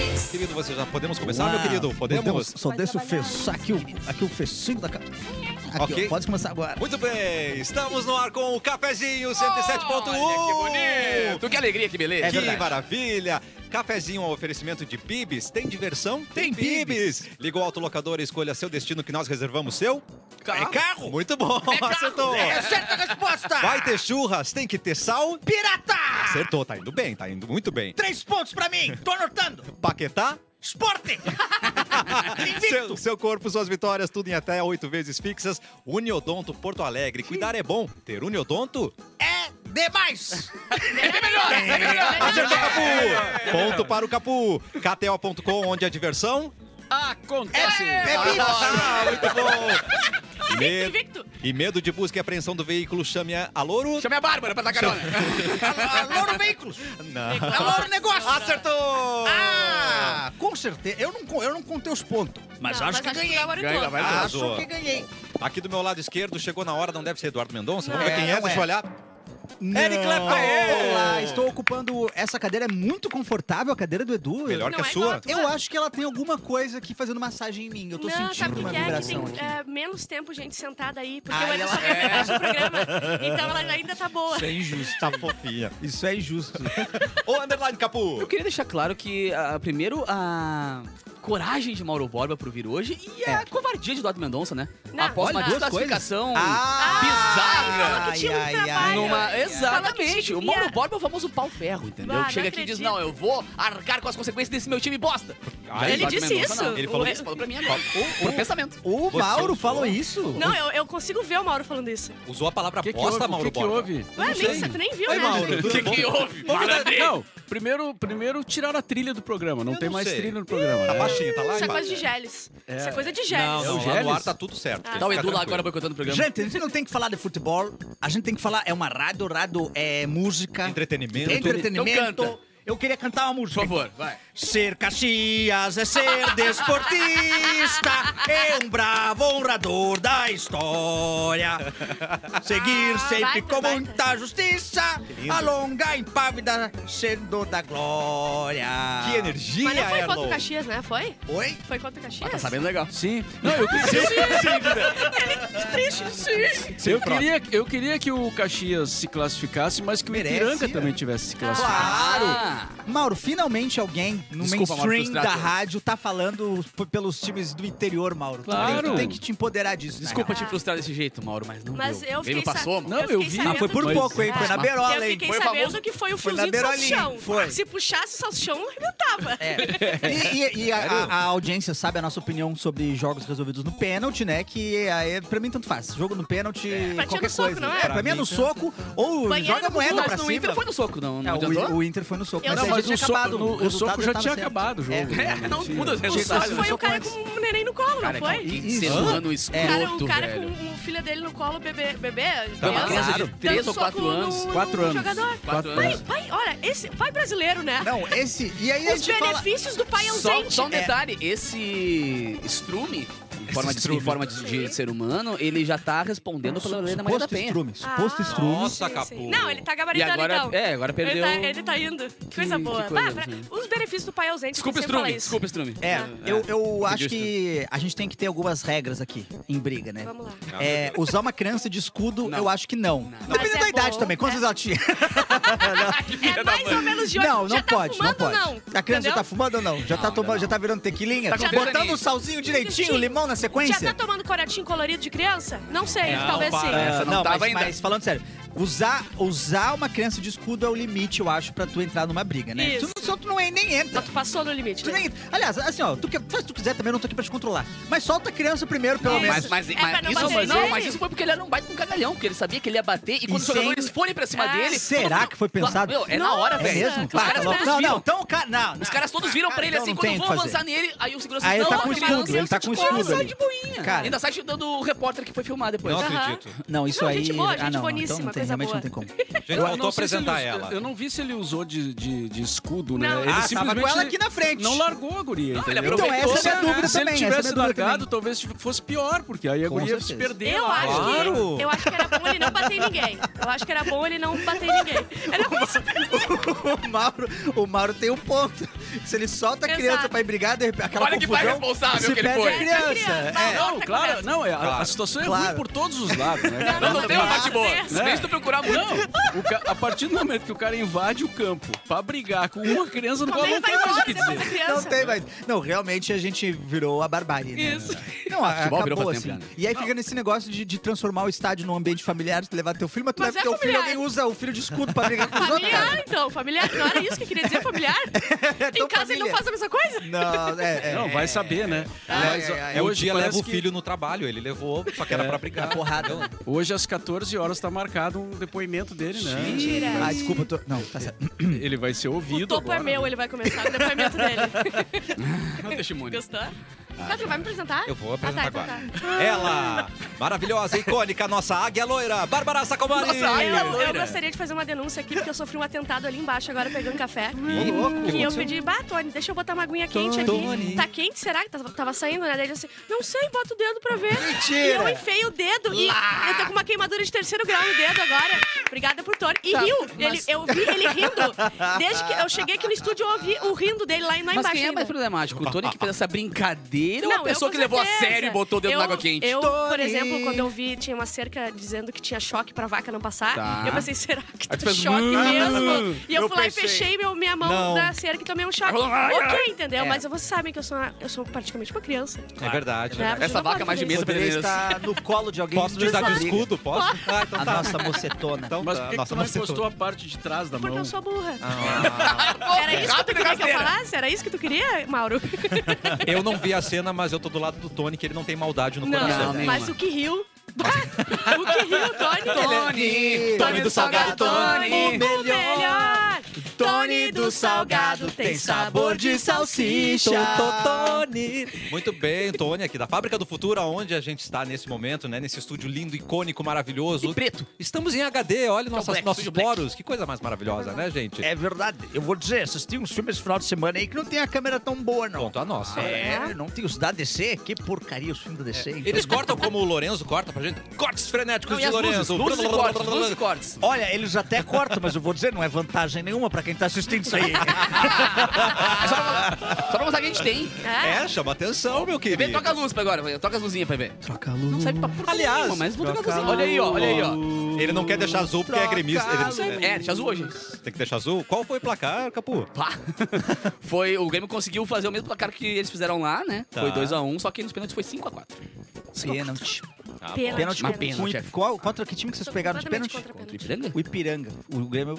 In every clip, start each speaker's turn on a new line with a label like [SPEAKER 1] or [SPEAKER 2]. [SPEAKER 1] horas, já podemos começar, meu querido? Podemos?
[SPEAKER 2] Só
[SPEAKER 3] Pode
[SPEAKER 2] desce o
[SPEAKER 3] trabalhar.
[SPEAKER 2] fez, aqui o, aqui o fecinho da cara. Aqui,
[SPEAKER 1] Ok.
[SPEAKER 2] ó, pode começar agora.
[SPEAKER 1] Muito bem, estamos no ar com o Cafezinho 107.1.
[SPEAKER 4] Olha que bonito! Que alegria, que beleza!
[SPEAKER 1] que maravilha! Cafezinho ao oferecimento de Bibis. Tem diversão?
[SPEAKER 2] Tem Bibis.
[SPEAKER 1] Liga o autolocador e escolha seu destino que nós reservamos seu. É
[SPEAKER 4] Carro.
[SPEAKER 1] Muito bom, acertou.
[SPEAKER 4] É certa a resposta!
[SPEAKER 1] Vai ter churras, tem que ter sal.
[SPEAKER 4] Pirata!
[SPEAKER 1] Acertou, tá indo bem, tá indo muito bem.
[SPEAKER 4] Três pontos pra mim! Tô anotando!
[SPEAKER 1] Paquetá,
[SPEAKER 4] Esporte!
[SPEAKER 1] seu, seu corpo, suas vitórias, tudo em até oito vezes fixas. Uniodonto Porto Alegre. Cuidar é bom, ter Uniodonto
[SPEAKER 4] É demais! É melhor! É
[SPEAKER 1] Acertou, Capu! Ponto para o Capu. KTO.com, onde a diversão...
[SPEAKER 4] Acontece!
[SPEAKER 1] Ah, muito bom! E medo,
[SPEAKER 5] Invicto.
[SPEAKER 1] e medo de busca e apreensão do veículo, chame a Alouro.
[SPEAKER 4] Chame a Bárbara pra dar carona! Alô, veículos!
[SPEAKER 1] Não.
[SPEAKER 4] Alô, negócio!
[SPEAKER 1] Acertou!
[SPEAKER 2] Ah, com certeza. Eu não, con- eu não contei os pontos.
[SPEAKER 4] Mas
[SPEAKER 5] Não,
[SPEAKER 4] acho que ganhei!
[SPEAKER 5] dá o Arthur.
[SPEAKER 4] Ganha, vai
[SPEAKER 1] Ah,
[SPEAKER 2] Acho
[SPEAKER 1] boa.
[SPEAKER 2] que ganhei.
[SPEAKER 1] Aqui do meu lado esquerdo, chegou na hora, não deve ser Eduardo Mendonça. Vamos
[SPEAKER 2] Não.
[SPEAKER 1] ver quem
[SPEAKER 2] É,
[SPEAKER 1] é,
[SPEAKER 2] não
[SPEAKER 1] deixa eu
[SPEAKER 2] é.
[SPEAKER 1] olhar.
[SPEAKER 2] Não.
[SPEAKER 1] Eric Clapton!
[SPEAKER 2] Olá, estou ocupando... Essa cadeira é muito confortável, a cadeira do Edu.
[SPEAKER 1] Melhor que a
[SPEAKER 5] Não é
[SPEAKER 1] sua.
[SPEAKER 5] igual
[SPEAKER 2] Eu
[SPEAKER 5] a
[SPEAKER 2] acho que ela tem alguma coisa aqui fazendo massagem em mim. Eu tô
[SPEAKER 5] não, sabe
[SPEAKER 2] sentindo
[SPEAKER 5] o
[SPEAKER 2] uma
[SPEAKER 5] que é? Que tem
[SPEAKER 2] vibração aqui.
[SPEAKER 5] é, menos tempo gente sentada aí, porque
[SPEAKER 2] Ah,
[SPEAKER 5] o Edu
[SPEAKER 2] ela-
[SPEAKER 5] só quer metade do programa. Então ela ainda tá boa.
[SPEAKER 6] é injusto.
[SPEAKER 1] Tá fofinha.
[SPEAKER 2] Isso é injusto.
[SPEAKER 1] Ô, Underline Capu!
[SPEAKER 6] Eu queria deixar claro que, ah, primeiro, a coragem de Mauro Borba por vir hoje e a covardia de Eduardo Mendonça, né?
[SPEAKER 5] Não,
[SPEAKER 6] Após uma
[SPEAKER 5] olha, duas
[SPEAKER 6] desclassificação
[SPEAKER 5] Ai, falou Ah, que tinha um
[SPEAKER 2] Ai, ai,
[SPEAKER 5] trabalho.
[SPEAKER 2] ai,
[SPEAKER 6] numa...
[SPEAKER 2] ai, ai.
[SPEAKER 5] Falou que
[SPEAKER 6] Exatamente. O
[SPEAKER 5] devia-
[SPEAKER 6] Mauro Borba é o famoso pau-ferro, entendeu?
[SPEAKER 5] Ah, não
[SPEAKER 6] que chega aqui e diz,
[SPEAKER 5] acredito.
[SPEAKER 6] não, eu vou arcar com as consequências desse meu time bosta.
[SPEAKER 1] Ai,
[SPEAKER 6] Já
[SPEAKER 5] Ele
[SPEAKER 6] Eduardo
[SPEAKER 5] disse
[SPEAKER 6] Mendonça,
[SPEAKER 5] isso.
[SPEAKER 6] não. Ele falou
[SPEAKER 5] O-
[SPEAKER 6] isso, falou pra mim agora. Por pensamento.
[SPEAKER 2] O
[SPEAKER 1] Você
[SPEAKER 2] Mauro
[SPEAKER 1] usou?
[SPEAKER 2] falou isso?
[SPEAKER 5] Não, eu, eu consigo ver o Mauro falando isso.
[SPEAKER 1] Usou a palavra
[SPEAKER 7] que que
[SPEAKER 1] aposta,
[SPEAKER 7] houve?
[SPEAKER 1] Mauro
[SPEAKER 7] que que
[SPEAKER 1] Borba.
[SPEAKER 7] houve?
[SPEAKER 5] Ué,
[SPEAKER 7] Não
[SPEAKER 5] nem,
[SPEAKER 7] sei.
[SPEAKER 5] você nem viu,
[SPEAKER 1] Oi,
[SPEAKER 5] né?
[SPEAKER 1] Mauro,
[SPEAKER 6] O
[SPEAKER 1] tudo
[SPEAKER 6] que,
[SPEAKER 1] bom?
[SPEAKER 6] que houve?
[SPEAKER 7] Não,
[SPEAKER 5] Ah,
[SPEAKER 7] primeiro, primeiro tiraram a trilha do programa. Não
[SPEAKER 1] Eu
[SPEAKER 7] tem
[SPEAKER 1] não
[SPEAKER 7] mais
[SPEAKER 1] sei.
[SPEAKER 7] trilha no programa.
[SPEAKER 1] Tá
[SPEAKER 7] né?
[SPEAKER 1] baixinho, tá lá
[SPEAKER 5] Isso é
[SPEAKER 1] embaixo.
[SPEAKER 5] coisa de Geles. Isso é coisa de Geles.
[SPEAKER 1] Não, não, lá
[SPEAKER 7] Os
[SPEAKER 1] no ar
[SPEAKER 7] geles?
[SPEAKER 1] tá tudo certo.
[SPEAKER 5] Ah.
[SPEAKER 6] Tá o
[SPEAKER 1] Fica
[SPEAKER 6] Edu lá
[SPEAKER 1] tranquilo.
[SPEAKER 6] agora boicotando o programa.
[SPEAKER 2] Gente, a gente não tem que falar de futebol. A gente tem que falar. É uma rádio, rádio é música.
[SPEAKER 1] Entretenimento.
[SPEAKER 2] Entretenimento.
[SPEAKER 6] Então canta.
[SPEAKER 2] Eu queria cantar uma
[SPEAKER 6] Por
[SPEAKER 2] música.
[SPEAKER 6] favor, vai.
[SPEAKER 2] Ser Caxias é ser desportista, é um bravo honrador da história.
[SPEAKER 5] Ah,
[SPEAKER 2] Seguir sempre
[SPEAKER 5] baita,
[SPEAKER 2] com
[SPEAKER 5] baita.
[SPEAKER 2] muita justiça, a longa impávida sendo da glória.
[SPEAKER 1] Que energia,
[SPEAKER 5] Mas não foi contra o
[SPEAKER 1] Erlon.
[SPEAKER 5] Caxias, né? Foi?
[SPEAKER 2] Oi?
[SPEAKER 5] Foi contra o Caxias?
[SPEAKER 6] Ah, tá sabendo legal.
[SPEAKER 7] Sim. Não, eu queria,
[SPEAKER 5] Triste, sim.
[SPEAKER 7] eu, queria, eu queria que o Caxias se classificasse, mas que o
[SPEAKER 2] Merece,
[SPEAKER 7] Ipiranga
[SPEAKER 2] né?
[SPEAKER 7] também tivesse se classificado.
[SPEAKER 2] Claro!
[SPEAKER 6] Ah.
[SPEAKER 2] Mauro, finalmente alguém no
[SPEAKER 6] Desculpa, Mauro,
[SPEAKER 2] mainstream da
[SPEAKER 6] frustrado.
[SPEAKER 2] rádio tá falando p- pelos times do interior, Mauro. Tu tem-
[SPEAKER 7] Claro.
[SPEAKER 2] Tu tem que te empoderar disso. né? na
[SPEAKER 6] Desculpa
[SPEAKER 2] real.
[SPEAKER 6] te frustrar desse jeito, Mauro, mas não
[SPEAKER 5] Mas
[SPEAKER 6] deu.
[SPEAKER 5] eu
[SPEAKER 6] Veio
[SPEAKER 5] fiquei
[SPEAKER 6] no passou,
[SPEAKER 5] sa-
[SPEAKER 7] Não, eu
[SPEAKER 5] fiquei
[SPEAKER 7] vi.
[SPEAKER 5] sabendo-
[SPEAKER 7] Ah,
[SPEAKER 2] Foi por
[SPEAKER 7] Mas-
[SPEAKER 2] pouco, hein? Foi na
[SPEAKER 5] É. Eu
[SPEAKER 2] berola, hein?
[SPEAKER 5] fiquei
[SPEAKER 6] Foi
[SPEAKER 5] sabendo
[SPEAKER 6] famoso-
[SPEAKER 5] que foi o
[SPEAKER 2] Foi na
[SPEAKER 5] fiozinho do
[SPEAKER 2] beirolinha,
[SPEAKER 5] salchão.
[SPEAKER 2] foi.
[SPEAKER 5] Se puxasse o salchão, arrebentava.
[SPEAKER 2] E, e- e a, a- a audiência sabe a nossa opinião sobre jogos resolvidos no pênalti, né? Que aí, pra mim, tanto faz. Jogo no pênalti,
[SPEAKER 5] Pra ti é
[SPEAKER 2] qualquer
[SPEAKER 5] no soco,
[SPEAKER 2] coisa.
[SPEAKER 5] não é?
[SPEAKER 2] é? pra mim é no soco ou
[SPEAKER 5] Banheiro
[SPEAKER 2] joga a
[SPEAKER 5] no
[SPEAKER 2] moeda
[SPEAKER 5] cu,
[SPEAKER 2] pra
[SPEAKER 6] Mas no
[SPEAKER 2] cima.
[SPEAKER 6] Inter foi no soco, não, não
[SPEAKER 2] É,
[SPEAKER 6] adiantou?
[SPEAKER 2] o, o Inter foi no soco.
[SPEAKER 5] Eu
[SPEAKER 2] mas
[SPEAKER 7] Não,
[SPEAKER 2] aí
[SPEAKER 7] mas
[SPEAKER 2] já tinha
[SPEAKER 7] o soco,
[SPEAKER 2] acabado,
[SPEAKER 7] no- o
[SPEAKER 2] resultado
[SPEAKER 7] soco
[SPEAKER 2] já
[SPEAKER 7] já
[SPEAKER 2] tava
[SPEAKER 7] tinha
[SPEAKER 2] certo.
[SPEAKER 7] acabado o jogo.
[SPEAKER 2] É.
[SPEAKER 7] né?
[SPEAKER 6] não
[SPEAKER 7] Sim.
[SPEAKER 6] muda os
[SPEAKER 5] O
[SPEAKER 6] resultados. né?
[SPEAKER 5] soco
[SPEAKER 2] Resultado,
[SPEAKER 5] foi o
[SPEAKER 2] soco
[SPEAKER 5] cara
[SPEAKER 2] antes.
[SPEAKER 5] com um neném no colo, não
[SPEAKER 6] Cara,
[SPEAKER 5] foi?
[SPEAKER 6] que
[SPEAKER 2] Isso. é
[SPEAKER 6] ser humano
[SPEAKER 5] Cara,
[SPEAKER 2] um
[SPEAKER 6] escroto,
[SPEAKER 5] o cara
[SPEAKER 6] velho.
[SPEAKER 5] com o filho dele no colo, bebê, bebê
[SPEAKER 6] Tá,
[SPEAKER 5] criança,
[SPEAKER 6] uma criança de
[SPEAKER 5] dando
[SPEAKER 6] três ou
[SPEAKER 5] soco
[SPEAKER 6] quatro
[SPEAKER 5] no-
[SPEAKER 6] anos.
[SPEAKER 5] no
[SPEAKER 7] Quatro anos.
[SPEAKER 5] jogador.
[SPEAKER 6] Quatro
[SPEAKER 5] Pai,
[SPEAKER 6] anos.
[SPEAKER 5] pai, olha, esse pai brasileiro, né?
[SPEAKER 2] Não, esse. E aí a
[SPEAKER 5] Os
[SPEAKER 2] gente fala.
[SPEAKER 5] benefícios do pai
[SPEAKER 6] Só,
[SPEAKER 5] ausente.
[SPEAKER 6] só um
[SPEAKER 2] É.
[SPEAKER 6] detalhe, esse estrume, em forma, de, em forma de, de ser humano, ele já tá respondendo pela Helena Maria da
[SPEAKER 2] Suposto
[SPEAKER 6] Penha.
[SPEAKER 2] estrume. Suposto
[SPEAKER 5] Ah,
[SPEAKER 2] estrume.
[SPEAKER 1] Nossa,
[SPEAKER 5] sim,
[SPEAKER 1] Capu.
[SPEAKER 5] sim. Não, ele tá
[SPEAKER 6] E
[SPEAKER 5] gabaritando
[SPEAKER 6] agora,
[SPEAKER 5] então.
[SPEAKER 6] é, agora
[SPEAKER 5] Ele
[SPEAKER 6] perdeu...
[SPEAKER 5] tá, ele tá indo. Que coisa boa.
[SPEAKER 6] que coisa,
[SPEAKER 5] Bárbara,
[SPEAKER 6] gente.
[SPEAKER 5] os benefícios do pai ausente.
[SPEAKER 6] Desculpa,
[SPEAKER 5] você sempre fala
[SPEAKER 6] estrume,
[SPEAKER 5] isso.
[SPEAKER 6] desculpa, estrume.
[SPEAKER 2] É, eu, eu
[SPEAKER 6] É.
[SPEAKER 2] acho que a gente tem que ter algumas regras aqui em briga, né?
[SPEAKER 5] Vamos lá.
[SPEAKER 2] É, usar uma criança de escudo,
[SPEAKER 6] Não.
[SPEAKER 2] eu acho que não.
[SPEAKER 5] Mas
[SPEAKER 2] Depende
[SPEAKER 5] é
[SPEAKER 2] da idade
[SPEAKER 5] bom,
[SPEAKER 2] também. Quantos anos
[SPEAKER 5] né?
[SPEAKER 2] ela tinha?
[SPEAKER 5] É mais ou menos de hoje.
[SPEAKER 2] Não,
[SPEAKER 5] já
[SPEAKER 2] não
[SPEAKER 5] tá
[SPEAKER 2] pode, não
[SPEAKER 5] fumando ou
[SPEAKER 2] pode.
[SPEAKER 5] não?
[SPEAKER 2] A criança já tá
[SPEAKER 5] Entendeu?
[SPEAKER 2] fumando ou não? Já tá
[SPEAKER 6] Não,
[SPEAKER 2] tomando,
[SPEAKER 6] não.
[SPEAKER 2] já tá virando tequilinha?
[SPEAKER 6] Tá com
[SPEAKER 2] botando
[SPEAKER 6] tequilinha.
[SPEAKER 2] o salzinho direitinho,
[SPEAKER 5] Direitinho.
[SPEAKER 2] limão na
[SPEAKER 5] Já
[SPEAKER 2] sequência?
[SPEAKER 5] tá tomando corotinho colorido de criança? Não sei, talvez
[SPEAKER 1] para.
[SPEAKER 5] sim.
[SPEAKER 2] Ah,
[SPEAKER 6] É, Essa não
[SPEAKER 2] não,
[SPEAKER 6] tava
[SPEAKER 2] mas,
[SPEAKER 6] ainda.
[SPEAKER 2] mas falando sério, usar, usar uma criança de escudo é o limite, eu acho, pra tu entrar numa briga, né? Tu
[SPEAKER 5] Isso.
[SPEAKER 2] não, só tu não é, nem entra.
[SPEAKER 5] Mas tu passou no limite.
[SPEAKER 2] Tu
[SPEAKER 5] né?
[SPEAKER 2] nem, aliás, assim, ó, tu que, faz o que tu quiser também, eu não tô aqui pra te controlar. Mas solta a criança primeiro, pelo
[SPEAKER 5] Não,
[SPEAKER 2] menos.
[SPEAKER 6] Mas, mas,
[SPEAKER 5] É pra
[SPEAKER 6] mas,
[SPEAKER 5] não
[SPEAKER 6] isso,
[SPEAKER 5] bater
[SPEAKER 6] mas,
[SPEAKER 5] nele?
[SPEAKER 6] não, mas isso foi porque ele era um baita de um cagalhão, porque ele sabia que ele ia bater e quando os
[SPEAKER 2] sem-
[SPEAKER 6] jogadores forem pra cima
[SPEAKER 5] Ah,
[SPEAKER 6] dele.
[SPEAKER 2] Será que foi pensado?
[SPEAKER 6] Meu, é na
[SPEAKER 5] Nossa,
[SPEAKER 6] hora,
[SPEAKER 2] É
[SPEAKER 6] velho.
[SPEAKER 2] mesmo?
[SPEAKER 5] Os caras
[SPEAKER 2] não,
[SPEAKER 5] todos
[SPEAKER 2] não,
[SPEAKER 6] viram.
[SPEAKER 2] não, então o cara. então Não,
[SPEAKER 6] Os caras todos viram pra ele assim, quando vão avançar nele, aí o segurança
[SPEAKER 2] Aí ele
[SPEAKER 6] não,
[SPEAKER 2] tá com
[SPEAKER 6] criança,
[SPEAKER 2] escudo, ele tá com
[SPEAKER 5] Nossa,
[SPEAKER 2] escudo.
[SPEAKER 6] gente boinha.
[SPEAKER 2] Cara.
[SPEAKER 6] Ainda sai chutando o repórter que foi filmar depois.
[SPEAKER 1] Não
[SPEAKER 5] Aham.
[SPEAKER 1] acredito.
[SPEAKER 2] Não, isso
[SPEAKER 5] Não,
[SPEAKER 2] aí.
[SPEAKER 5] gente boa,
[SPEAKER 2] ah,
[SPEAKER 5] gente
[SPEAKER 2] não, não, então
[SPEAKER 5] boníssima,
[SPEAKER 2] não tem,
[SPEAKER 5] coisa
[SPEAKER 2] realmente
[SPEAKER 5] boa.
[SPEAKER 2] não tem como.
[SPEAKER 1] Gente,
[SPEAKER 7] Eu não
[SPEAKER 1] faltou
[SPEAKER 7] sei se
[SPEAKER 1] apresentar
[SPEAKER 7] ele us-
[SPEAKER 1] ela.
[SPEAKER 7] Eu não vi se ele usou de, de, de escudo, né?
[SPEAKER 5] Não.
[SPEAKER 7] Ele
[SPEAKER 1] Ah, tava
[SPEAKER 2] Tava
[SPEAKER 7] simplesmente
[SPEAKER 2] com ela aqui na frente.
[SPEAKER 7] não largou a guria, entendeu?
[SPEAKER 6] ele aproveitou,
[SPEAKER 2] Então, essa é a minha
[SPEAKER 7] Se-
[SPEAKER 2] dúvida
[SPEAKER 7] Se
[SPEAKER 2] também,
[SPEAKER 7] ele
[SPEAKER 2] essa é a
[SPEAKER 7] tivesse
[SPEAKER 2] minha dúvida
[SPEAKER 7] largado,
[SPEAKER 2] também.
[SPEAKER 7] talvez fosse pior, porque aí a
[SPEAKER 2] Com
[SPEAKER 7] guria se
[SPEAKER 2] certeza.
[SPEAKER 7] perder.
[SPEAKER 5] Eu acho,
[SPEAKER 1] Claro.
[SPEAKER 5] que, eu acho que era bom ele não bater em ninguém. Eu acho que era bom ele não bater em ninguém. Era bom
[SPEAKER 2] o, Mauro, o Mauro tem um ponto. Se ele solta a criança
[SPEAKER 5] Exato.
[SPEAKER 2] pra ir brigar, de repente, aquela
[SPEAKER 6] Olha que pai
[SPEAKER 2] confusão,
[SPEAKER 6] responsável
[SPEAKER 2] se
[SPEAKER 6] que ele
[SPEAKER 2] perde
[SPEAKER 6] foi.
[SPEAKER 2] a
[SPEAKER 5] É,
[SPEAKER 2] criança.
[SPEAKER 5] criança.
[SPEAKER 2] É.
[SPEAKER 7] Não, claro, não, é, a- a,
[SPEAKER 1] Claro.
[SPEAKER 7] situação é ruim
[SPEAKER 2] Claro.
[SPEAKER 7] por todos os lados, né? cara?
[SPEAKER 6] Não, não tem uma
[SPEAKER 5] Claro.
[SPEAKER 6] parte boa.
[SPEAKER 5] Certo.
[SPEAKER 6] Nem se tu procurar muito.
[SPEAKER 7] Não, o ca- a partir do momento que o cara invade o campo pra brigar com uma criança no qual
[SPEAKER 5] Também
[SPEAKER 7] não
[SPEAKER 5] vai
[SPEAKER 7] tem mais o
[SPEAKER 5] embora
[SPEAKER 7] que
[SPEAKER 5] depois
[SPEAKER 7] dizer.
[SPEAKER 2] Não
[SPEAKER 5] da criança.
[SPEAKER 2] tem mais. Não, realmente a gente virou a barbárie, né?
[SPEAKER 6] Isso.
[SPEAKER 2] Não, a-
[SPEAKER 6] Futebol virou
[SPEAKER 2] acabou
[SPEAKER 6] faz
[SPEAKER 2] assim.
[SPEAKER 6] tempo já, né?
[SPEAKER 2] E aí fica nesse negócio de, de transformar o estádio num ambiente familiar, tu levar teu filho, mas tu
[SPEAKER 5] Mas
[SPEAKER 2] leva
[SPEAKER 5] é
[SPEAKER 2] teu filho,
[SPEAKER 5] familiar.
[SPEAKER 2] alguém usa o filho de escudo pra brigar com os outros. cara.
[SPEAKER 5] Familiar, então. Familiar. Não era isso que eu queria dizer, familiar? em
[SPEAKER 2] Então,
[SPEAKER 5] casa ele não
[SPEAKER 2] família.
[SPEAKER 5] faz a mesma coisa?
[SPEAKER 2] Não, é, é.
[SPEAKER 7] Não, vai saber, né? Mas,
[SPEAKER 2] ai, ai.
[SPEAKER 1] É o
[SPEAKER 7] hoje
[SPEAKER 1] dia leva
[SPEAKER 7] parece
[SPEAKER 1] o
[SPEAKER 7] que-
[SPEAKER 1] filho no trabalho. Ele levou, só que era pra brigar.
[SPEAKER 2] Tá porrada.
[SPEAKER 7] Hoje, às 14 horas, tá marcado um depoimento dele, né?
[SPEAKER 5] Mentira.
[SPEAKER 2] Ah, desculpa, eu tô... Não, tá certo.
[SPEAKER 7] Ele vai ser ouvido
[SPEAKER 5] o topo
[SPEAKER 7] agora.
[SPEAKER 5] é meu,
[SPEAKER 1] né?
[SPEAKER 5] ele vai começar o depoimento dele.
[SPEAKER 6] Não, testemunho.
[SPEAKER 5] Gostou? Tá, tu vai me apresentar?
[SPEAKER 1] Eu vou
[SPEAKER 5] ah,
[SPEAKER 1] apresentar
[SPEAKER 5] tá, então
[SPEAKER 1] agora.
[SPEAKER 5] tá.
[SPEAKER 1] Ela, maravilhosa, icônica, nossa águia loira, Bárbara Sacomari.
[SPEAKER 6] Nossa, águia
[SPEAKER 5] Eu- Eu,
[SPEAKER 6] loira.
[SPEAKER 5] gostaria de fazer uma denúncia aqui, porque eu sofri um atentado ali embaixo agora pegando café.
[SPEAKER 1] Ih, louco.
[SPEAKER 5] E eu pedi, bah, Tony, deixa eu botar uma aguinha quente
[SPEAKER 1] Tony.
[SPEAKER 5] aqui. Tá quente? Será que tava, tava saindo, né? Daí ele assim, não sei, bota o dedo pra ver.
[SPEAKER 2] Mentira.
[SPEAKER 5] E eu enfiei o dedo e eu tô com uma queimadura de terceiro grau no dedo agora. Obrigada por Tony.
[SPEAKER 1] Tá,
[SPEAKER 5] E riu. Ele, eu vi ele rindo. Desde que eu cheguei aqui no estúdio, eu ouvi o rindo dele lá, lá
[SPEAKER 6] Mas
[SPEAKER 5] embaixo.
[SPEAKER 6] quem é
[SPEAKER 5] ainda.
[SPEAKER 6] mais problemático? O Tony que fez essa brincadeira ou
[SPEAKER 5] Não,
[SPEAKER 6] a
[SPEAKER 5] eu,
[SPEAKER 6] é pessoa
[SPEAKER 5] com
[SPEAKER 6] que levou a
[SPEAKER 5] certeza.
[SPEAKER 6] sério e botou o dedo
[SPEAKER 5] eu,
[SPEAKER 6] na água quente?
[SPEAKER 5] Eu, por
[SPEAKER 2] Tony.
[SPEAKER 5] exemplo, quando eu vi, tinha uma cerca dizendo que tinha choque pra vaca não passar.
[SPEAKER 6] Tá.
[SPEAKER 5] Eu pensei, será que
[SPEAKER 6] Aí tu
[SPEAKER 5] tá
[SPEAKER 6] fez,
[SPEAKER 5] choque
[SPEAKER 6] "Hum".
[SPEAKER 5] mesmo? E eu,
[SPEAKER 6] Eu
[SPEAKER 5] fui lá e
[SPEAKER 6] pensei.
[SPEAKER 5] fechei meu, minha mão
[SPEAKER 1] Não.
[SPEAKER 5] na cerca e tomei um choque.
[SPEAKER 6] Agora-
[SPEAKER 5] ok, entendeu?
[SPEAKER 2] É.
[SPEAKER 5] Mas vocês sabem que eu sou, uma- eu sou praticamente uma criança.
[SPEAKER 1] É verdade.
[SPEAKER 5] né? Vocês
[SPEAKER 6] Essa
[SPEAKER 5] não
[SPEAKER 6] vaca
[SPEAKER 5] podem
[SPEAKER 6] é mais de
[SPEAKER 5] fazer
[SPEAKER 6] mesa
[SPEAKER 5] isso.
[SPEAKER 2] Poderia estar no colo de alguém.
[SPEAKER 1] Posso te dar de escudo? Posso? Ah, então
[SPEAKER 2] A
[SPEAKER 1] tá.
[SPEAKER 2] nossa mocetona.
[SPEAKER 1] Então
[SPEAKER 7] Mas
[SPEAKER 1] tá.
[SPEAKER 7] por que, que
[SPEAKER 1] Nossa,
[SPEAKER 7] tu não
[SPEAKER 1] você-
[SPEAKER 7] encostou a parte de trás da
[SPEAKER 5] É Porque
[SPEAKER 7] mão?
[SPEAKER 5] eu sou burra.
[SPEAKER 1] Ah,
[SPEAKER 5] Era isso que tu queria que eu falasse? Era isso que tu queria, Mauro?
[SPEAKER 1] eu não vi a cena, mas eu tô do lado do Tony, que ele não tem maldade no
[SPEAKER 5] Não,
[SPEAKER 1] coração.
[SPEAKER 6] nenhuma.
[SPEAKER 5] mas o que riu... o que riu, Tony?
[SPEAKER 2] Tony,
[SPEAKER 1] Tony do Salgado,
[SPEAKER 5] O
[SPEAKER 2] Tony.
[SPEAKER 5] melhor.
[SPEAKER 2] Tony do salgado tem sabor de salsicha.
[SPEAKER 1] Tony. Muito bem, Tony, aqui da Fábrica do Futuro, onde a gente está nesse momento, né? Nesse estúdio lindo, icônico, maravilhoso.
[SPEAKER 6] E preto. Então,
[SPEAKER 1] Estamos em HD, olha nossas-
[SPEAKER 6] black,
[SPEAKER 1] nossos
[SPEAKER 6] tudo black.
[SPEAKER 1] poros. Que coisa mais maravilhosa, né, gente?
[SPEAKER 2] É verdade. Eu vou dizer, assisti uns filmes esse final de semana aí que não tem a câmera tão boa, não.
[SPEAKER 1] Ponto Então, a nossa.
[SPEAKER 2] É, não tem os da DC. Que porcaria os filmes da DC.
[SPEAKER 7] É.
[SPEAKER 2] então.
[SPEAKER 1] Eles cortam como o Lorenzo corta pra gente. Cortes frenéticos
[SPEAKER 6] Não, e
[SPEAKER 1] de
[SPEAKER 6] as luzes,
[SPEAKER 1] Lorenzo.
[SPEAKER 6] luzes e
[SPEAKER 1] Blá, blá, blá,
[SPEAKER 6] cortes,
[SPEAKER 1] blá, blá,
[SPEAKER 6] luzes e cortes.
[SPEAKER 2] Olha, eles até cortam, mas eu vou dizer, não é vantagem nenhuma pra quem tá assistindo isso aí.
[SPEAKER 6] Só pra mostrar que a gente tem.
[SPEAKER 5] Ah,
[SPEAKER 1] É, chama atenção, meu
[SPEAKER 6] Vem,
[SPEAKER 1] querido.
[SPEAKER 6] toca a luz pra agora. Toca as luzinhas pra ver.
[SPEAKER 2] Troca a luz.
[SPEAKER 6] Não serve pra porra
[SPEAKER 1] Aliás,
[SPEAKER 6] nenhuma, mas vou tocar as
[SPEAKER 1] troca
[SPEAKER 6] luzinhas. Olha aí, ó. Olha aí, ó.
[SPEAKER 1] Ele não quer deixar azul porque é gremista. Ele não
[SPEAKER 6] É, deixa azul hoje.
[SPEAKER 1] Tem que deixar azul? Qual foi o placar, Capu?
[SPEAKER 6] Pá. Foi, o Grêmio conseguiu fazer o mesmo placar que eles fizeram lá, né?
[SPEAKER 1] Tá.
[SPEAKER 6] Foi 2x1, só que nos pênaltis foi 5x4.
[SPEAKER 2] Pênalti.
[SPEAKER 1] Ah,
[SPEAKER 5] Pena.
[SPEAKER 2] Pênalti.
[SPEAKER 6] Uma
[SPEAKER 2] com-
[SPEAKER 6] pena,
[SPEAKER 2] com-
[SPEAKER 6] chefe.
[SPEAKER 2] Qual, contra que time que vocês
[SPEAKER 5] Sou
[SPEAKER 2] pegaram de
[SPEAKER 5] completamente
[SPEAKER 2] pênalti?
[SPEAKER 5] contra pênalti.
[SPEAKER 6] Ipiranga?
[SPEAKER 2] O Ipiranga. O Grêmio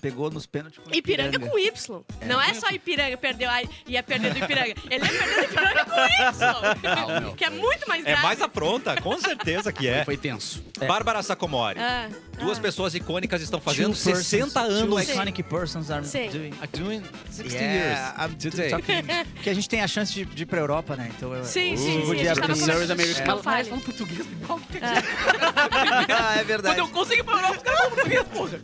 [SPEAKER 2] pegou nos pênaltis com o
[SPEAKER 5] Ipiranga com Y. Não é só Ipiranga, perdeu, ai, ia perder do Ipiranga. Ele ia perder do Ipiranga com
[SPEAKER 6] Não,
[SPEAKER 5] Y.
[SPEAKER 6] não.
[SPEAKER 5] que é muito mais
[SPEAKER 1] É
[SPEAKER 5] grave.
[SPEAKER 1] mais afronta, com certeza que é.
[SPEAKER 6] Foi tenso.
[SPEAKER 1] Bárbara Sacomori.
[SPEAKER 5] Ah,
[SPEAKER 1] Duas
[SPEAKER 5] ah.
[SPEAKER 1] pessoas icônicas estão fazendo 60 anos. É,
[SPEAKER 5] Sim.
[SPEAKER 2] iconic persons are
[SPEAKER 5] Sim.
[SPEAKER 2] doing...
[SPEAKER 1] Doing 60
[SPEAKER 2] Yeah, I'm
[SPEAKER 1] today.
[SPEAKER 2] talking- Porque a gente tem a chance de, de ir pra Europa, né? Então eu...
[SPEAKER 5] Sim, sim, sim.
[SPEAKER 2] Podia
[SPEAKER 5] a gente tá tava
[SPEAKER 2] abrir.
[SPEAKER 5] conversando.
[SPEAKER 6] Service American.
[SPEAKER 5] Não fale.
[SPEAKER 6] português
[SPEAKER 2] ah, é
[SPEAKER 6] Quando
[SPEAKER 2] verdade.
[SPEAKER 6] eu consigo ir pra Europa, os caras falam português, porra.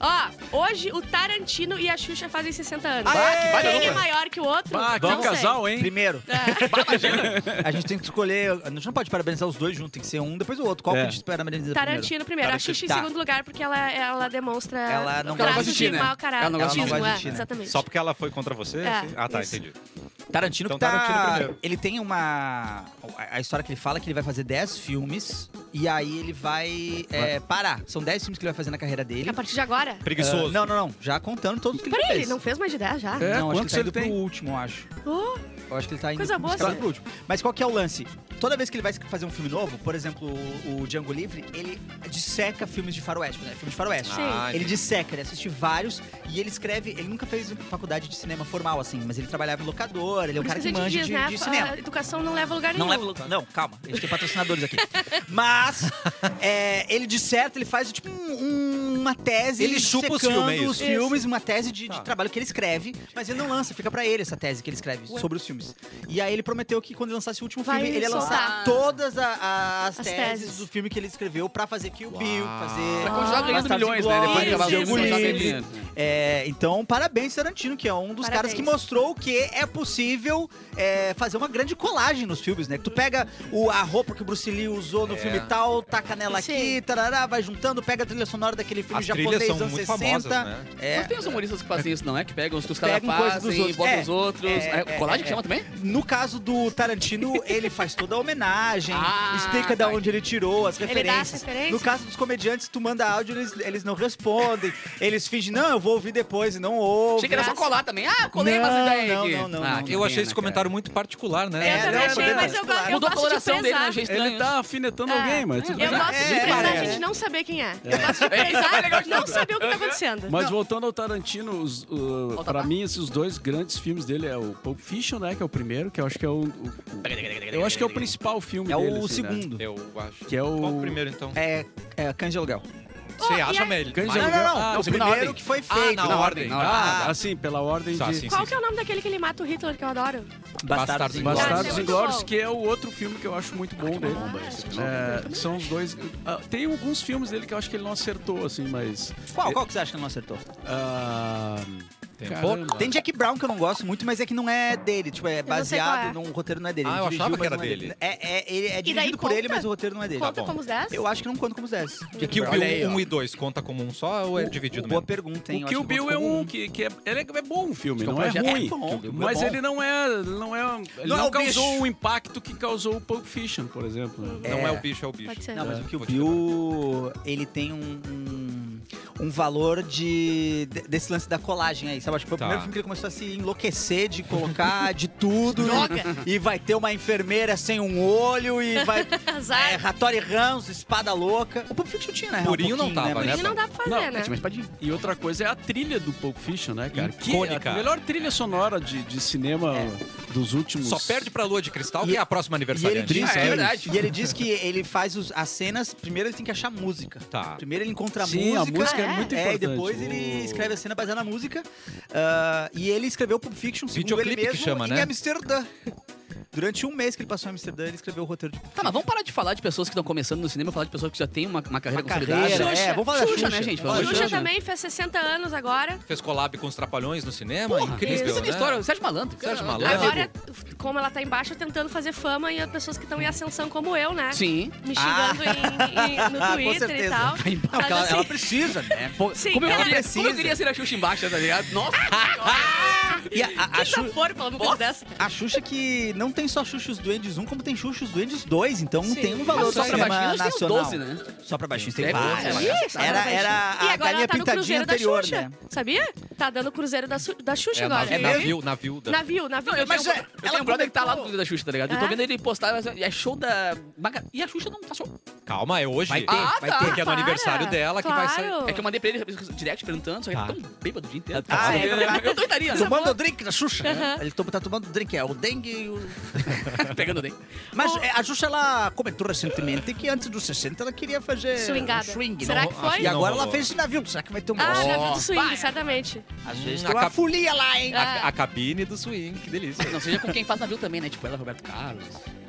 [SPEAKER 5] Ó, hoje o Tarantino e a Xuxa fazem 60 anos.
[SPEAKER 1] Aê!
[SPEAKER 5] Quem
[SPEAKER 6] baita
[SPEAKER 5] é
[SPEAKER 6] dupla.
[SPEAKER 5] maior que o outro?
[SPEAKER 7] Ah, que
[SPEAKER 5] não sei.
[SPEAKER 7] casal, hein?
[SPEAKER 2] Primeiro,
[SPEAKER 5] Ah,
[SPEAKER 2] a gente tem que escolher... A gente não pode parabenizar os dois juntos, tem que ser um depois o outro. Qual
[SPEAKER 7] É.
[SPEAKER 2] que a gente parabeniza
[SPEAKER 5] Tarantino primeiro. A
[SPEAKER 2] Tarantino.
[SPEAKER 5] Xuxa em
[SPEAKER 2] Tá.
[SPEAKER 5] segundo lugar, porque ela, ela demonstra
[SPEAKER 2] Ela não
[SPEAKER 5] traços
[SPEAKER 6] gosta de ti,
[SPEAKER 5] de
[SPEAKER 6] né?
[SPEAKER 5] mau caráter.
[SPEAKER 6] Ela não
[SPEAKER 2] gosta de
[SPEAKER 5] autismo,
[SPEAKER 2] ti, né? Ela não
[SPEAKER 5] é,
[SPEAKER 2] gosta de ti, né?
[SPEAKER 5] Exatamente.
[SPEAKER 1] Só porque ela foi contra você?
[SPEAKER 5] É,
[SPEAKER 1] assim? Ah, tá,
[SPEAKER 5] isso.
[SPEAKER 1] entendi.
[SPEAKER 2] primeiro? Tarantino
[SPEAKER 1] Então
[SPEAKER 2] que tá...
[SPEAKER 1] Tarantino primeiro.
[SPEAKER 2] Ele tem uma... a- A história que ele fala é que ele vai fazer 10 filmes e aí ele vai é, parar. São 10 filmes que ele vai fazer na carreira dele.
[SPEAKER 5] A partir de agora?
[SPEAKER 1] Preguiçoso.
[SPEAKER 2] Ah, não, não, não. Já contando todos que ele
[SPEAKER 5] Tá Peraí,
[SPEAKER 2] fez.
[SPEAKER 5] ele não fez mais de 10 já?
[SPEAKER 7] É,
[SPEAKER 2] não, acho que ele
[SPEAKER 7] quantos
[SPEAKER 2] tá
[SPEAKER 7] ele
[SPEAKER 2] indo
[SPEAKER 7] tem?
[SPEAKER 2] pro último, eu acho.
[SPEAKER 5] Oh,
[SPEAKER 2] Eu acho que ele tá indo
[SPEAKER 5] Coisa boa,
[SPEAKER 2] escalado
[SPEAKER 5] sim.
[SPEAKER 2] pro último. Mas qual que é o lance? Toda vez que ele vai fazer um filme novo, por exemplo, o, o Django Livre, ele disseca filmes de faroeste, né? Filme de faroeste.
[SPEAKER 5] Sim.
[SPEAKER 1] Ah,
[SPEAKER 2] Ele disseca, ele assiste vários e ele escreve. Ele nunca fez faculdade de cinema formal, assim, mas ele trabalhava em locador, ele é um
[SPEAKER 5] por
[SPEAKER 2] cara
[SPEAKER 5] isso que a
[SPEAKER 2] que manja
[SPEAKER 5] gente diz,
[SPEAKER 2] de,
[SPEAKER 5] né?
[SPEAKER 2] de
[SPEAKER 5] A
[SPEAKER 2] cinema.
[SPEAKER 5] educação não leva a lugar
[SPEAKER 2] Não,
[SPEAKER 5] nenhum.
[SPEAKER 2] leva, não, calma, a gente tem patrocinadores aqui. Mas, é, ele disserta, ele faz tipo um, um- uma tese
[SPEAKER 1] Ele chupa os
[SPEAKER 2] secando
[SPEAKER 1] filmes, é isso?
[SPEAKER 2] os filmes, uma tese de, de
[SPEAKER 1] Tá.
[SPEAKER 2] trabalho que ele escreve, mas ele não lança, fica pra ele essa tese que ele escreve sobre os filmes. E aí ele prometeu que quando ele lançasse o último
[SPEAKER 5] Vai
[SPEAKER 2] filme, ele ia lançar
[SPEAKER 6] soltar.
[SPEAKER 2] todas a- a- as,
[SPEAKER 5] As
[SPEAKER 2] teses,
[SPEAKER 5] teses.
[SPEAKER 2] do filme que ele escreveu pra fazer Kill Bill,
[SPEAKER 1] Uau.
[SPEAKER 2] fazer...
[SPEAKER 7] Pra continuar ganhando
[SPEAKER 2] Bastardos
[SPEAKER 7] milhões, né? Depois
[SPEAKER 2] Inglórios,
[SPEAKER 7] de acabar o
[SPEAKER 5] tá Isso,
[SPEAKER 7] jogo, continuar
[SPEAKER 5] isso.
[SPEAKER 7] ganhando
[SPEAKER 2] Inglórios.
[SPEAKER 7] dinheiro.
[SPEAKER 2] É, então, parabéns, Tarantino, que é um dos caras
[SPEAKER 5] Parabéns.
[SPEAKER 2] que mostrou que é possível é, fazer uma grande colagem nos filmes, né? Que tu pega o, a roupa que o Bruce Lee usou no filme tal, taca nela
[SPEAKER 5] Sim.
[SPEAKER 2] aqui, tarará, vai juntando, pega a trilha sonora daquele filme
[SPEAKER 1] As
[SPEAKER 2] japonês
[SPEAKER 1] trilhas são
[SPEAKER 2] anos
[SPEAKER 1] muito
[SPEAKER 2] 60.
[SPEAKER 1] famosas, né?
[SPEAKER 2] É,
[SPEAKER 6] Mas tem os humoristas que fazem isso, não é? Que pegam os que os caras
[SPEAKER 2] Pegam coisa dos
[SPEAKER 6] fazem,
[SPEAKER 2] outros.
[SPEAKER 6] botam
[SPEAKER 2] É.
[SPEAKER 6] os outros.
[SPEAKER 2] É,
[SPEAKER 6] É,
[SPEAKER 2] é,
[SPEAKER 6] colagem
[SPEAKER 2] é.
[SPEAKER 6] que chama também?
[SPEAKER 2] no caso do Tarantino, ele faz toda a homenagem,
[SPEAKER 6] Ah,
[SPEAKER 2] explica da
[SPEAKER 6] tá.
[SPEAKER 2] onde ele tirou as
[SPEAKER 5] Ele dá as
[SPEAKER 2] referências.
[SPEAKER 5] referências?
[SPEAKER 2] No caso dos comediantes, tu manda áudio, eles, eles não respondem. Eles fingem, não, eu vou ouvir depois e não ouvem.
[SPEAKER 6] Achei que era só colar também. Ah, colei
[SPEAKER 2] Não,
[SPEAKER 6] umas ideias
[SPEAKER 2] não,
[SPEAKER 6] aqui.
[SPEAKER 2] não, não,
[SPEAKER 6] Ah,
[SPEAKER 2] não.
[SPEAKER 6] que
[SPEAKER 3] Eu achei
[SPEAKER 6] pena,
[SPEAKER 3] esse comentário muito particular,
[SPEAKER 2] É
[SPEAKER 3] né?
[SPEAKER 5] Eu também
[SPEAKER 2] não,
[SPEAKER 5] achei,
[SPEAKER 2] não,
[SPEAKER 5] mas eu,
[SPEAKER 2] não.
[SPEAKER 5] go- eu
[SPEAKER 6] Mudou a
[SPEAKER 5] gosto de
[SPEAKER 6] coloração dele, né,
[SPEAKER 5] prezar.
[SPEAKER 6] não achei estranho.
[SPEAKER 7] Ele tá afinetando
[SPEAKER 5] É.
[SPEAKER 7] alguém, mas tudo
[SPEAKER 5] Eu
[SPEAKER 7] bem.
[SPEAKER 5] gosto de
[SPEAKER 2] É,
[SPEAKER 5] prezar
[SPEAKER 2] é.
[SPEAKER 5] a gente não saber quem é. Eu gosto de
[SPEAKER 6] É, é legal
[SPEAKER 5] prezar
[SPEAKER 6] de
[SPEAKER 5] não
[SPEAKER 6] tudo.
[SPEAKER 5] saber o que tá acontecendo.
[SPEAKER 7] Mas voltando ao Tarantino, os, uh,
[SPEAKER 6] Volta
[SPEAKER 7] pra
[SPEAKER 6] lá.
[SPEAKER 7] mim, esses dois grandes filmes dele é o Pulp Fiction, né? Que é o primeiro, que eu acho que é o. o- o- eu acho que é o principal filme
[SPEAKER 2] É
[SPEAKER 7] dele.
[SPEAKER 2] o
[SPEAKER 7] assim, né?
[SPEAKER 2] segundo.
[SPEAKER 3] Eu acho.
[SPEAKER 7] Que é o.
[SPEAKER 1] Qual o primeiro, então?
[SPEAKER 2] É, é Cães de Aluguel.
[SPEAKER 3] Você
[SPEAKER 5] Oh, e
[SPEAKER 3] acha
[SPEAKER 5] aí-
[SPEAKER 3] melhor?
[SPEAKER 7] Cães de
[SPEAKER 2] Não, não,
[SPEAKER 7] Aluguel.
[SPEAKER 2] não.
[SPEAKER 7] Ah,
[SPEAKER 2] o
[SPEAKER 7] o segundo
[SPEAKER 2] primeiro
[SPEAKER 7] na
[SPEAKER 2] que foi
[SPEAKER 3] Ah,
[SPEAKER 2] feito.
[SPEAKER 3] na, ordem.
[SPEAKER 6] na
[SPEAKER 7] Ah, assim, pela ordem
[SPEAKER 3] Tá,
[SPEAKER 7] de.
[SPEAKER 3] sim,
[SPEAKER 5] Qual
[SPEAKER 3] sim,
[SPEAKER 5] que é o nome daquele que ele mata o Hitler, que eu adoro?
[SPEAKER 2] Bastardos
[SPEAKER 3] Bastardos
[SPEAKER 2] Inglórios.
[SPEAKER 5] Ah,
[SPEAKER 7] Bastardos
[SPEAKER 5] esse é muito
[SPEAKER 7] Inglórios,
[SPEAKER 5] bom.
[SPEAKER 7] que é o outro filme que eu acho muito bom dele.
[SPEAKER 5] bom esse filme.
[SPEAKER 7] É, são os dois. ah, tem alguns filmes dele que eu acho que ele não acertou, assim, mas.
[SPEAKER 2] Qual, qual que você acha que não acertou?
[SPEAKER 7] ah,
[SPEAKER 1] um
[SPEAKER 3] Tem
[SPEAKER 7] caramba.
[SPEAKER 2] Tem Jack Brown que eu não gosto muito, mas é que não é dele. Tipo, é
[SPEAKER 5] não sei
[SPEAKER 2] baseado
[SPEAKER 5] qual
[SPEAKER 2] num roteiro não é dele.
[SPEAKER 1] Ah,
[SPEAKER 2] Ele
[SPEAKER 1] eu
[SPEAKER 2] dirigiu,
[SPEAKER 1] achava que
[SPEAKER 2] mas
[SPEAKER 1] era
[SPEAKER 2] não é
[SPEAKER 1] dele.
[SPEAKER 2] É, é, ele é dirigido por
[SPEAKER 5] conta?
[SPEAKER 2] ele, mas o roteiro não é dele.
[SPEAKER 5] Conta
[SPEAKER 1] bom.
[SPEAKER 5] como os 10?
[SPEAKER 2] Eu acho que não conta como os 10.
[SPEAKER 1] E Kill Bill 1 e 2 conta como um só ou é dividido
[SPEAKER 2] Boa
[SPEAKER 1] mesmo?
[SPEAKER 2] pergunta, hein?
[SPEAKER 7] o
[SPEAKER 2] Eu
[SPEAKER 7] Kill
[SPEAKER 2] acho que
[SPEAKER 7] Bill
[SPEAKER 2] conta
[SPEAKER 7] é
[SPEAKER 2] como
[SPEAKER 7] um que, que é, ele é é bom o filme,
[SPEAKER 6] Acho que
[SPEAKER 7] não
[SPEAKER 6] é um
[SPEAKER 7] é
[SPEAKER 6] projeto-
[SPEAKER 7] ruim.
[SPEAKER 6] é bom, Kill Bill é
[SPEAKER 7] mas
[SPEAKER 6] bom.
[SPEAKER 7] ele não é. Não é. Ele
[SPEAKER 2] Não
[SPEAKER 7] não,
[SPEAKER 2] é o
[SPEAKER 7] causou
[SPEAKER 2] bicho.
[SPEAKER 7] o impacto que causou o Pulp Fiction, por exemplo. né?
[SPEAKER 2] É.
[SPEAKER 1] Não é o bicho, é o bicho.
[SPEAKER 5] Pode ser.
[SPEAKER 2] Não, mas o Kill
[SPEAKER 1] Vou te
[SPEAKER 2] Bill, ele tem um, um, um valor de, de- desse lance da colagem aí, sabe? Acho que foi
[SPEAKER 1] Tá.
[SPEAKER 2] o primeiro filme que ele começou a se enlouquecer de colocar de tudo.
[SPEAKER 5] Droga.
[SPEAKER 2] E vai ter uma enfermeira sem um olho e vai...
[SPEAKER 5] Azar.
[SPEAKER 2] É, Rattori Ramos, Espada Louca. O Pulp Fiction tinha, né?
[SPEAKER 1] Purinho
[SPEAKER 2] um
[SPEAKER 1] não
[SPEAKER 2] pouquinho,
[SPEAKER 1] tava,
[SPEAKER 2] Mas-
[SPEAKER 1] né?
[SPEAKER 5] Ele não dá pra fazer,
[SPEAKER 7] Não, é
[SPEAKER 5] né?
[SPEAKER 7] E outra coisa é a trilha do Pulp Fiction, né, cara? É. Que
[SPEAKER 1] Icônica.
[SPEAKER 7] a melhor trilha sonora de, de cinema dos últimos.
[SPEAKER 3] Só perde pra Lua de Cristal,
[SPEAKER 2] E-
[SPEAKER 3] que é a próxima
[SPEAKER 2] E ele,
[SPEAKER 3] aniversariante. Ah,
[SPEAKER 2] diz que,
[SPEAKER 6] É verdade.
[SPEAKER 2] e ele diz que ele faz os- as cenas. Primeiro ele tem que achar música.
[SPEAKER 1] Tá.
[SPEAKER 2] Primeiro ele encontra a
[SPEAKER 7] Sim,
[SPEAKER 2] música.
[SPEAKER 7] a música
[SPEAKER 5] é
[SPEAKER 7] é muito
[SPEAKER 2] É, e
[SPEAKER 7] importante.
[SPEAKER 2] depois ele escreve a cena baseada na música. Ah, e ele escreveu Pulp Fiction, segundo ele
[SPEAKER 1] Videoclipe que
[SPEAKER 2] mesmo,
[SPEAKER 1] chama,
[SPEAKER 2] em
[SPEAKER 1] né?
[SPEAKER 2] Amsterdã. Durante um mês que ele passou em Amsterdã, ele escreveu o roteiro de Pulp
[SPEAKER 6] Tá, mas vamos parar de falar de pessoas que estão começando no cinema, falar de pessoas que já têm uma, uma carreira
[SPEAKER 2] Uma
[SPEAKER 6] consolidada.
[SPEAKER 2] carreira, é, vamos falar da
[SPEAKER 6] Xuxa,
[SPEAKER 2] Xuxa.
[SPEAKER 6] né, gente?
[SPEAKER 2] Olha,
[SPEAKER 6] Vamos
[SPEAKER 5] Xuxa
[SPEAKER 6] falar da
[SPEAKER 5] também fez 60 anos agora.
[SPEAKER 3] Fez collab com os Trapalhões no cinema.
[SPEAKER 6] Porra,
[SPEAKER 3] Incrível,
[SPEAKER 6] essa é a
[SPEAKER 3] né?
[SPEAKER 6] minha história. Sérgio Malandro.
[SPEAKER 3] Sérgio
[SPEAKER 6] cara.
[SPEAKER 3] Malandro.
[SPEAKER 5] Agora, como ela tá embaixo, tentando fazer fama e as pessoas que estão em ascensão como eu, né?
[SPEAKER 6] Sim.
[SPEAKER 5] Me xingando em- em- no
[SPEAKER 2] Ah, com
[SPEAKER 5] Twitter e
[SPEAKER 2] certeza.
[SPEAKER 5] tal.
[SPEAKER 6] Vai embaixo.
[SPEAKER 5] Mas,
[SPEAKER 2] ela,
[SPEAKER 5] assim,
[SPEAKER 2] ela precisa, né? Pô,
[SPEAKER 5] Sim,
[SPEAKER 6] Como eu,
[SPEAKER 5] cara,
[SPEAKER 6] queria, como eu
[SPEAKER 2] precisa.
[SPEAKER 6] queria ser a Xuxa embaixo, tá ligado? Nossa,
[SPEAKER 2] e a, a- a
[SPEAKER 5] que
[SPEAKER 2] Xu-
[SPEAKER 5] desaforo falando uma coisa dessa.
[SPEAKER 2] a Xuxa que não tem só Xuxa os Duendes 1, como tem Xuxa os Duendes 2. Então
[SPEAKER 5] Sim.
[SPEAKER 2] tem um
[SPEAKER 6] Mas
[SPEAKER 2] valor do
[SPEAKER 6] só pra
[SPEAKER 2] cinema
[SPEAKER 6] baixinho, tem uns
[SPEAKER 2] nacional.
[SPEAKER 6] 12, né?
[SPEAKER 2] Só pra baixinho tem
[SPEAKER 6] Tem
[SPEAKER 2] vários.
[SPEAKER 6] vários.
[SPEAKER 5] Ih, só pra
[SPEAKER 2] Era,
[SPEAKER 5] baixinho.
[SPEAKER 2] era
[SPEAKER 5] E
[SPEAKER 2] a
[SPEAKER 5] agora
[SPEAKER 2] galinha
[SPEAKER 5] ela tá no
[SPEAKER 2] pintadinha
[SPEAKER 5] Cruzeiro da
[SPEAKER 2] anterior,
[SPEAKER 5] Xuxa.
[SPEAKER 2] né?
[SPEAKER 5] Sabia? Tá dando Cruzeiro da, Su- da Xuxa
[SPEAKER 3] É,
[SPEAKER 5] agora.
[SPEAKER 3] navio, navio,
[SPEAKER 5] Navio,
[SPEAKER 3] navio da-
[SPEAKER 5] navio. navio.
[SPEAKER 6] Não, eu
[SPEAKER 2] Mas
[SPEAKER 6] tenho,
[SPEAKER 2] é,
[SPEAKER 6] um- eu
[SPEAKER 2] ela
[SPEAKER 6] tenho um brother que tá lá
[SPEAKER 2] comentou-
[SPEAKER 6] do da Xuxa, tá ligado? Eu
[SPEAKER 5] Ah.
[SPEAKER 6] tô vendo ele postar, mas é show da... Maga- E a Xuxa não passou.
[SPEAKER 3] Calma, é hoje.
[SPEAKER 2] Vai ter,
[SPEAKER 6] Ah,
[SPEAKER 2] vai
[SPEAKER 6] tá.
[SPEAKER 2] ter.
[SPEAKER 3] Porque é no
[SPEAKER 5] Para,
[SPEAKER 3] aniversário dela que vai sair.
[SPEAKER 5] claro.
[SPEAKER 6] É que eu mandei pra ele direct perguntando, só que
[SPEAKER 1] Tá.
[SPEAKER 6] ele tá tão bêbado o dia inteiro.
[SPEAKER 2] Ah, é verdade.
[SPEAKER 6] eu doidaria, né?
[SPEAKER 2] Tomando o drink da Xuxa.
[SPEAKER 5] Aham.
[SPEAKER 2] Ele toma- tá tomando drink, é o dengue e o
[SPEAKER 6] Pegando bem.
[SPEAKER 2] Mas
[SPEAKER 5] O-
[SPEAKER 2] é, a Xuxa, ela comentou recentemente que antes dos 60 ela queria fazer um
[SPEAKER 5] Swingada.
[SPEAKER 2] swing.
[SPEAKER 5] Será
[SPEAKER 2] não?
[SPEAKER 5] que foi?
[SPEAKER 2] E agora
[SPEAKER 1] Não
[SPEAKER 2] ela
[SPEAKER 1] rolou.
[SPEAKER 2] fez esse navio. Será que vai ter um
[SPEAKER 5] Ah,
[SPEAKER 2] bolso?
[SPEAKER 5] navio do swing,
[SPEAKER 6] Vai.
[SPEAKER 5] certamente.
[SPEAKER 2] Às vezes
[SPEAKER 1] Hum,
[SPEAKER 2] tem
[SPEAKER 1] a
[SPEAKER 2] uma
[SPEAKER 1] cap-
[SPEAKER 2] folia lá, hein?
[SPEAKER 5] Ah.
[SPEAKER 3] A, a cabine do swing, que delícia.
[SPEAKER 6] Não seja com quem faz navio também, né? Tipo, ela e Roberto Carlos.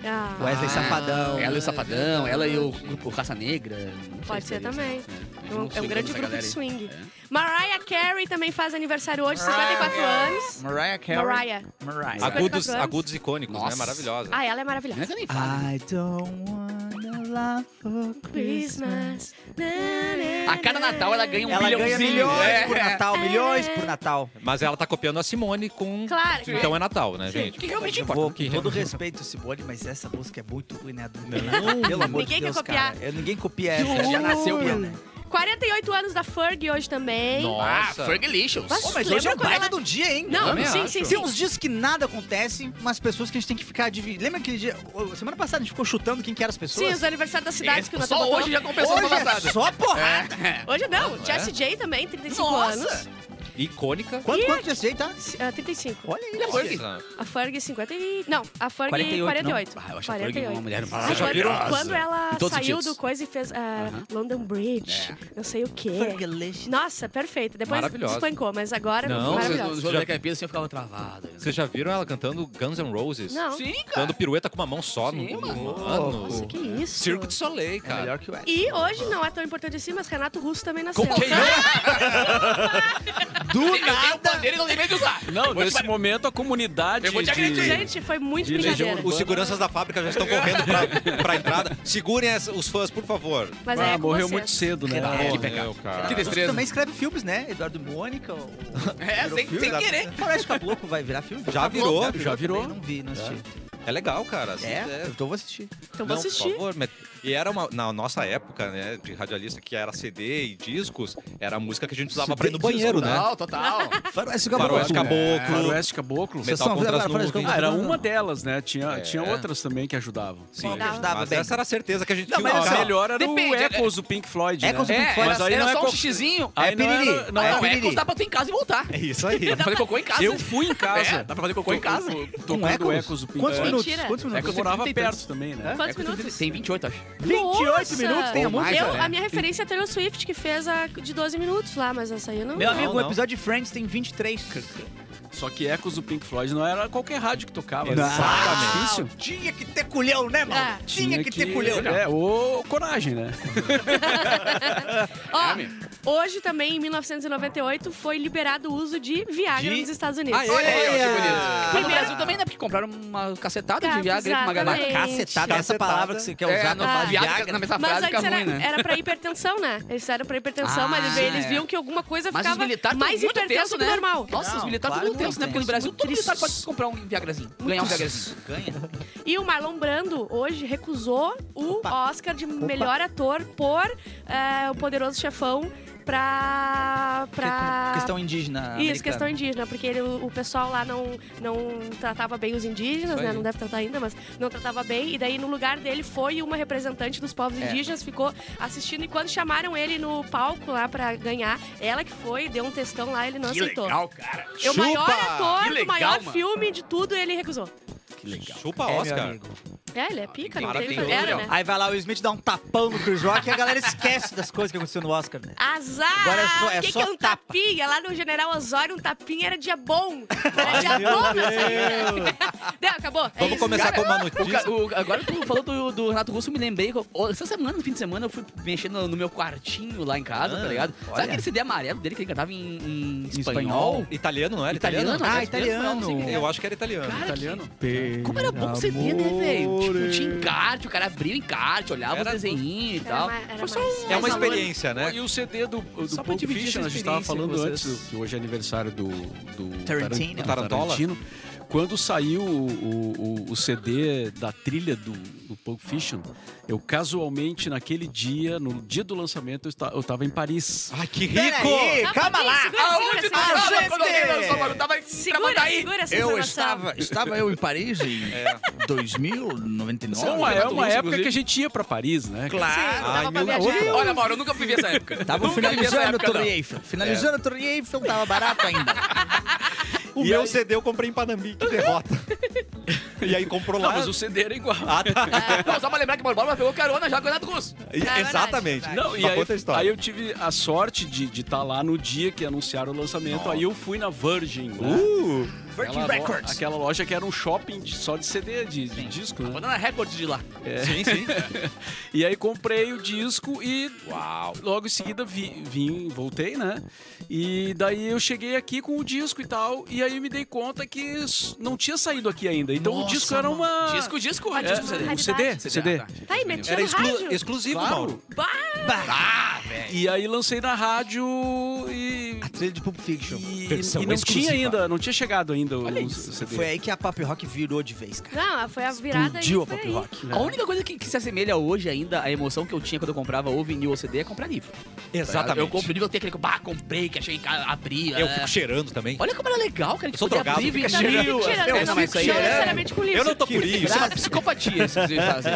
[SPEAKER 5] Ah,
[SPEAKER 2] Wesley
[SPEAKER 6] Ah,
[SPEAKER 2] Safadão.
[SPEAKER 6] Ela e o Safadão, ela e o grupo Raça Negra. não sei
[SPEAKER 5] Pode
[SPEAKER 6] se
[SPEAKER 5] ser
[SPEAKER 6] seria isso,
[SPEAKER 5] também.
[SPEAKER 6] né?
[SPEAKER 5] É um- é um
[SPEAKER 6] swingando
[SPEAKER 5] grande grupo
[SPEAKER 6] essa
[SPEAKER 5] de
[SPEAKER 6] galera aí.
[SPEAKER 5] swing.
[SPEAKER 6] É.
[SPEAKER 5] Mariah Carey também faz aniversário hoje, 54 anos.
[SPEAKER 2] Mariah Carey.
[SPEAKER 5] Mariah.
[SPEAKER 2] Mariah.
[SPEAKER 5] Ah.
[SPEAKER 1] Agudos,
[SPEAKER 5] 54 anos.
[SPEAKER 1] agudos icônicos, né?
[SPEAKER 6] Nossa.
[SPEAKER 1] Maravilhosa.
[SPEAKER 5] Ah, ela é maravilhosa.
[SPEAKER 6] Mas eu nem falo.
[SPEAKER 2] I don't wanna love for Christmas.
[SPEAKER 5] Christmas. Na, na,
[SPEAKER 6] A cada
[SPEAKER 5] na.
[SPEAKER 6] Natal ela ganha um
[SPEAKER 2] Ela ganha
[SPEAKER 6] bilhãozinho.
[SPEAKER 2] milhões
[SPEAKER 6] é.
[SPEAKER 2] por Natal, milhões por Natal.
[SPEAKER 1] Mas ela tá copiando a Simone com.
[SPEAKER 5] Claro, claro.
[SPEAKER 1] Então é Natal, né, gente?
[SPEAKER 6] Que realmente
[SPEAKER 2] Eu
[SPEAKER 6] importa.
[SPEAKER 2] vou, com
[SPEAKER 1] Que
[SPEAKER 2] todo
[SPEAKER 1] realmente-
[SPEAKER 2] respeito, Simone, mas essa música é muito ruim, né? Do-
[SPEAKER 1] Não.
[SPEAKER 2] Pelo amor
[SPEAKER 5] Ninguém
[SPEAKER 2] de Deus,
[SPEAKER 5] quer copiar.
[SPEAKER 2] cara. Eu- ninguém copia essa.
[SPEAKER 6] horror.
[SPEAKER 2] Já nasceu, né?
[SPEAKER 5] 48 anos da Ferg hoje também.
[SPEAKER 6] Ah,
[SPEAKER 1] Nossa.
[SPEAKER 6] Ferg Lixos.
[SPEAKER 5] Mas-
[SPEAKER 2] Pô, mas
[SPEAKER 5] Lembra
[SPEAKER 2] hoje é um
[SPEAKER 5] quando
[SPEAKER 2] baita
[SPEAKER 5] ela-
[SPEAKER 2] do dia, hein?
[SPEAKER 5] Não,
[SPEAKER 6] Eu
[SPEAKER 5] sim,
[SPEAKER 6] acho.
[SPEAKER 5] sim, sim.
[SPEAKER 2] Tem uns dias que nada acontece, umas pessoas que a gente tem que ficar dividindo. Lembra aquele dia? ô, Semana passada a gente ficou chutando quem que eram as
[SPEAKER 5] Sim,
[SPEAKER 2] pessoas?
[SPEAKER 5] os aniversários das cidades que o Natal
[SPEAKER 6] É, Só
[SPEAKER 5] botou.
[SPEAKER 6] hoje já compensou
[SPEAKER 2] Hoje
[SPEAKER 6] semana
[SPEAKER 2] é
[SPEAKER 6] passada.
[SPEAKER 2] só porrada.
[SPEAKER 5] Hoje não. Jesse J também, 35
[SPEAKER 6] Nossa.
[SPEAKER 5] anos.
[SPEAKER 3] Icônica.
[SPEAKER 2] Quanto,
[SPEAKER 5] Ih,
[SPEAKER 2] quanto de SJ, tá?
[SPEAKER 5] Ah, 35.
[SPEAKER 2] Olha aí,
[SPEAKER 3] Ferg.
[SPEAKER 5] A Ferg 50 e... Não, a Ferg é
[SPEAKER 6] 48,
[SPEAKER 5] 48.
[SPEAKER 6] não. Ah, eu acho a Ferg uma mulher
[SPEAKER 5] Ai,
[SPEAKER 3] já
[SPEAKER 5] quando,
[SPEAKER 3] viram?
[SPEAKER 5] quando ela
[SPEAKER 6] Em todos os
[SPEAKER 5] saiu
[SPEAKER 6] sentidos.
[SPEAKER 5] do coisa e fez ah, London Bridge, não sei o quê.
[SPEAKER 2] Fergalicious.
[SPEAKER 5] Nossa, perfeita. Depois
[SPEAKER 3] Maravilhosa.
[SPEAKER 5] espancou, mas agora
[SPEAKER 3] Não,
[SPEAKER 6] Vocês
[SPEAKER 5] maravilhosa.
[SPEAKER 6] no jogo da Black Eyed Peas, assim, eu ficava travado.
[SPEAKER 3] Vocês já viram ela cantando Guns N' Roses?
[SPEAKER 5] Não.
[SPEAKER 6] Sim, cara.
[SPEAKER 3] Dando pirueta com uma mão só
[SPEAKER 6] Sim,
[SPEAKER 3] no.
[SPEAKER 6] mano.
[SPEAKER 3] Mano.
[SPEAKER 5] Nossa, que isso.
[SPEAKER 3] Circo de Soleil,
[SPEAKER 6] É
[SPEAKER 3] cara.
[SPEAKER 6] melhor que o Ed.
[SPEAKER 5] E hoje não é tão importante assim, mas Renato Russo também nasceu. Então,
[SPEAKER 3] Com quem é?
[SPEAKER 2] Do
[SPEAKER 6] Eu tenho um o
[SPEAKER 2] nada.
[SPEAKER 6] poder e não lembrei de usar.
[SPEAKER 7] Não, nesse momento a comunidade.
[SPEAKER 6] Eu vou te
[SPEAKER 7] de-
[SPEAKER 6] agredir.
[SPEAKER 5] Gente, foi muito
[SPEAKER 7] De legião
[SPEAKER 5] brincadeira.
[SPEAKER 1] Os seguranças da fábrica já estão correndo pra, pra entrada. Segurem essa- os fãs, por favor.
[SPEAKER 5] Mas aí é
[SPEAKER 7] Ah,
[SPEAKER 5] com
[SPEAKER 7] morreu
[SPEAKER 5] vocês.
[SPEAKER 7] muito cedo, né?
[SPEAKER 1] Tá,
[SPEAKER 6] Ah, que pecado.
[SPEAKER 1] Meu, cara.
[SPEAKER 6] Que destreza.
[SPEAKER 2] Também escreve filmes, né? Eduardo Mônica. o-
[SPEAKER 6] É,
[SPEAKER 2] virou
[SPEAKER 6] sem-
[SPEAKER 2] filme,
[SPEAKER 6] sem
[SPEAKER 2] já-
[SPEAKER 6] querer.
[SPEAKER 2] Floresta Caboclo vai virar filme? Tá
[SPEAKER 1] Já virou,
[SPEAKER 7] já virou.
[SPEAKER 2] também, Não vi, não assisti.
[SPEAKER 1] É legal, cara. né?
[SPEAKER 2] É? Então vou assistir.
[SPEAKER 5] Então vou
[SPEAKER 1] Não, por
[SPEAKER 5] assistir.
[SPEAKER 1] favor, mas- E era uma, na nossa época, né, de radialista, que era CD e discos, era a música que a gente usava pra ir no banheiro, né?
[SPEAKER 6] Total, total.
[SPEAKER 2] Faroeste
[SPEAKER 1] Faroeste Caboclo, É.
[SPEAKER 7] Faroeste Caboclo.
[SPEAKER 1] Metal contra as nuvens.
[SPEAKER 7] Ah, era uma delas, né? Tinha, tinha
[SPEAKER 3] É.
[SPEAKER 7] outras também que ajudavam.
[SPEAKER 1] Sim,
[SPEAKER 5] Não,
[SPEAKER 2] ajudava
[SPEAKER 1] mas
[SPEAKER 2] bem.
[SPEAKER 1] essa era a certeza que a gente
[SPEAKER 7] Não,
[SPEAKER 1] tinha.
[SPEAKER 7] mas assim,
[SPEAKER 1] cara.
[SPEAKER 7] a melhor era
[SPEAKER 6] Depende,
[SPEAKER 7] o Echoes do Pink Floyd, né?
[SPEAKER 2] Echoes do Pink
[SPEAKER 6] É,
[SPEAKER 2] Floyd.
[SPEAKER 6] mas aí
[SPEAKER 7] era
[SPEAKER 6] não é
[SPEAKER 7] só um
[SPEAKER 6] só um xixizinho.
[SPEAKER 7] Aí
[SPEAKER 2] É
[SPEAKER 7] não era-
[SPEAKER 2] piriri.
[SPEAKER 7] não,
[SPEAKER 2] é
[SPEAKER 6] Não, é
[SPEAKER 2] piriri.
[SPEAKER 6] Echoes dá pra tu em casa e voltar.
[SPEAKER 1] É isso aí.
[SPEAKER 6] Dá pra fazer cocô em casa.
[SPEAKER 7] Eu fui em casa.
[SPEAKER 6] É, dá pra fazer cocô em casa.
[SPEAKER 2] Com
[SPEAKER 7] Tocando
[SPEAKER 2] Echoes?
[SPEAKER 7] Echoes do Pink
[SPEAKER 2] Quantos
[SPEAKER 7] Floyd.
[SPEAKER 2] minutos?
[SPEAKER 5] Mentira.
[SPEAKER 2] Quantos
[SPEAKER 7] É que eu
[SPEAKER 2] minutos?
[SPEAKER 7] morava
[SPEAKER 6] Tem tantos.
[SPEAKER 7] perto também, né?
[SPEAKER 5] Quantos
[SPEAKER 6] É,
[SPEAKER 5] minutos?
[SPEAKER 6] Tem 28, acho.
[SPEAKER 2] 28 minutos tem a
[SPEAKER 5] Ou
[SPEAKER 2] música?
[SPEAKER 5] mais, Eu,
[SPEAKER 2] né?
[SPEAKER 5] a minha referência é a Taylor Swift, que fez a de 12 minutos lá, mas essa aí eu não.
[SPEAKER 2] Meu amigo, o
[SPEAKER 1] não.
[SPEAKER 2] episódio de Friends tem 23.
[SPEAKER 6] É.
[SPEAKER 7] Só que Echoes do Pink Floyd não era qualquer rádio que tocava.
[SPEAKER 2] Não.
[SPEAKER 7] Exatamente. Difícil.
[SPEAKER 2] Tinha que ter culhão, né, mano?
[SPEAKER 5] É.
[SPEAKER 2] Tinha, que, ter culhão.
[SPEAKER 7] É, ou coragem, né?
[SPEAKER 5] Ó, hoje também, em 1998, foi liberado o uso de Viagra
[SPEAKER 1] De-
[SPEAKER 5] nos Estados Unidos.
[SPEAKER 6] Olha aí, ó, que bonito. Mas no
[SPEAKER 5] Primeiro-
[SPEAKER 6] Brasil também, né? Porque compraram uma cacetada de
[SPEAKER 5] Cara,
[SPEAKER 6] Viagra pra uma
[SPEAKER 5] exatamente.
[SPEAKER 6] galera.
[SPEAKER 2] Cacetada, essa
[SPEAKER 1] Cacetada.
[SPEAKER 2] palavra que você quer
[SPEAKER 6] É,
[SPEAKER 2] usar
[SPEAKER 6] não,
[SPEAKER 2] pra falar
[SPEAKER 6] Viagra,
[SPEAKER 2] Viagra.
[SPEAKER 6] na mesma
[SPEAKER 5] Mas
[SPEAKER 6] frase
[SPEAKER 5] antes
[SPEAKER 6] fica
[SPEAKER 5] era,
[SPEAKER 6] ruim, né?
[SPEAKER 5] era pra hipertensão, né? Eles fizeram pra hipertensão,
[SPEAKER 6] Ah,
[SPEAKER 5] mas eles, eles
[SPEAKER 6] é.
[SPEAKER 5] viam que alguma coisa
[SPEAKER 6] Mas os
[SPEAKER 5] ficava
[SPEAKER 6] militares
[SPEAKER 5] mais
[SPEAKER 6] tão muito
[SPEAKER 5] hipertenso
[SPEAKER 6] tenso,
[SPEAKER 5] que
[SPEAKER 6] né?
[SPEAKER 5] o normal.
[SPEAKER 6] Nossa, os
[SPEAKER 2] Não,
[SPEAKER 6] militares estão
[SPEAKER 2] claro,
[SPEAKER 6] muito tensos, né?
[SPEAKER 2] muito
[SPEAKER 6] Porque no Brasil, todo
[SPEAKER 5] tenso.
[SPEAKER 6] militar pode comprar um Viagrazinho. Ganhar um Viagrazinho.
[SPEAKER 2] Ganha.
[SPEAKER 5] E o Marlon Brando hoje recusou o
[SPEAKER 2] Opa.
[SPEAKER 5] Oscar de melhor ator por eh, O Poderoso Chefão pra... pra...
[SPEAKER 2] Questão indígena.
[SPEAKER 5] Isso,
[SPEAKER 2] americana.
[SPEAKER 5] questão indígena, porque ele- o pessoal lá não, não tratava bem os indígenas,
[SPEAKER 3] Isso
[SPEAKER 5] né?
[SPEAKER 3] aí.
[SPEAKER 5] Não deve tratar ainda, mas não tratava bem. E daí, no lugar dele, foi uma representante dos povos indígenas, ficou assistindo. E quando chamaram ele no palco lá pra ganhar, ela que foi, deu um textão lá, ele não aceitou.
[SPEAKER 6] cara.
[SPEAKER 5] É o maior
[SPEAKER 1] Chupa!
[SPEAKER 5] ator,
[SPEAKER 6] Que
[SPEAKER 5] o
[SPEAKER 6] legal,
[SPEAKER 5] maior
[SPEAKER 6] mano.
[SPEAKER 5] filme de tudo, ele recusou.
[SPEAKER 1] Chupa
[SPEAKER 2] É, meu
[SPEAKER 1] Oscar.
[SPEAKER 2] amigo.
[SPEAKER 5] É, ele é pica, não tem o que
[SPEAKER 3] Maravilhoso.
[SPEAKER 5] fazer, era, né?
[SPEAKER 2] Aí vai lá o Smith dá um tapão no Chris Rock e a galera esquece das coisas que aconteceu no Oscar, né?
[SPEAKER 5] Azar!
[SPEAKER 2] Agora é só- é
[SPEAKER 5] o que,
[SPEAKER 2] só
[SPEAKER 5] que é um
[SPEAKER 2] tapa.
[SPEAKER 5] tapinha? Lá no General Osório, um tapinha era dia bom. Era dia bom nessa vida. Deu, acabou. É
[SPEAKER 1] Vamos
[SPEAKER 5] isso.
[SPEAKER 1] começar com uma notícia.
[SPEAKER 6] O- agora tu falou do, do Renato Russo, eu me lembrei. que eu- ó, Essa semana, no fim de semana, eu fui mexendo no, meu quartinho lá em casa,
[SPEAKER 1] Ah,
[SPEAKER 6] tá ligado?
[SPEAKER 2] olha.
[SPEAKER 6] Sabe aquele CD amarelo dele que ele cantava em, em
[SPEAKER 7] espanhol?
[SPEAKER 6] espanhol?
[SPEAKER 1] Italiano, não era?
[SPEAKER 6] Italiano?
[SPEAKER 1] Italiano?
[SPEAKER 2] Ah,
[SPEAKER 6] é
[SPEAKER 2] italiano.
[SPEAKER 6] não sei o que é.
[SPEAKER 1] Eu acho que era italiano.
[SPEAKER 6] Cara,
[SPEAKER 7] Italiano.
[SPEAKER 6] Como era bom o CD, né, velho? Tipo, tinha encarte, o cara abria o encarte, olhava
[SPEAKER 1] Era
[SPEAKER 6] os desenhinhos e
[SPEAKER 5] Era
[SPEAKER 6] tal.
[SPEAKER 5] ma- era
[SPEAKER 6] Foi só
[SPEAKER 5] mais-
[SPEAKER 6] um-
[SPEAKER 1] É uma
[SPEAKER 6] mais valor.
[SPEAKER 1] experiência, né?
[SPEAKER 7] E o CD do, do
[SPEAKER 6] Só pra
[SPEAKER 7] Pulp
[SPEAKER 6] dividir
[SPEAKER 7] Fiction,
[SPEAKER 6] essa
[SPEAKER 7] a gente tava
[SPEAKER 6] experiência com
[SPEAKER 7] falando
[SPEAKER 6] vocês.
[SPEAKER 7] antes, do- que hoje é aniversário do, do
[SPEAKER 2] Tarantino.
[SPEAKER 7] do
[SPEAKER 1] Tarantola.
[SPEAKER 7] Tarantino. Quando saiu o, o- o- o CD da trilha do, do Pulp Fiction, eu casualmente, naquele dia, no dia do lançamento, eu, esta- eu tava em Paris.
[SPEAKER 1] Ai, que
[SPEAKER 2] Peraí,
[SPEAKER 1] rico!
[SPEAKER 5] Tá,
[SPEAKER 2] calma
[SPEAKER 5] pouquinho,
[SPEAKER 2] lá.
[SPEAKER 5] segura,
[SPEAKER 6] Aonde tu
[SPEAKER 5] segura, segura.
[SPEAKER 6] tava
[SPEAKER 2] gente!
[SPEAKER 6] quando alguém lançou, mano? Tava
[SPEAKER 5] tá Segura,
[SPEAKER 6] aí.
[SPEAKER 5] segura essa
[SPEAKER 2] Eu
[SPEAKER 5] informação.
[SPEAKER 2] estava, estava eu em Paris em 2099.
[SPEAKER 7] Então, é
[SPEAKER 6] Renato
[SPEAKER 7] uma
[SPEAKER 6] Russo,
[SPEAKER 7] época que
[SPEAKER 6] inclusive.
[SPEAKER 7] a gente ia pra Paris, né?
[SPEAKER 5] Sim,
[SPEAKER 2] Claro.
[SPEAKER 5] tava
[SPEAKER 1] Ai,
[SPEAKER 5] pra
[SPEAKER 1] meu
[SPEAKER 5] viajar.
[SPEAKER 1] Deus.
[SPEAKER 6] Olha, Mauro, eu nunca vivi essa época.
[SPEAKER 2] Tava
[SPEAKER 6] Nunca vivi essa
[SPEAKER 2] finalizando a
[SPEAKER 6] época,
[SPEAKER 2] Torre
[SPEAKER 6] não.
[SPEAKER 2] Eiffel. Finalizando a Torre Eiffel, tava barato ainda.
[SPEAKER 1] E eu CD eu comprei em Panambi, que derrota. E aí comprou
[SPEAKER 7] Não,
[SPEAKER 1] lá.
[SPEAKER 7] mas o CD era igual.
[SPEAKER 1] Ah, tá.
[SPEAKER 6] Não, só pra lembrar que o Mauro pegou carona já com o Renato Russo.
[SPEAKER 1] E-
[SPEAKER 5] verdade.
[SPEAKER 1] Exatamente.
[SPEAKER 7] Não, e
[SPEAKER 1] Mas
[SPEAKER 7] aí,
[SPEAKER 1] conta a história.
[SPEAKER 7] aí eu tive a sorte de estar lá no dia que anunciaram o lançamento. Aí eu fui na Virgin. né?
[SPEAKER 1] Uh!
[SPEAKER 2] Virgin
[SPEAKER 7] Aquela lo-
[SPEAKER 2] Records.
[SPEAKER 7] Aquela loja que era um shopping de- só de CD, de, de disco, né?
[SPEAKER 6] Banana Record de lá.
[SPEAKER 1] Sim, sim.
[SPEAKER 7] E aí comprei o disco e
[SPEAKER 1] Uau.
[SPEAKER 7] logo em seguida vi- vim, voltei, né? E daí eu cheguei aqui com o disco e tal. E aí me dei conta que s- não tinha saído aqui ainda. Então o
[SPEAKER 2] Nossa,
[SPEAKER 7] disco era uma.
[SPEAKER 6] Disco, disco,
[SPEAKER 7] é,
[SPEAKER 6] rádio, disco, CD.
[SPEAKER 7] um CD,
[SPEAKER 5] Raridade.
[SPEAKER 7] CD.
[SPEAKER 6] Ah, tá.
[SPEAKER 5] Tá aí, metia
[SPEAKER 1] Era
[SPEAKER 5] no
[SPEAKER 1] exclu-
[SPEAKER 5] rádio.
[SPEAKER 1] exclusivo,
[SPEAKER 7] Claro.
[SPEAKER 1] Mauro.
[SPEAKER 5] Bah,
[SPEAKER 7] E aí lancei na rádio e.
[SPEAKER 2] A trilha de Pulp Fiction.
[SPEAKER 7] E, e
[SPEAKER 1] Versão
[SPEAKER 7] não
[SPEAKER 1] exclusiva.
[SPEAKER 7] tinha ainda, não tinha chegado ainda o, o CD.
[SPEAKER 2] Foi aí que a Pop Rock virou de vez, cara.
[SPEAKER 5] Não, foi a virada
[SPEAKER 2] Explodiu
[SPEAKER 5] aí,
[SPEAKER 2] a
[SPEAKER 5] foi Tá
[SPEAKER 2] Pop
[SPEAKER 5] aí.
[SPEAKER 2] Rock.
[SPEAKER 6] A né? única coisa que, que se assemelha hoje ainda à emoção que eu tinha quando eu comprava ou vinil ou CD é comprar livro. tá ligado?
[SPEAKER 1] Exatamente.
[SPEAKER 6] Eu compro livro, eu tenho aquele que, bah, comprei, que achei em casa, abri.
[SPEAKER 1] Eu
[SPEAKER 6] é.
[SPEAKER 1] fico cheirando também.
[SPEAKER 6] Olha como era legal, cara.
[SPEAKER 1] Eu sou drogado,
[SPEAKER 6] livro
[SPEAKER 1] fica
[SPEAKER 5] Também
[SPEAKER 1] cheirando.
[SPEAKER 5] fico tirando,
[SPEAKER 6] Eu
[SPEAKER 5] não,
[SPEAKER 6] fico
[SPEAKER 5] mas é não
[SPEAKER 6] cheirando.
[SPEAKER 5] necessariamente com livro.
[SPEAKER 1] Eu não tô por
[SPEAKER 6] é Isso
[SPEAKER 1] isso.
[SPEAKER 6] é uma psicopatia, isso que vocês fazem.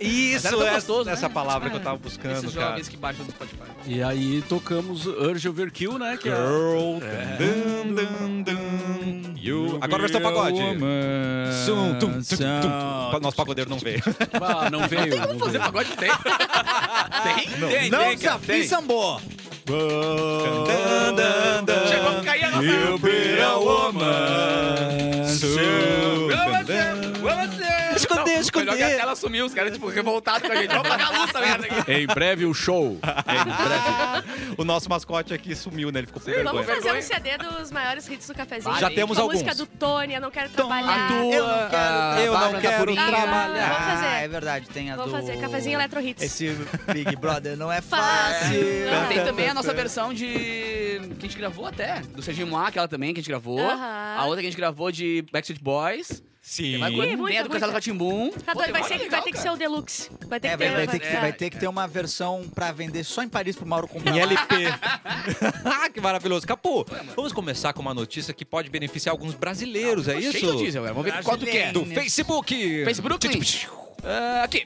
[SPEAKER 1] Isso,
[SPEAKER 6] era tão
[SPEAKER 1] é-
[SPEAKER 6] gostoso, né?
[SPEAKER 1] essa palavra que eu tava
[SPEAKER 6] Esses
[SPEAKER 1] buscando, cara.
[SPEAKER 6] jovens que baixam do Spotify.
[SPEAKER 7] E aí tocamos Urge Overkill, né? Que é-
[SPEAKER 1] Girl,
[SPEAKER 7] É.
[SPEAKER 1] dun, dun, dun, you. Agora versão pagode. Sum,
[SPEAKER 2] Sum,
[SPEAKER 1] tum, tum, tum, tum. Nosso pagodeiro não veio.
[SPEAKER 7] Ah, não veio. Não
[SPEAKER 6] Fazer
[SPEAKER 7] veio.
[SPEAKER 6] pagode tem. tem? Não, tem,
[SPEAKER 2] Não
[SPEAKER 6] tem, cara.
[SPEAKER 2] desafie Sambô!
[SPEAKER 1] Dun, dun, dun.
[SPEAKER 6] Chegou a cair a nossa.
[SPEAKER 1] You be a woman. Sum, dun, dun.
[SPEAKER 6] Esconder, esconder. Melhor que a tela sumiu, os caras, tipo, revoltados com a gente. Vamos apagar a luz essa merda aqui.
[SPEAKER 7] Em breve o show.
[SPEAKER 1] O nosso mascote aqui sumiu, né? Ele ficou com
[SPEAKER 5] Vamos
[SPEAKER 1] vergonha.
[SPEAKER 5] fazer um CD dos maiores hits do cafezinho.
[SPEAKER 1] Já temos
[SPEAKER 5] a
[SPEAKER 1] alguns.
[SPEAKER 5] música do Tony, Eu Não Quero
[SPEAKER 6] A
[SPEAKER 5] Trabalhar.
[SPEAKER 6] tua,
[SPEAKER 2] Eu não quero
[SPEAKER 6] a
[SPEAKER 1] eu não
[SPEAKER 6] Bárbara da
[SPEAKER 1] quero
[SPEAKER 6] Purim.
[SPEAKER 5] trabalhar. Vamos fazer.
[SPEAKER 2] Ah, é verdade, tem a
[SPEAKER 5] Vou
[SPEAKER 2] do...
[SPEAKER 5] fazer cafezinho Eletro Hits.
[SPEAKER 2] Esse Big Brother não é
[SPEAKER 5] Fácil.
[SPEAKER 2] fácil.
[SPEAKER 5] Não,
[SPEAKER 6] Tem também a nossa versão de. que a gente gravou até. Do Serginho Moá, aquela também que a gente gravou.
[SPEAKER 5] Aham.
[SPEAKER 6] A outra que a gente gravou de Backstreet Boys.
[SPEAKER 1] Sim.
[SPEAKER 6] Tem, mais coisa.
[SPEAKER 5] Ih, muita,
[SPEAKER 6] Tem a do Casal
[SPEAKER 5] muita.
[SPEAKER 6] Ratimbum.
[SPEAKER 5] Tá doido, vai, ser- vai ter que ser o deluxe. Vai ter
[SPEAKER 2] É,
[SPEAKER 5] que ter.
[SPEAKER 2] vai, vai ter que,
[SPEAKER 5] é.
[SPEAKER 2] vai ter que ter uma versão pra vender só em Paris pro Mauro comprar.
[SPEAKER 1] Em
[SPEAKER 2] lá.
[SPEAKER 1] LP. ah, que maravilhoso. Capô, vamos começar com uma notícia que pode beneficiar alguns brasileiros, é isso?
[SPEAKER 6] Tá Cheio de diesel, velho.
[SPEAKER 5] Ah,
[SPEAKER 6] Vamos ver quanto que é.
[SPEAKER 1] Do Facebook.
[SPEAKER 6] Facebook. Ah, aqui.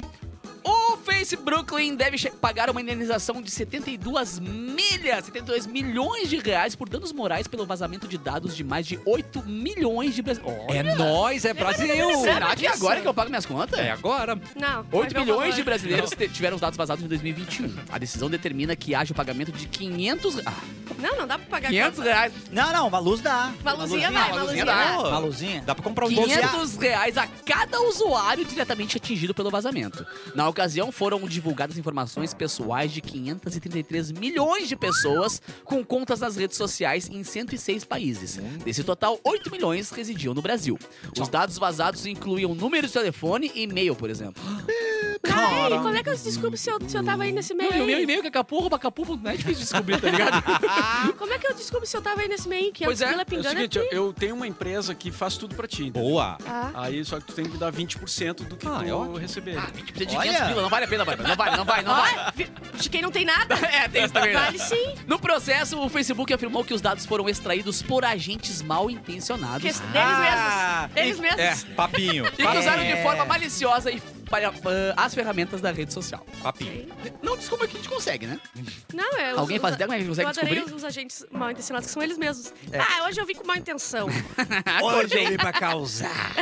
[SPEAKER 6] O Face Brooklyn deve che- pagar uma indenização de 72 milhas, 72 milhões de reais por danos morais pelo vazamento de dados de mais de 8 milhões de brasileiros.
[SPEAKER 1] É nóis, é Brasil.
[SPEAKER 6] Será que é
[SPEAKER 5] disso.
[SPEAKER 6] agora que eu pago minhas contas?
[SPEAKER 1] É agora.
[SPEAKER 5] Não. vai
[SPEAKER 6] 8
[SPEAKER 5] ver o
[SPEAKER 6] milhões de
[SPEAKER 5] valor.
[SPEAKER 6] brasileiros te- tiveram os dados vazados em 2021. A decisão determina que haja o pagamento de 500... Ah,
[SPEAKER 5] Não, não dá pra pagar.
[SPEAKER 6] 500 reais.
[SPEAKER 2] Não, não, uma luz dá.
[SPEAKER 5] Uma luzinha vai, uma luzinha
[SPEAKER 6] dá.
[SPEAKER 5] vai.
[SPEAKER 1] Pô,
[SPEAKER 2] Uma luzinha?
[SPEAKER 1] Dá pra comprar um bolso.
[SPEAKER 6] 500 reais a cada usuário diretamente atingido pelo vazamento. Na ocasião, foram divulgadas informações pessoais de 533 milhões de pessoas com contas nas redes sociais em 106 países. Desse total, 8 milhões residiam no Brasil. Os dados vazados incluíam número de telefone e e-mail, por exemplo.
[SPEAKER 5] Cara, e como é que eu descubro se eu, se eu tava aí nesse meio?
[SPEAKER 6] E o meu
[SPEAKER 5] aí?
[SPEAKER 6] e-mail que é capurro, capurro, não é difícil de descobrir, tá ligado?
[SPEAKER 5] Como é que eu descubro se eu tava aí nesse meio? Que
[SPEAKER 7] Pois é, é o
[SPEAKER 5] pingando né?
[SPEAKER 7] seguinte,
[SPEAKER 5] aqui.
[SPEAKER 7] eu tenho uma empresa que faz tudo pra ti. entendeu?
[SPEAKER 1] Boa.
[SPEAKER 5] Ah,
[SPEAKER 7] Aí só que tu tem que dar 20% do que
[SPEAKER 1] Ah,
[SPEAKER 7] tu
[SPEAKER 1] é ótimo.
[SPEAKER 7] receber.
[SPEAKER 6] Ah, 20% de 500
[SPEAKER 2] Olha.
[SPEAKER 6] pila, não vale a pena, Bárbara. Não vale, não vale, não vale.
[SPEAKER 5] Ó, vi- de quem não tem nada?
[SPEAKER 6] É, tem isso também, né?
[SPEAKER 5] Vale sim.
[SPEAKER 6] No processo, o Facebook afirmou que os dados foram extraídos por agentes mal intencionados
[SPEAKER 5] Que-
[SPEAKER 1] Ah,
[SPEAKER 5] deles mesmos. Deles mesmos.
[SPEAKER 1] Papinho.
[SPEAKER 6] e que usaram de
[SPEAKER 2] É.
[SPEAKER 6] forma maliciosa e para, ah, as ferramentas da rede social.
[SPEAKER 1] Papinho.
[SPEAKER 6] Não, desculpa que a gente consegue, né?
[SPEAKER 5] Não, é. os-
[SPEAKER 6] Alguém
[SPEAKER 5] os-
[SPEAKER 6] faz ideia como a gente
[SPEAKER 5] Eu
[SPEAKER 6] consegue
[SPEAKER 5] adorei
[SPEAKER 6] descobrir?
[SPEAKER 5] os, os agentes mal intencionados, que são eles mesmos. Ah, hoje eu vim com má intenção.
[SPEAKER 2] Hoje eu vim pra causar.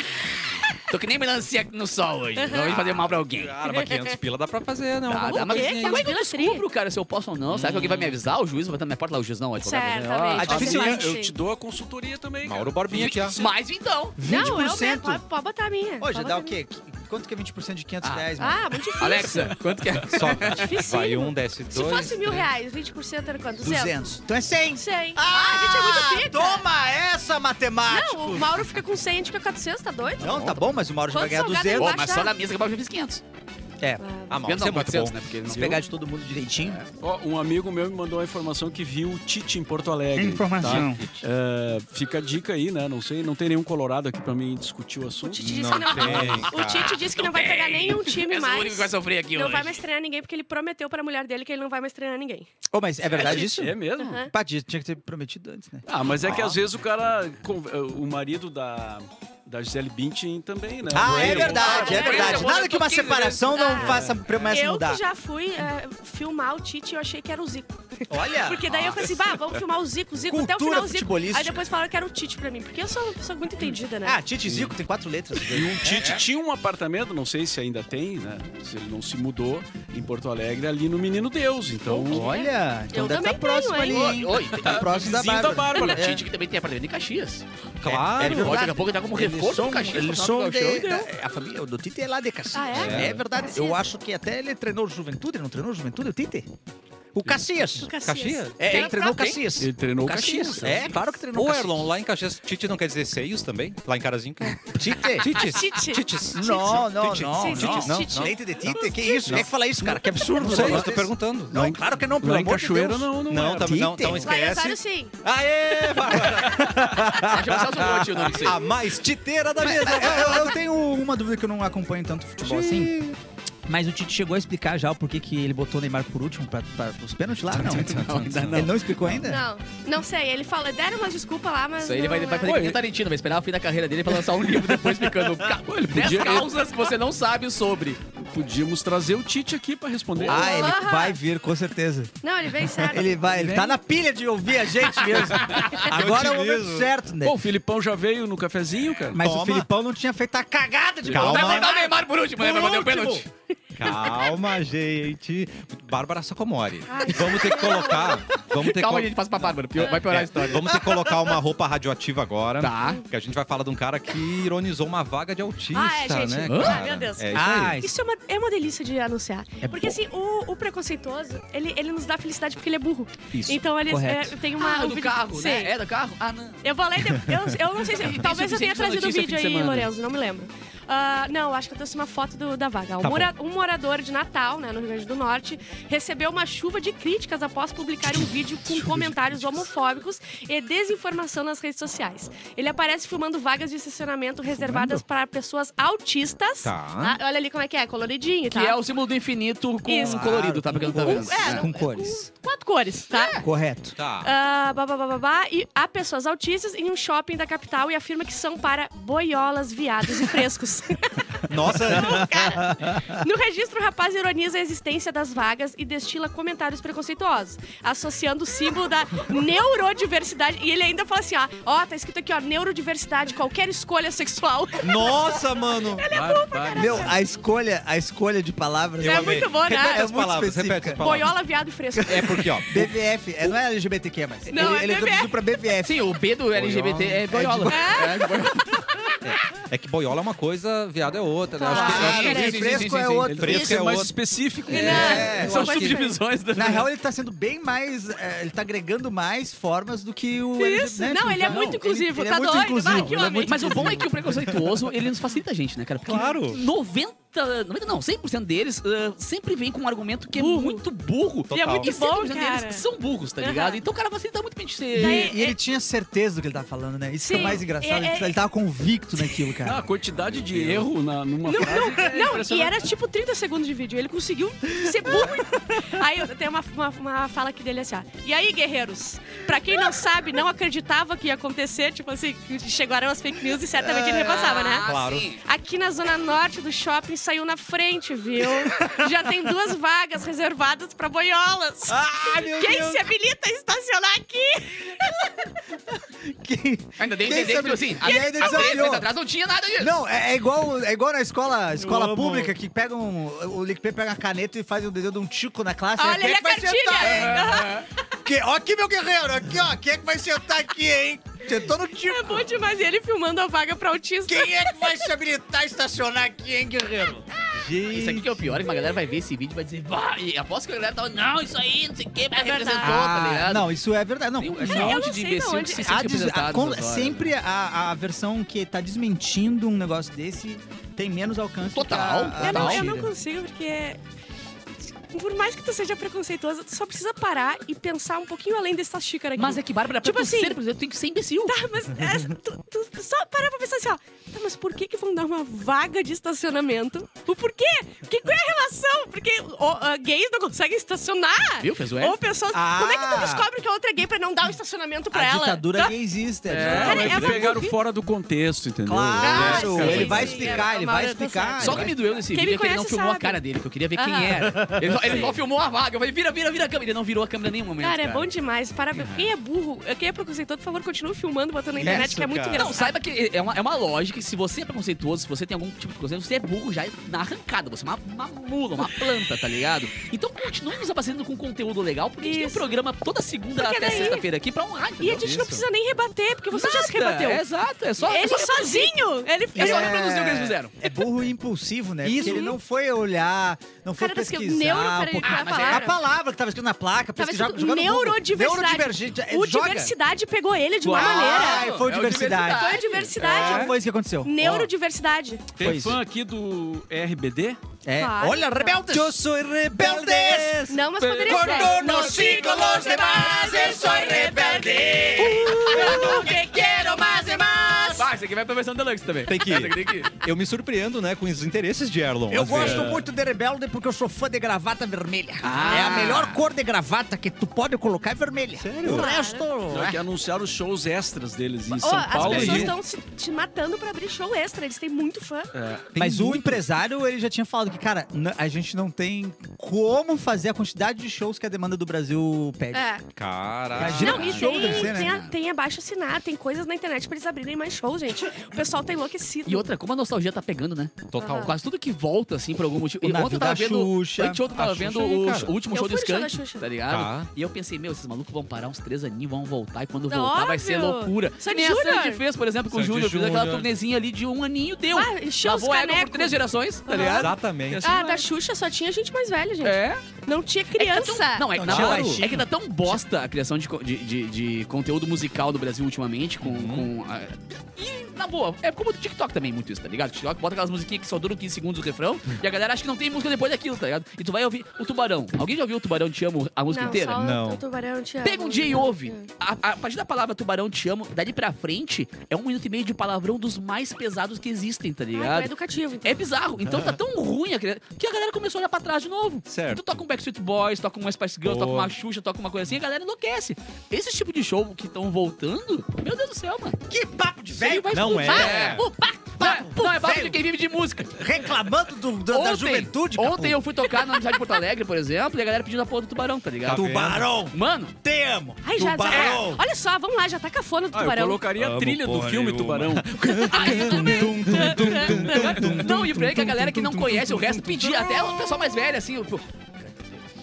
[SPEAKER 6] Tô que nem melancia no sol hoje. Não vim fazer mal pra alguém.
[SPEAKER 1] Cara, mas 500 pila dá pra fazer, né? Um não.
[SPEAKER 6] Tá, tá,
[SPEAKER 5] o quê?
[SPEAKER 6] como é que eu
[SPEAKER 5] Quantos
[SPEAKER 6] descubro, cara, se eu posso ou não? Será que alguém vai me avisar? O juiz vai estar na minha porta lá, o juiz não, o advogado.
[SPEAKER 5] Certamente.
[SPEAKER 6] vai dizer, ó,
[SPEAKER 5] Ah,
[SPEAKER 7] Ah, difícil,
[SPEAKER 5] sim.
[SPEAKER 7] né?
[SPEAKER 5] Sim.
[SPEAKER 7] Eu te dou a consultoria também, cara.
[SPEAKER 1] Mauro Borbinha aqui, ó.
[SPEAKER 6] Mas então,
[SPEAKER 5] Não, é eu mesmo. ah,
[SPEAKER 2] 20%?
[SPEAKER 5] Pode, pode botar a minha. pode
[SPEAKER 2] Hoje dá
[SPEAKER 5] botar
[SPEAKER 2] o quê? Quanto que é 20% de 500
[SPEAKER 6] Ah.
[SPEAKER 2] reais, mano?
[SPEAKER 5] Ah, muito difícil.
[SPEAKER 6] Alexa, quanto que é?
[SPEAKER 1] Só
[SPEAKER 5] Dificílimo.
[SPEAKER 1] vai um, desce dois.
[SPEAKER 5] Se fosse mil
[SPEAKER 1] três.
[SPEAKER 5] reais, 20% era quanto? 200?
[SPEAKER 2] 200. Então é 100.
[SPEAKER 5] 100. Ah, a gente é muito pica.
[SPEAKER 2] Toma essa, matemático.
[SPEAKER 5] Não, o Mauro fica com 100, a gente fica com 400, tá doido?
[SPEAKER 2] Não, tá bom, mas o Mauro já vai
[SPEAKER 5] Quanto
[SPEAKER 2] ganhar
[SPEAKER 5] salgado
[SPEAKER 2] 200.
[SPEAKER 6] Pô,
[SPEAKER 5] baixar.
[SPEAKER 6] mas só na mesa que eu já fiz 500.
[SPEAKER 2] É,
[SPEAKER 1] Ah, mal,
[SPEAKER 6] Menos
[SPEAKER 1] você é
[SPEAKER 6] não,
[SPEAKER 1] muito
[SPEAKER 6] 400,
[SPEAKER 1] bom.
[SPEAKER 6] né? Porque
[SPEAKER 2] se
[SPEAKER 6] não
[SPEAKER 2] pegar de todo mundo direitinho.
[SPEAKER 7] Ó, um amigo meu me mandou a informação que viu o Tite em Porto Alegre. tá? É, fica a dica aí, né? Não sei, não tem nenhum colorado aqui pra mim discutir o
[SPEAKER 5] O
[SPEAKER 7] assunto.
[SPEAKER 5] Tite disse
[SPEAKER 1] Não
[SPEAKER 5] que não.
[SPEAKER 1] tem,
[SPEAKER 5] o Tite disse que não vai pegar nenhum um time
[SPEAKER 6] Esse é o único
[SPEAKER 5] mais.
[SPEAKER 6] que vai sofrer aqui
[SPEAKER 5] Não
[SPEAKER 6] hoje.
[SPEAKER 5] vai mais treinar ninguém porque ele prometeu pra mulher dele que ele não vai mais treinar ninguém.
[SPEAKER 2] Ô, mas é verdade isso?
[SPEAKER 7] É mesmo?
[SPEAKER 5] Aham.
[SPEAKER 2] Pá, tinha que ter prometido antes, né?
[SPEAKER 7] Ah, mas é que às vezes o cara. con- eh, O marido da, da Gisele Bündchen também, né?
[SPEAKER 2] Ah, é
[SPEAKER 7] Brady.
[SPEAKER 2] verdade, é
[SPEAKER 5] Brady,
[SPEAKER 2] verdade.
[SPEAKER 5] eu
[SPEAKER 2] Nada
[SPEAKER 6] tô
[SPEAKER 2] que uma
[SPEAKER 6] 15
[SPEAKER 2] separação não faça promessa
[SPEAKER 5] Ah, eu
[SPEAKER 2] mudar.
[SPEAKER 5] que já fui eh, filmar o Tite e eu achei que era o Zico.
[SPEAKER 2] Olha.
[SPEAKER 5] Porque daí eu falei assim, bah, vamos filmar o Zico, o Zico, até o
[SPEAKER 2] É. Cultura
[SPEAKER 5] final o Zico.
[SPEAKER 2] futebolística.
[SPEAKER 5] Aí depois falaram que era o Tite pra mim, porque eu sou, sou muito entendida, né?
[SPEAKER 2] Ah, Tite e Zico tem quatro letras.
[SPEAKER 7] E o Tite tinha um apartamento, não sei se ainda tem, né? Se ele não se mudou em Porto Alegre, ali no Menino Deus. Então.
[SPEAKER 2] Olha, então
[SPEAKER 5] Eu
[SPEAKER 2] deve estar
[SPEAKER 5] também
[SPEAKER 2] próximo
[SPEAKER 5] tenho,
[SPEAKER 2] ali,
[SPEAKER 5] hein?
[SPEAKER 6] Oi,
[SPEAKER 2] hein?
[SPEAKER 6] oi.
[SPEAKER 2] Tá próximo da
[SPEAKER 7] Vizinho da
[SPEAKER 2] Bárbara.
[SPEAKER 6] Olha,
[SPEAKER 7] Bárbara.
[SPEAKER 2] É.
[SPEAKER 6] Tite que também tem apartamento em Caxias.
[SPEAKER 2] É
[SPEAKER 1] Claro.
[SPEAKER 6] Pode,
[SPEAKER 2] verdade.
[SPEAKER 6] daqui a pouco ele tá como
[SPEAKER 2] Eles
[SPEAKER 6] reforço
[SPEAKER 2] são- um
[SPEAKER 6] do Caxias.
[SPEAKER 2] Eles
[SPEAKER 6] tá?
[SPEAKER 2] são
[SPEAKER 6] Porque o
[SPEAKER 2] de,
[SPEAKER 6] Caxias deu.
[SPEAKER 2] da- a família do Tite é lá de Caxias.
[SPEAKER 5] Ah, é?
[SPEAKER 2] verdade.
[SPEAKER 5] Caxias.
[SPEAKER 2] Eu acho que até ele treinou Juventude, não treinou Juventude, o Tite? O Caxias.
[SPEAKER 5] O Caxias.
[SPEAKER 2] É, ele
[SPEAKER 5] Quem?
[SPEAKER 2] treinou o
[SPEAKER 5] Pra quem?
[SPEAKER 2] Caxias.
[SPEAKER 7] Ele treinou
[SPEAKER 2] O
[SPEAKER 7] o Caxias.
[SPEAKER 2] Caxias. É, claro que treinou o
[SPEAKER 1] Ô,
[SPEAKER 2] Caxias.
[SPEAKER 1] Erlon, lá em Caxias, Tite não quer dizer seios também? Lá em Carazinho? é.
[SPEAKER 2] Tite.
[SPEAKER 1] Tites.
[SPEAKER 5] Tite.
[SPEAKER 1] Tites.
[SPEAKER 2] Não, não,
[SPEAKER 1] Tite.
[SPEAKER 2] não,
[SPEAKER 5] Tite,
[SPEAKER 2] não.
[SPEAKER 5] Tite.
[SPEAKER 2] não. Leite de Tite? Que isso? Quem é que fala isso, cara? Que absurdo.
[SPEAKER 1] Não sei, eu tô perguntando.
[SPEAKER 2] Não, claro que não, pelo
[SPEAKER 7] Lá em
[SPEAKER 2] amor
[SPEAKER 7] Cachoeira
[SPEAKER 2] de Deus.
[SPEAKER 7] não, é. não,
[SPEAKER 1] Não,
[SPEAKER 7] era.
[SPEAKER 1] também não,
[SPEAKER 2] Tite.
[SPEAKER 1] então
[SPEAKER 5] Lá em Osório,
[SPEAKER 1] esquece.
[SPEAKER 5] sim.
[SPEAKER 1] Aê, Bárbara!
[SPEAKER 6] Ah, já o Celso Rotti, o nome disso aí.
[SPEAKER 1] A mais titeira da mesa.
[SPEAKER 2] Eu, eu- eu tenho uma dúvida que eu não acompanho tanto futebol assim. Mas o Tite chegou a explicar já o porquê que ele botou o Neymar por último para os pênaltis lá? Não,
[SPEAKER 6] ainda não.
[SPEAKER 2] Ele não explicou ainda?
[SPEAKER 5] Não, não sei. Ele falou, deram uma desculpa lá, mas.
[SPEAKER 6] Isso aí ele vai,
[SPEAKER 5] não
[SPEAKER 6] vai
[SPEAKER 5] é.
[SPEAKER 6] fazer que nem o Tarantino, vai esperar o fim da carreira dele pra lançar um livro depois explicando ca- 10 causas que você não sabe sobre.
[SPEAKER 7] podíamos trazer o Tite aqui pra responder.
[SPEAKER 2] Ah, ele
[SPEAKER 5] Porra!
[SPEAKER 2] vai vir, com certeza.
[SPEAKER 5] Não, ele vem certo.
[SPEAKER 2] Ele vai, ele tá na pilha de ouvir a gente mesmo. Agora é o momento
[SPEAKER 1] Otimismo.
[SPEAKER 2] certo, né?
[SPEAKER 7] Pô, o Filipão já veio no cafezinho, cara.
[SPEAKER 2] Mas o
[SPEAKER 1] toma.
[SPEAKER 2] Filipão não tinha feito a cagada de
[SPEAKER 1] Calma.
[SPEAKER 2] botar
[SPEAKER 1] Vai
[SPEAKER 2] Neymar.
[SPEAKER 6] Neymar por último, né? Vai bater o pênalti.
[SPEAKER 1] Calma, gente. Bárbara Sacomori.
[SPEAKER 5] Ai.
[SPEAKER 1] Vamos ter que colocar. Vamos ter
[SPEAKER 6] Calma,
[SPEAKER 1] que...
[SPEAKER 6] gente, passa pra Bárbara. pior- Vai piorar a história.
[SPEAKER 1] Vamos ter que colocar uma roupa radioativa agora.
[SPEAKER 6] Tá.
[SPEAKER 1] Que a gente vai falar de um cara que ironizou uma vaga de autista,
[SPEAKER 5] Ah, é, gente.
[SPEAKER 1] né?
[SPEAKER 5] Ah,
[SPEAKER 1] cara?
[SPEAKER 5] meu Deus.
[SPEAKER 1] É isso
[SPEAKER 2] Ah,
[SPEAKER 1] aí.
[SPEAKER 5] Isso é uma, é uma delícia de anunciar.
[SPEAKER 2] É
[SPEAKER 5] porque assim, o, o preconceituoso, ele, ele nos dá felicidade porque ele é burro.
[SPEAKER 1] Isso.
[SPEAKER 5] Então ele
[SPEAKER 2] Correto.
[SPEAKER 5] é, tem uma.
[SPEAKER 6] Ah,
[SPEAKER 5] um
[SPEAKER 6] do
[SPEAKER 5] vídeo-
[SPEAKER 6] carro,
[SPEAKER 5] Sim. Tá.
[SPEAKER 6] né? É do carro? Ah, não.
[SPEAKER 5] Eu vou lá e de- eu, eu não sei se. talvez eu tenha
[SPEAKER 6] suficiente pra
[SPEAKER 5] trazido o
[SPEAKER 6] notícia
[SPEAKER 5] vídeo
[SPEAKER 6] fim de
[SPEAKER 5] aí,
[SPEAKER 6] semana.
[SPEAKER 5] Lorenzo, não me lembro. Ah, não, acho que eu trouxe uma foto do- da vaga. Um,
[SPEAKER 1] Tá bom.
[SPEAKER 5] mora- um morador de Natal, né, no Rio Grande do Norte, recebeu uma chuva de críticas após publicar um vídeo com comentários homofóbicos e desinformação nas redes sociais. Ele aparece filmando vagas de estacionamento reservadas para pessoas autistas.
[SPEAKER 1] Tá.
[SPEAKER 5] Ah, olha ali como é que é, coloridinho,
[SPEAKER 6] Que
[SPEAKER 5] tá?
[SPEAKER 6] é o símbolo do infinito com
[SPEAKER 5] Isso.
[SPEAKER 6] colorido, tá? Pra quem não
[SPEAKER 2] Ah,
[SPEAKER 6] tá vendo.
[SPEAKER 5] É,
[SPEAKER 2] Com cores.
[SPEAKER 5] Quatro cores, tá?
[SPEAKER 2] Correto.
[SPEAKER 1] Tá.
[SPEAKER 5] Ah, bah, bah, bah, bah, bah. e há pessoas autistas em um shopping da capital e afirma que são para boiolas, viados e frescos.
[SPEAKER 1] Nossa,
[SPEAKER 5] no registro, o rapaz ironiza a existência das vagas e destila comentários preconceituosos, associando o símbolo da neurodiversidade. E ele ainda fala assim, ó, ó, tá escrito aqui, ó, neurodiversidade, qualquer escolha sexual.
[SPEAKER 1] nossa, mano.
[SPEAKER 7] Bárbara.
[SPEAKER 2] Meu, a escolha, a escolha de palavras.
[SPEAKER 5] é
[SPEAKER 1] Eu amei.
[SPEAKER 5] muito bom, né?
[SPEAKER 1] Repete
[SPEAKER 2] É
[SPEAKER 1] as
[SPEAKER 2] muito
[SPEAKER 1] palavras,
[SPEAKER 2] específica.
[SPEAKER 1] repete as palavras.
[SPEAKER 5] Boiola, viado e fresco.
[SPEAKER 1] É porque, ó,
[SPEAKER 2] BVF, é, não é LGBTQ, mas. ele,
[SPEAKER 5] Não, é
[SPEAKER 2] ele
[SPEAKER 5] BVF.
[SPEAKER 2] traduziu pra BVF.
[SPEAKER 6] Sim, o B do LGBT é boiola. É, de boiola.
[SPEAKER 1] é que boiola é uma coisa, viado é outra, né? Acho que-
[SPEAKER 2] Ah,
[SPEAKER 6] sim,
[SPEAKER 2] peraí,
[SPEAKER 6] sim, sim,
[SPEAKER 2] fresco
[SPEAKER 6] sim,
[SPEAKER 2] é
[SPEAKER 6] sim.
[SPEAKER 2] outro.
[SPEAKER 7] Ele tem que
[SPEAKER 1] Fresco
[SPEAKER 7] ser
[SPEAKER 1] é
[SPEAKER 7] mais
[SPEAKER 1] outro.
[SPEAKER 7] específico.
[SPEAKER 5] É, eu
[SPEAKER 6] São
[SPEAKER 5] acho que-
[SPEAKER 6] subdivisões
[SPEAKER 7] né?
[SPEAKER 6] da.
[SPEAKER 2] Na real, ele tá sendo bem mais. é, ele tá agregando mais formas do que o.
[SPEAKER 5] Isso,
[SPEAKER 2] LGBT,
[SPEAKER 5] não, ele é
[SPEAKER 2] então.
[SPEAKER 5] muito inclusivo,
[SPEAKER 2] ele
[SPEAKER 5] tá
[SPEAKER 2] é muito
[SPEAKER 5] doido,
[SPEAKER 2] inclusivo.
[SPEAKER 5] vai, que
[SPEAKER 2] ele é
[SPEAKER 5] homem.
[SPEAKER 2] muito
[SPEAKER 6] Mas o bom é que o preconceituoso, ele nos facilita a gente, né, cara? Porque
[SPEAKER 1] Claro.
[SPEAKER 6] 90, 90 não, 100% deles ah, sempre vem com um argumento que é
[SPEAKER 5] Burro.
[SPEAKER 6] muito burro.
[SPEAKER 5] E é muito
[SPEAKER 6] E 100%
[SPEAKER 5] bom, cara.
[SPEAKER 6] deles são burros, tá
[SPEAKER 5] Aham.
[SPEAKER 6] ligado? Então o cara facilita muito pra gente ser...
[SPEAKER 5] Daí- é-
[SPEAKER 2] E ele tinha certeza do que ele tava falando, né? Isso que é
[SPEAKER 5] Sim,
[SPEAKER 2] mais engraçado.
[SPEAKER 5] é-
[SPEAKER 2] ele- Ele tava convicto naquilo,
[SPEAKER 7] Ah,
[SPEAKER 2] cara.
[SPEAKER 7] a quantidade de erro na, numa
[SPEAKER 5] Não,
[SPEAKER 7] frase
[SPEAKER 5] não,
[SPEAKER 7] é
[SPEAKER 5] não, e
[SPEAKER 7] impressionante.
[SPEAKER 5] era tipo 30 segundos de vídeo. Ele conseguiu ser burro. aí tem uma, uma, uma fala aqui dele assim, ó. E aí, guerreiros? Pra quem não sabe, não acreditava que ia acontecer, tipo assim, que chegaram as fake news e certamente ele repassava, né?
[SPEAKER 2] Ah.
[SPEAKER 1] Claro.
[SPEAKER 6] Ah, sim.
[SPEAKER 5] Aqui na zona norte do shopping saiu na frente, viu? Já tem duas vagas reservadas pra boiolas.
[SPEAKER 2] Ah, meu
[SPEAKER 5] Quem se habilita a estacionar aqui?
[SPEAKER 2] Quem-
[SPEAKER 6] Ainda deu a
[SPEAKER 2] Quem
[SPEAKER 6] entender que,
[SPEAKER 2] sabe- Ah,
[SPEAKER 6] tipo assim,
[SPEAKER 2] E ainda
[SPEAKER 6] há- há três
[SPEAKER 2] desafiou.
[SPEAKER 6] meses atrás não tinha nada disso.
[SPEAKER 2] Não, é, é igual, é igual na escola, escola
[SPEAKER 1] amo.
[SPEAKER 2] pública que pega um. O Lickpay pega uma caneta e faz um desenho de um tico na classe.
[SPEAKER 5] Olha
[SPEAKER 2] Quem é que
[SPEAKER 5] ali a
[SPEAKER 2] vai sentar, hein?
[SPEAKER 5] cartilha.
[SPEAKER 2] Que- ó aqui, meu guerreiro, aqui, ó. Quem é que vai sentar aqui, hein? Sentou no tico.
[SPEAKER 5] É bom demais. E ele filmando a vaga pra autista.
[SPEAKER 2] Quem é que vai se habilitar a estacionar aqui, hein, guerreiro?
[SPEAKER 6] Isso aqui que é o pior, é que uma galera vai ver esse vídeo e vai dizer, bah, e aposto que a galera tá, não, isso aí, não sei o que, mas
[SPEAKER 5] verdade.
[SPEAKER 6] representou, tá ligado?
[SPEAKER 2] não, isso é verdade. Não,
[SPEAKER 6] Tem um
[SPEAKER 2] não,
[SPEAKER 5] eu
[SPEAKER 6] monte
[SPEAKER 5] não
[SPEAKER 6] de
[SPEAKER 5] sei
[SPEAKER 6] imbecil
[SPEAKER 5] não,
[SPEAKER 6] que se
[SPEAKER 5] onde-
[SPEAKER 2] a
[SPEAKER 6] sente
[SPEAKER 2] des- a-
[SPEAKER 6] representado.
[SPEAKER 2] com-
[SPEAKER 6] nas horas.
[SPEAKER 2] sempre a, a versão que tá desmentindo um negócio desse tem menos alcance.
[SPEAKER 6] Total,
[SPEAKER 2] que a, a
[SPEAKER 5] Eu não, eu
[SPEAKER 2] mentira.
[SPEAKER 5] não consigo, porque. é, Por mais que tu seja preconceituosa, tu só precisa parar e pensar um pouquinho além dessa xícara aqui.
[SPEAKER 6] Mas é que, Bárbara,
[SPEAKER 5] Tipo
[SPEAKER 6] pra tu
[SPEAKER 5] assim-
[SPEAKER 6] ser presidente, tu tem que ser imbecil.
[SPEAKER 5] Tá, mas é, tu, tu só parar pra pensar assim, ó. Tá, mas por que que vão dar uma vaga de estacionamento? O porquê? Que, qual é a relação? Porque ó, ah, gays não conseguem estacionar.
[SPEAKER 6] Viu? Fez o
[SPEAKER 5] Ou pessoas...
[SPEAKER 2] Ah!
[SPEAKER 5] Como é que tu descobre que a outra é gay pra não dar o estacionamento pra
[SPEAKER 2] A
[SPEAKER 5] ela?
[SPEAKER 2] ditadura
[SPEAKER 5] Tá?
[SPEAKER 2] gaysista. a
[SPEAKER 7] É,
[SPEAKER 2] ditadura
[SPEAKER 5] Cara,
[SPEAKER 7] mas
[SPEAKER 5] é uma
[SPEAKER 7] pegaram
[SPEAKER 5] burrice.
[SPEAKER 7] fora do contexto, entendeu?
[SPEAKER 2] Claro,
[SPEAKER 5] Ah, sim,
[SPEAKER 2] ele vai
[SPEAKER 5] sim,
[SPEAKER 2] explicar,
[SPEAKER 5] é,
[SPEAKER 2] ele
[SPEAKER 5] uma
[SPEAKER 2] vai
[SPEAKER 5] hora tá
[SPEAKER 2] explicar.
[SPEAKER 5] certo.
[SPEAKER 2] ele
[SPEAKER 6] Só que
[SPEAKER 2] vai-
[SPEAKER 6] me doeu nesse
[SPEAKER 5] Quem
[SPEAKER 6] vídeo
[SPEAKER 5] me
[SPEAKER 6] é que ele não
[SPEAKER 5] conhece
[SPEAKER 6] filmou a
[SPEAKER 5] sabe.
[SPEAKER 6] cara dele, que eu queria ver quem
[SPEAKER 5] Aham.
[SPEAKER 6] era. Ele só, ele só filmou a vaga. Eu falei, vira, vira, vira a câmera. Ele não virou a câmera em nenhum momento.
[SPEAKER 5] Cara, é bom demais. Parabéns. Quem é burro, quem é preconceituoso, por favor, continue filmando, botando na internet, que é muito
[SPEAKER 1] cara.
[SPEAKER 6] Não,
[SPEAKER 5] engraçado.
[SPEAKER 6] saiba que é uma, é uma lógica que se você é preconceituoso, se você tem algum tipo de preconceito, você é burro já na arrancada. Você é uma, uma mula, uma planta, tá ligado? Então continue nos abastecendo com conteúdo legal, porque a gente tem um
[SPEAKER 5] Isso.
[SPEAKER 6] programa toda segunda
[SPEAKER 5] Porque
[SPEAKER 6] até
[SPEAKER 5] daí-
[SPEAKER 6] sexta-feira aqui pra honrar,
[SPEAKER 5] E a
[SPEAKER 6] entendeu?
[SPEAKER 5] gente não precisa nem rebater, porque você já se
[SPEAKER 6] Nada,
[SPEAKER 5] rebateu.
[SPEAKER 6] é exato, é só... é só
[SPEAKER 5] ele sozinho! Ele,
[SPEAKER 6] Eu só
[SPEAKER 2] É.
[SPEAKER 6] reproduzi o que eles fizeram.
[SPEAKER 2] É burro e impulsivo, né?
[SPEAKER 6] Isso.
[SPEAKER 2] Porque ele não foi olhar, não foi
[SPEAKER 5] Cara, das que-
[SPEAKER 2] pesquisar.
[SPEAKER 5] neuro, peraí,
[SPEAKER 2] um pouquinho.
[SPEAKER 5] qual é a
[SPEAKER 6] Ah, mas é-
[SPEAKER 2] a
[SPEAKER 5] palavra?
[SPEAKER 2] palavra que tava escrito na placa,
[SPEAKER 5] Tava
[SPEAKER 2] pesquisar,
[SPEAKER 5] escrito
[SPEAKER 2] jogar no Google.
[SPEAKER 5] neurodiversidade.
[SPEAKER 2] Neurodivergente. é,
[SPEAKER 5] O
[SPEAKER 2] joga.
[SPEAKER 5] diversidade pegou ele de uma
[SPEAKER 6] Uau!
[SPEAKER 5] maneira.
[SPEAKER 2] Ah,
[SPEAKER 6] É o
[SPEAKER 2] foi diversidade.
[SPEAKER 5] Foi
[SPEAKER 2] Não
[SPEAKER 5] diversidade.
[SPEAKER 2] É, foi isso que aconteceu.
[SPEAKER 5] Neurodiversidade.
[SPEAKER 7] Tem
[SPEAKER 2] Foi isso.
[SPEAKER 5] é.
[SPEAKER 7] fã aqui do RBD?
[SPEAKER 2] É.
[SPEAKER 5] Claro.
[SPEAKER 2] Olha, rebeldes. Eu sou rebeldes.
[SPEAKER 5] Não, mas poderia ser. Não.
[SPEAKER 2] demás, eu sou rebelde.
[SPEAKER 5] Não, que quero mais é mais.
[SPEAKER 6] Vai, Esse aqui vai pra versão deluxe também.
[SPEAKER 1] Tem que ir.
[SPEAKER 6] Essa aqui tem que ir.
[SPEAKER 1] Eu me surpreendo, né, com os interesses de Erlon.
[SPEAKER 2] Eu
[SPEAKER 1] às vezes.
[SPEAKER 2] gosto muito de Rebelde porque eu sou fã de gravata vermelha.
[SPEAKER 6] Ah.
[SPEAKER 2] É a melhor cor de gravata que tu pode colocar é vermelha.
[SPEAKER 1] Sério?
[SPEAKER 2] O
[SPEAKER 5] Claro.
[SPEAKER 2] resto.
[SPEAKER 7] Não, é que
[SPEAKER 2] é.
[SPEAKER 7] anunciaram os shows extras deles em
[SPEAKER 5] Ó,
[SPEAKER 7] São Paulo.
[SPEAKER 5] as
[SPEAKER 7] e
[SPEAKER 5] pessoas
[SPEAKER 7] Rio.
[SPEAKER 5] estão se te matando pra abrir show extra. Eles têm muito fã.
[SPEAKER 7] É.
[SPEAKER 2] Mas o empresário, ele já tinha falado que, cara, n- a gente não tem como fazer a quantidade de shows que a demanda do Brasil pega.
[SPEAKER 5] É.
[SPEAKER 3] Caralho.
[SPEAKER 2] Imagina
[SPEAKER 5] Não, e
[SPEAKER 2] que show
[SPEAKER 5] tem,
[SPEAKER 2] deve ser, né,
[SPEAKER 5] tem, a-
[SPEAKER 2] cara?
[SPEAKER 5] tem abaixo assinar, tem coisas na internet pra eles abrirem mais shows, gente. O pessoal tá enlouquecido.
[SPEAKER 6] E outra, como a nostalgia tá pegando, né?
[SPEAKER 5] Total.
[SPEAKER 6] Quase tudo que volta, assim, por algum motivo.
[SPEAKER 2] O
[SPEAKER 6] E
[SPEAKER 2] navio
[SPEAKER 6] ontem eu tava
[SPEAKER 2] da
[SPEAKER 6] vendo.
[SPEAKER 2] Xuxa.
[SPEAKER 6] Antes ontem eu tava
[SPEAKER 1] A
[SPEAKER 6] vendo
[SPEAKER 1] Xuxa aí,
[SPEAKER 6] o,
[SPEAKER 1] cara.
[SPEAKER 6] o último
[SPEAKER 5] Eu
[SPEAKER 6] show do
[SPEAKER 5] fui no show da
[SPEAKER 6] Skank,
[SPEAKER 5] Xuxa.
[SPEAKER 6] tá ligado?
[SPEAKER 1] Tá.
[SPEAKER 6] E eu pensei, meu, esses malucos vão parar uns três aninhos, vão voltar, e quando
[SPEAKER 5] Não,
[SPEAKER 6] voltar vai ser
[SPEAKER 5] óbvio. é
[SPEAKER 6] loucura.
[SPEAKER 5] Sandy
[SPEAKER 6] Que nem a
[SPEAKER 5] Júnior.
[SPEAKER 6] Sandy fez, por exemplo, com o
[SPEAKER 1] Sandy
[SPEAKER 6] Júnior, fez aquela
[SPEAKER 1] Júnior.
[SPEAKER 6] turnezinha ali de um aninho, deu.
[SPEAKER 5] Ah, encheu os
[SPEAKER 6] Lavou a égua por
[SPEAKER 5] canecos.
[SPEAKER 6] três gerações, tá
[SPEAKER 5] Aham.
[SPEAKER 6] ligado?
[SPEAKER 1] Exatamente.
[SPEAKER 5] Ah, da Xuxa só tinha gente mais velha, gente.
[SPEAKER 6] É.
[SPEAKER 5] Não tinha
[SPEAKER 6] É que
[SPEAKER 5] criança.
[SPEAKER 6] tá tão- não, é que,
[SPEAKER 2] Não,
[SPEAKER 6] na
[SPEAKER 2] tinha
[SPEAKER 6] moral,
[SPEAKER 2] baixinho.
[SPEAKER 6] é que tá tão bosta a criação de, co- de, de- de conteúdo musical do Brasil ultimamente com. com, ah, e, na boa, é como do TikTok também, muito isso, tá ligado? TikTok bota aquelas musiquinhas que só duram 15 segundos o refrão e a galera acha que não tem música depois daquilo, tá ligado? E tu vai ouvir o Tubarão. Alguém já ouviu o Tubarão Te Amo a música
[SPEAKER 5] não,
[SPEAKER 6] inteira?
[SPEAKER 5] Só
[SPEAKER 1] Não.
[SPEAKER 5] O tubarão te ama.
[SPEAKER 6] Pega um dia e ouve. A, a partir da palavra Tubarão Te Amo, dali pra frente, é um minuto e meio de palavrão dos mais pesados que existem, tá
[SPEAKER 5] Ah, é
[SPEAKER 6] ligado?
[SPEAKER 5] educativo. então.
[SPEAKER 6] É bizarro. Então tá tão ruim a criança que a galera começou a olhar pra trás de novo.
[SPEAKER 1] Certo.
[SPEAKER 6] Tu toca um Backstreet Boys, toca um Spice Girls,
[SPEAKER 1] Boa.
[SPEAKER 6] toca uma Xuxa, toca uma coisa assim, a galera enlouquece. Esse tipo de show que estão voltando, meu Deus do céu, mano.
[SPEAKER 2] Que papo de velho!
[SPEAKER 6] Sério, vai
[SPEAKER 1] Não
[SPEAKER 6] explodir.
[SPEAKER 1] é.
[SPEAKER 6] Não, não, é papo de quem vive de música.
[SPEAKER 2] Reclamando do- do- da juventude, Capu.
[SPEAKER 6] ontem eu fui tocar na Amizade de Porto Alegre, por exemplo, e a galera pedindo a porra do tubarão, tá ligado?
[SPEAKER 1] Tá
[SPEAKER 2] Tubarão,
[SPEAKER 6] Mano,
[SPEAKER 2] te amo!
[SPEAKER 5] Ai, já, já. é.
[SPEAKER 2] Tubarão!
[SPEAKER 5] Olha só, vamos lá, já tá cafona do
[SPEAKER 7] Ah, eu
[SPEAKER 5] tubarão.
[SPEAKER 7] colocaria
[SPEAKER 1] Amo
[SPEAKER 7] a trilha do
[SPEAKER 1] porra
[SPEAKER 7] filme
[SPEAKER 1] nenhuma.
[SPEAKER 7] Tubarão.
[SPEAKER 6] não, e pra aí que a galera que não conhece o resto pedia, até o pessoal mais velho, assim, eu, eu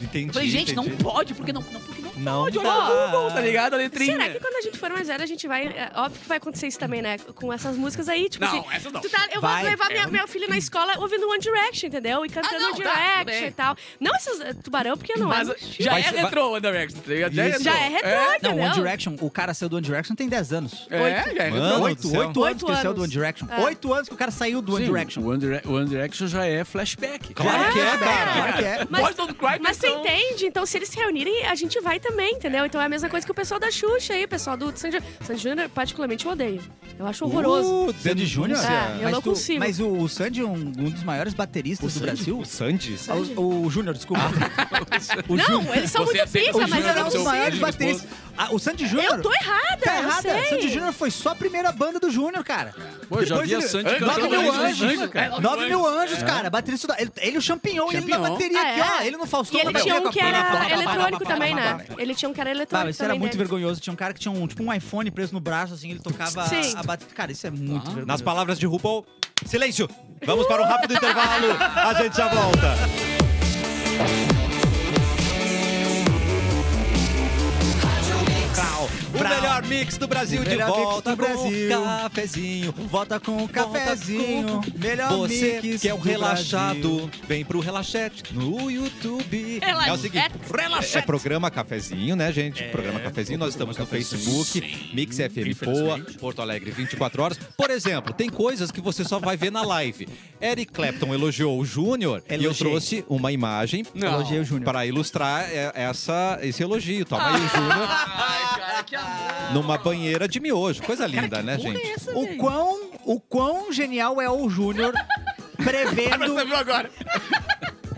[SPEAKER 1] Entendi.
[SPEAKER 6] falei, gente, não
[SPEAKER 1] entendi.
[SPEAKER 6] pode, porque não, não, porque não
[SPEAKER 2] Então,
[SPEAKER 1] Não
[SPEAKER 6] pode olhar
[SPEAKER 1] dá.
[SPEAKER 6] o Google, tá ligado? A letrinha.
[SPEAKER 5] Será que quando a gente for mais velha, a gente vai. é, Óbvio que vai acontecer isso também, né? Com essas músicas aí, tipo
[SPEAKER 6] Não,
[SPEAKER 5] assim.
[SPEAKER 6] essas não. é um
[SPEAKER 5] tu tá- eu
[SPEAKER 2] Vai.
[SPEAKER 5] vou levar minha, meu filho na escola ouvindo One Direction, entendeu? E cantando
[SPEAKER 6] não,
[SPEAKER 5] One
[SPEAKER 6] tá, tudo
[SPEAKER 5] Direction
[SPEAKER 6] bem.
[SPEAKER 5] e tal. Não esses é, tubarão, porque não
[SPEAKER 6] Mas
[SPEAKER 5] é.
[SPEAKER 6] já
[SPEAKER 1] Vai
[SPEAKER 6] é
[SPEAKER 1] ser- vai-
[SPEAKER 6] retrô One Direction, tá ligado? Já é
[SPEAKER 1] Isso.
[SPEAKER 6] retrô.
[SPEAKER 5] Já é retrô,
[SPEAKER 2] Não,
[SPEAKER 5] entendeu?
[SPEAKER 2] One Direction, o cara saiu do One Direction tem 10 anos.
[SPEAKER 6] É,
[SPEAKER 5] Oito.
[SPEAKER 6] já é
[SPEAKER 1] Mano.
[SPEAKER 6] retrô.
[SPEAKER 1] do
[SPEAKER 2] Oito,
[SPEAKER 1] céu.
[SPEAKER 2] oito anos
[SPEAKER 5] Oito
[SPEAKER 2] que ele saiu
[SPEAKER 5] anos.
[SPEAKER 2] do One Direction.
[SPEAKER 5] É.
[SPEAKER 2] Oito anos que o cara saiu do One
[SPEAKER 7] Sim,
[SPEAKER 2] Direction.
[SPEAKER 7] One, Dire- One Direction já é flashback.
[SPEAKER 1] Claro que é,
[SPEAKER 2] Claro
[SPEAKER 1] cara.
[SPEAKER 2] que é.
[SPEAKER 5] Mas-
[SPEAKER 6] Boys Don't Cry,
[SPEAKER 5] Mas tu
[SPEAKER 6] versão-
[SPEAKER 5] entende? Então, se eles se reunirem, a gente vai também, entendeu? Então é a mesma coisa que o pessoal da Xuxa aí, o pessoal do Sandy Júnior. Sandy Júnior, particularmente, eu odeio. Eu acho horroroso.
[SPEAKER 1] Uh,
[SPEAKER 2] Sandy Júnior?
[SPEAKER 5] É, eu
[SPEAKER 2] mas
[SPEAKER 5] não
[SPEAKER 2] tu-
[SPEAKER 5] consigo.
[SPEAKER 2] Mas o, o Sandy é um, um dos maiores bateristas do Brasil.
[SPEAKER 1] O Sandy?
[SPEAKER 2] Ah, O, o Júnior, desculpa. o
[SPEAKER 5] não,
[SPEAKER 2] Júnior.
[SPEAKER 5] eles são
[SPEAKER 6] Você
[SPEAKER 5] muito
[SPEAKER 6] aceita
[SPEAKER 5] pica,
[SPEAKER 6] o
[SPEAKER 5] mas eu
[SPEAKER 2] Júnior é
[SPEAKER 5] não
[SPEAKER 2] um dos
[SPEAKER 5] sei.
[SPEAKER 2] maiores bateristas. Ah, o Sandy Júnior.
[SPEAKER 5] Eu tô errada,
[SPEAKER 2] Tá
[SPEAKER 5] eu
[SPEAKER 2] errada.
[SPEAKER 5] sei.
[SPEAKER 2] Sandy Júnior foi só a primeira banda do Júnior, cara.
[SPEAKER 7] Pô, eu já
[SPEAKER 2] Depois
[SPEAKER 7] vi a
[SPEAKER 2] ele-
[SPEAKER 7] Sandy
[SPEAKER 6] Nove
[SPEAKER 7] cantando
[SPEAKER 6] mil
[SPEAKER 7] Legião
[SPEAKER 6] anjos,
[SPEAKER 7] Urbana,
[SPEAKER 6] né?
[SPEAKER 7] cara.
[SPEAKER 2] 9 mil
[SPEAKER 1] é.
[SPEAKER 2] anjos, cara. Baterista da- ele, ele e o champignon, e ele na
[SPEAKER 6] Champignon.
[SPEAKER 2] bateria aqui,
[SPEAKER 5] Ah,
[SPEAKER 2] ó.
[SPEAKER 5] é?
[SPEAKER 2] Ele no Faustão.
[SPEAKER 5] E ele
[SPEAKER 2] na
[SPEAKER 5] tinha um
[SPEAKER 2] bateria
[SPEAKER 5] que
[SPEAKER 2] com a-
[SPEAKER 5] era eletrônico também, né? Ele tinha um que era
[SPEAKER 2] Tá,
[SPEAKER 5] eletrônico
[SPEAKER 2] mas isso era
[SPEAKER 5] também. né?
[SPEAKER 2] muito
[SPEAKER 5] dele.
[SPEAKER 2] vergonhoso. Tinha um cara que tinha um, tipo, um iPhone preso no braço, assim, ele tocava
[SPEAKER 5] Sim.
[SPEAKER 2] a bateria. Cara, isso é muito vergonhoso.
[SPEAKER 1] Ah. Nas palavras de RuPaul, silêncio! Vamos para um rápido intervalo, a gente já volta. Brau, O
[SPEAKER 2] Brau.
[SPEAKER 1] melhor mix do Brasil
[SPEAKER 2] O
[SPEAKER 1] de
[SPEAKER 2] melhor mix
[SPEAKER 1] volta
[SPEAKER 2] do Brasil.
[SPEAKER 1] com um cafezinho.
[SPEAKER 2] Volta com o cafezinho. Melhor
[SPEAKER 1] Você
[SPEAKER 2] mix
[SPEAKER 1] que é um
[SPEAKER 2] do
[SPEAKER 1] relaxado, vem pro Relaxete no YouTube.
[SPEAKER 5] Relaxete.
[SPEAKER 1] É o seguinte, é programa Cafezinho, né, gente? programa Cafezinho, nós estamos no Facebook, Mix FM Poa, Porto Alegre 24 horas. Por exemplo, tem coisas que você só vai ver na live. Eric Clapton elogiou o Júnior e eu
[SPEAKER 2] Elogiei.
[SPEAKER 1] trouxe uma imagem
[SPEAKER 2] Brasil. Elogiei o Júnior.
[SPEAKER 1] para ilustrar é, essa, esse elogio. Toma aí o Júnior numa banheira de miojo. Coisa linda, né, gente?
[SPEAKER 2] O quão, o quão genial é o Júnior prevendo.
[SPEAKER 6] Você viu agora?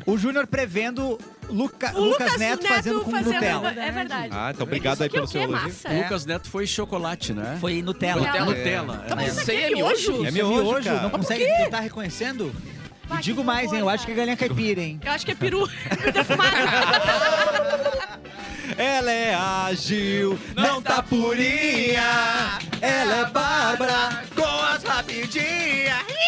[SPEAKER 2] o Júnior prevendo Luca-
[SPEAKER 5] O
[SPEAKER 2] Lucas Neto, fazendo com Nutella.
[SPEAKER 5] É verdade.
[SPEAKER 1] Ah, então obrigado aí
[SPEAKER 5] Isso aqui é
[SPEAKER 1] pelo
[SPEAKER 5] o quê?
[SPEAKER 1] seu elogio.
[SPEAKER 5] Massa?
[SPEAKER 7] O Lucas Neto foi chocolate, né?
[SPEAKER 2] Foi Nutella.
[SPEAKER 6] Nutella.
[SPEAKER 7] Nutella.
[SPEAKER 6] Tá, mas
[SPEAKER 2] É.
[SPEAKER 6] isso aí é
[SPEAKER 5] Que
[SPEAKER 6] miojo?
[SPEAKER 1] É meu
[SPEAKER 2] É meu
[SPEAKER 1] hoje,
[SPEAKER 2] hoje,
[SPEAKER 1] cara.
[SPEAKER 2] não consegue tu tá reconhecendo?
[SPEAKER 5] Vai,
[SPEAKER 2] E digo
[SPEAKER 5] que
[SPEAKER 2] mais, hein? Eu
[SPEAKER 5] horror,
[SPEAKER 2] acho que é galinha caipira, hein?
[SPEAKER 5] Eu acho que é peru. peru defumado.
[SPEAKER 1] Ela é ágil, não, tá purinha. Ela é Bárbara com as rapidinhas.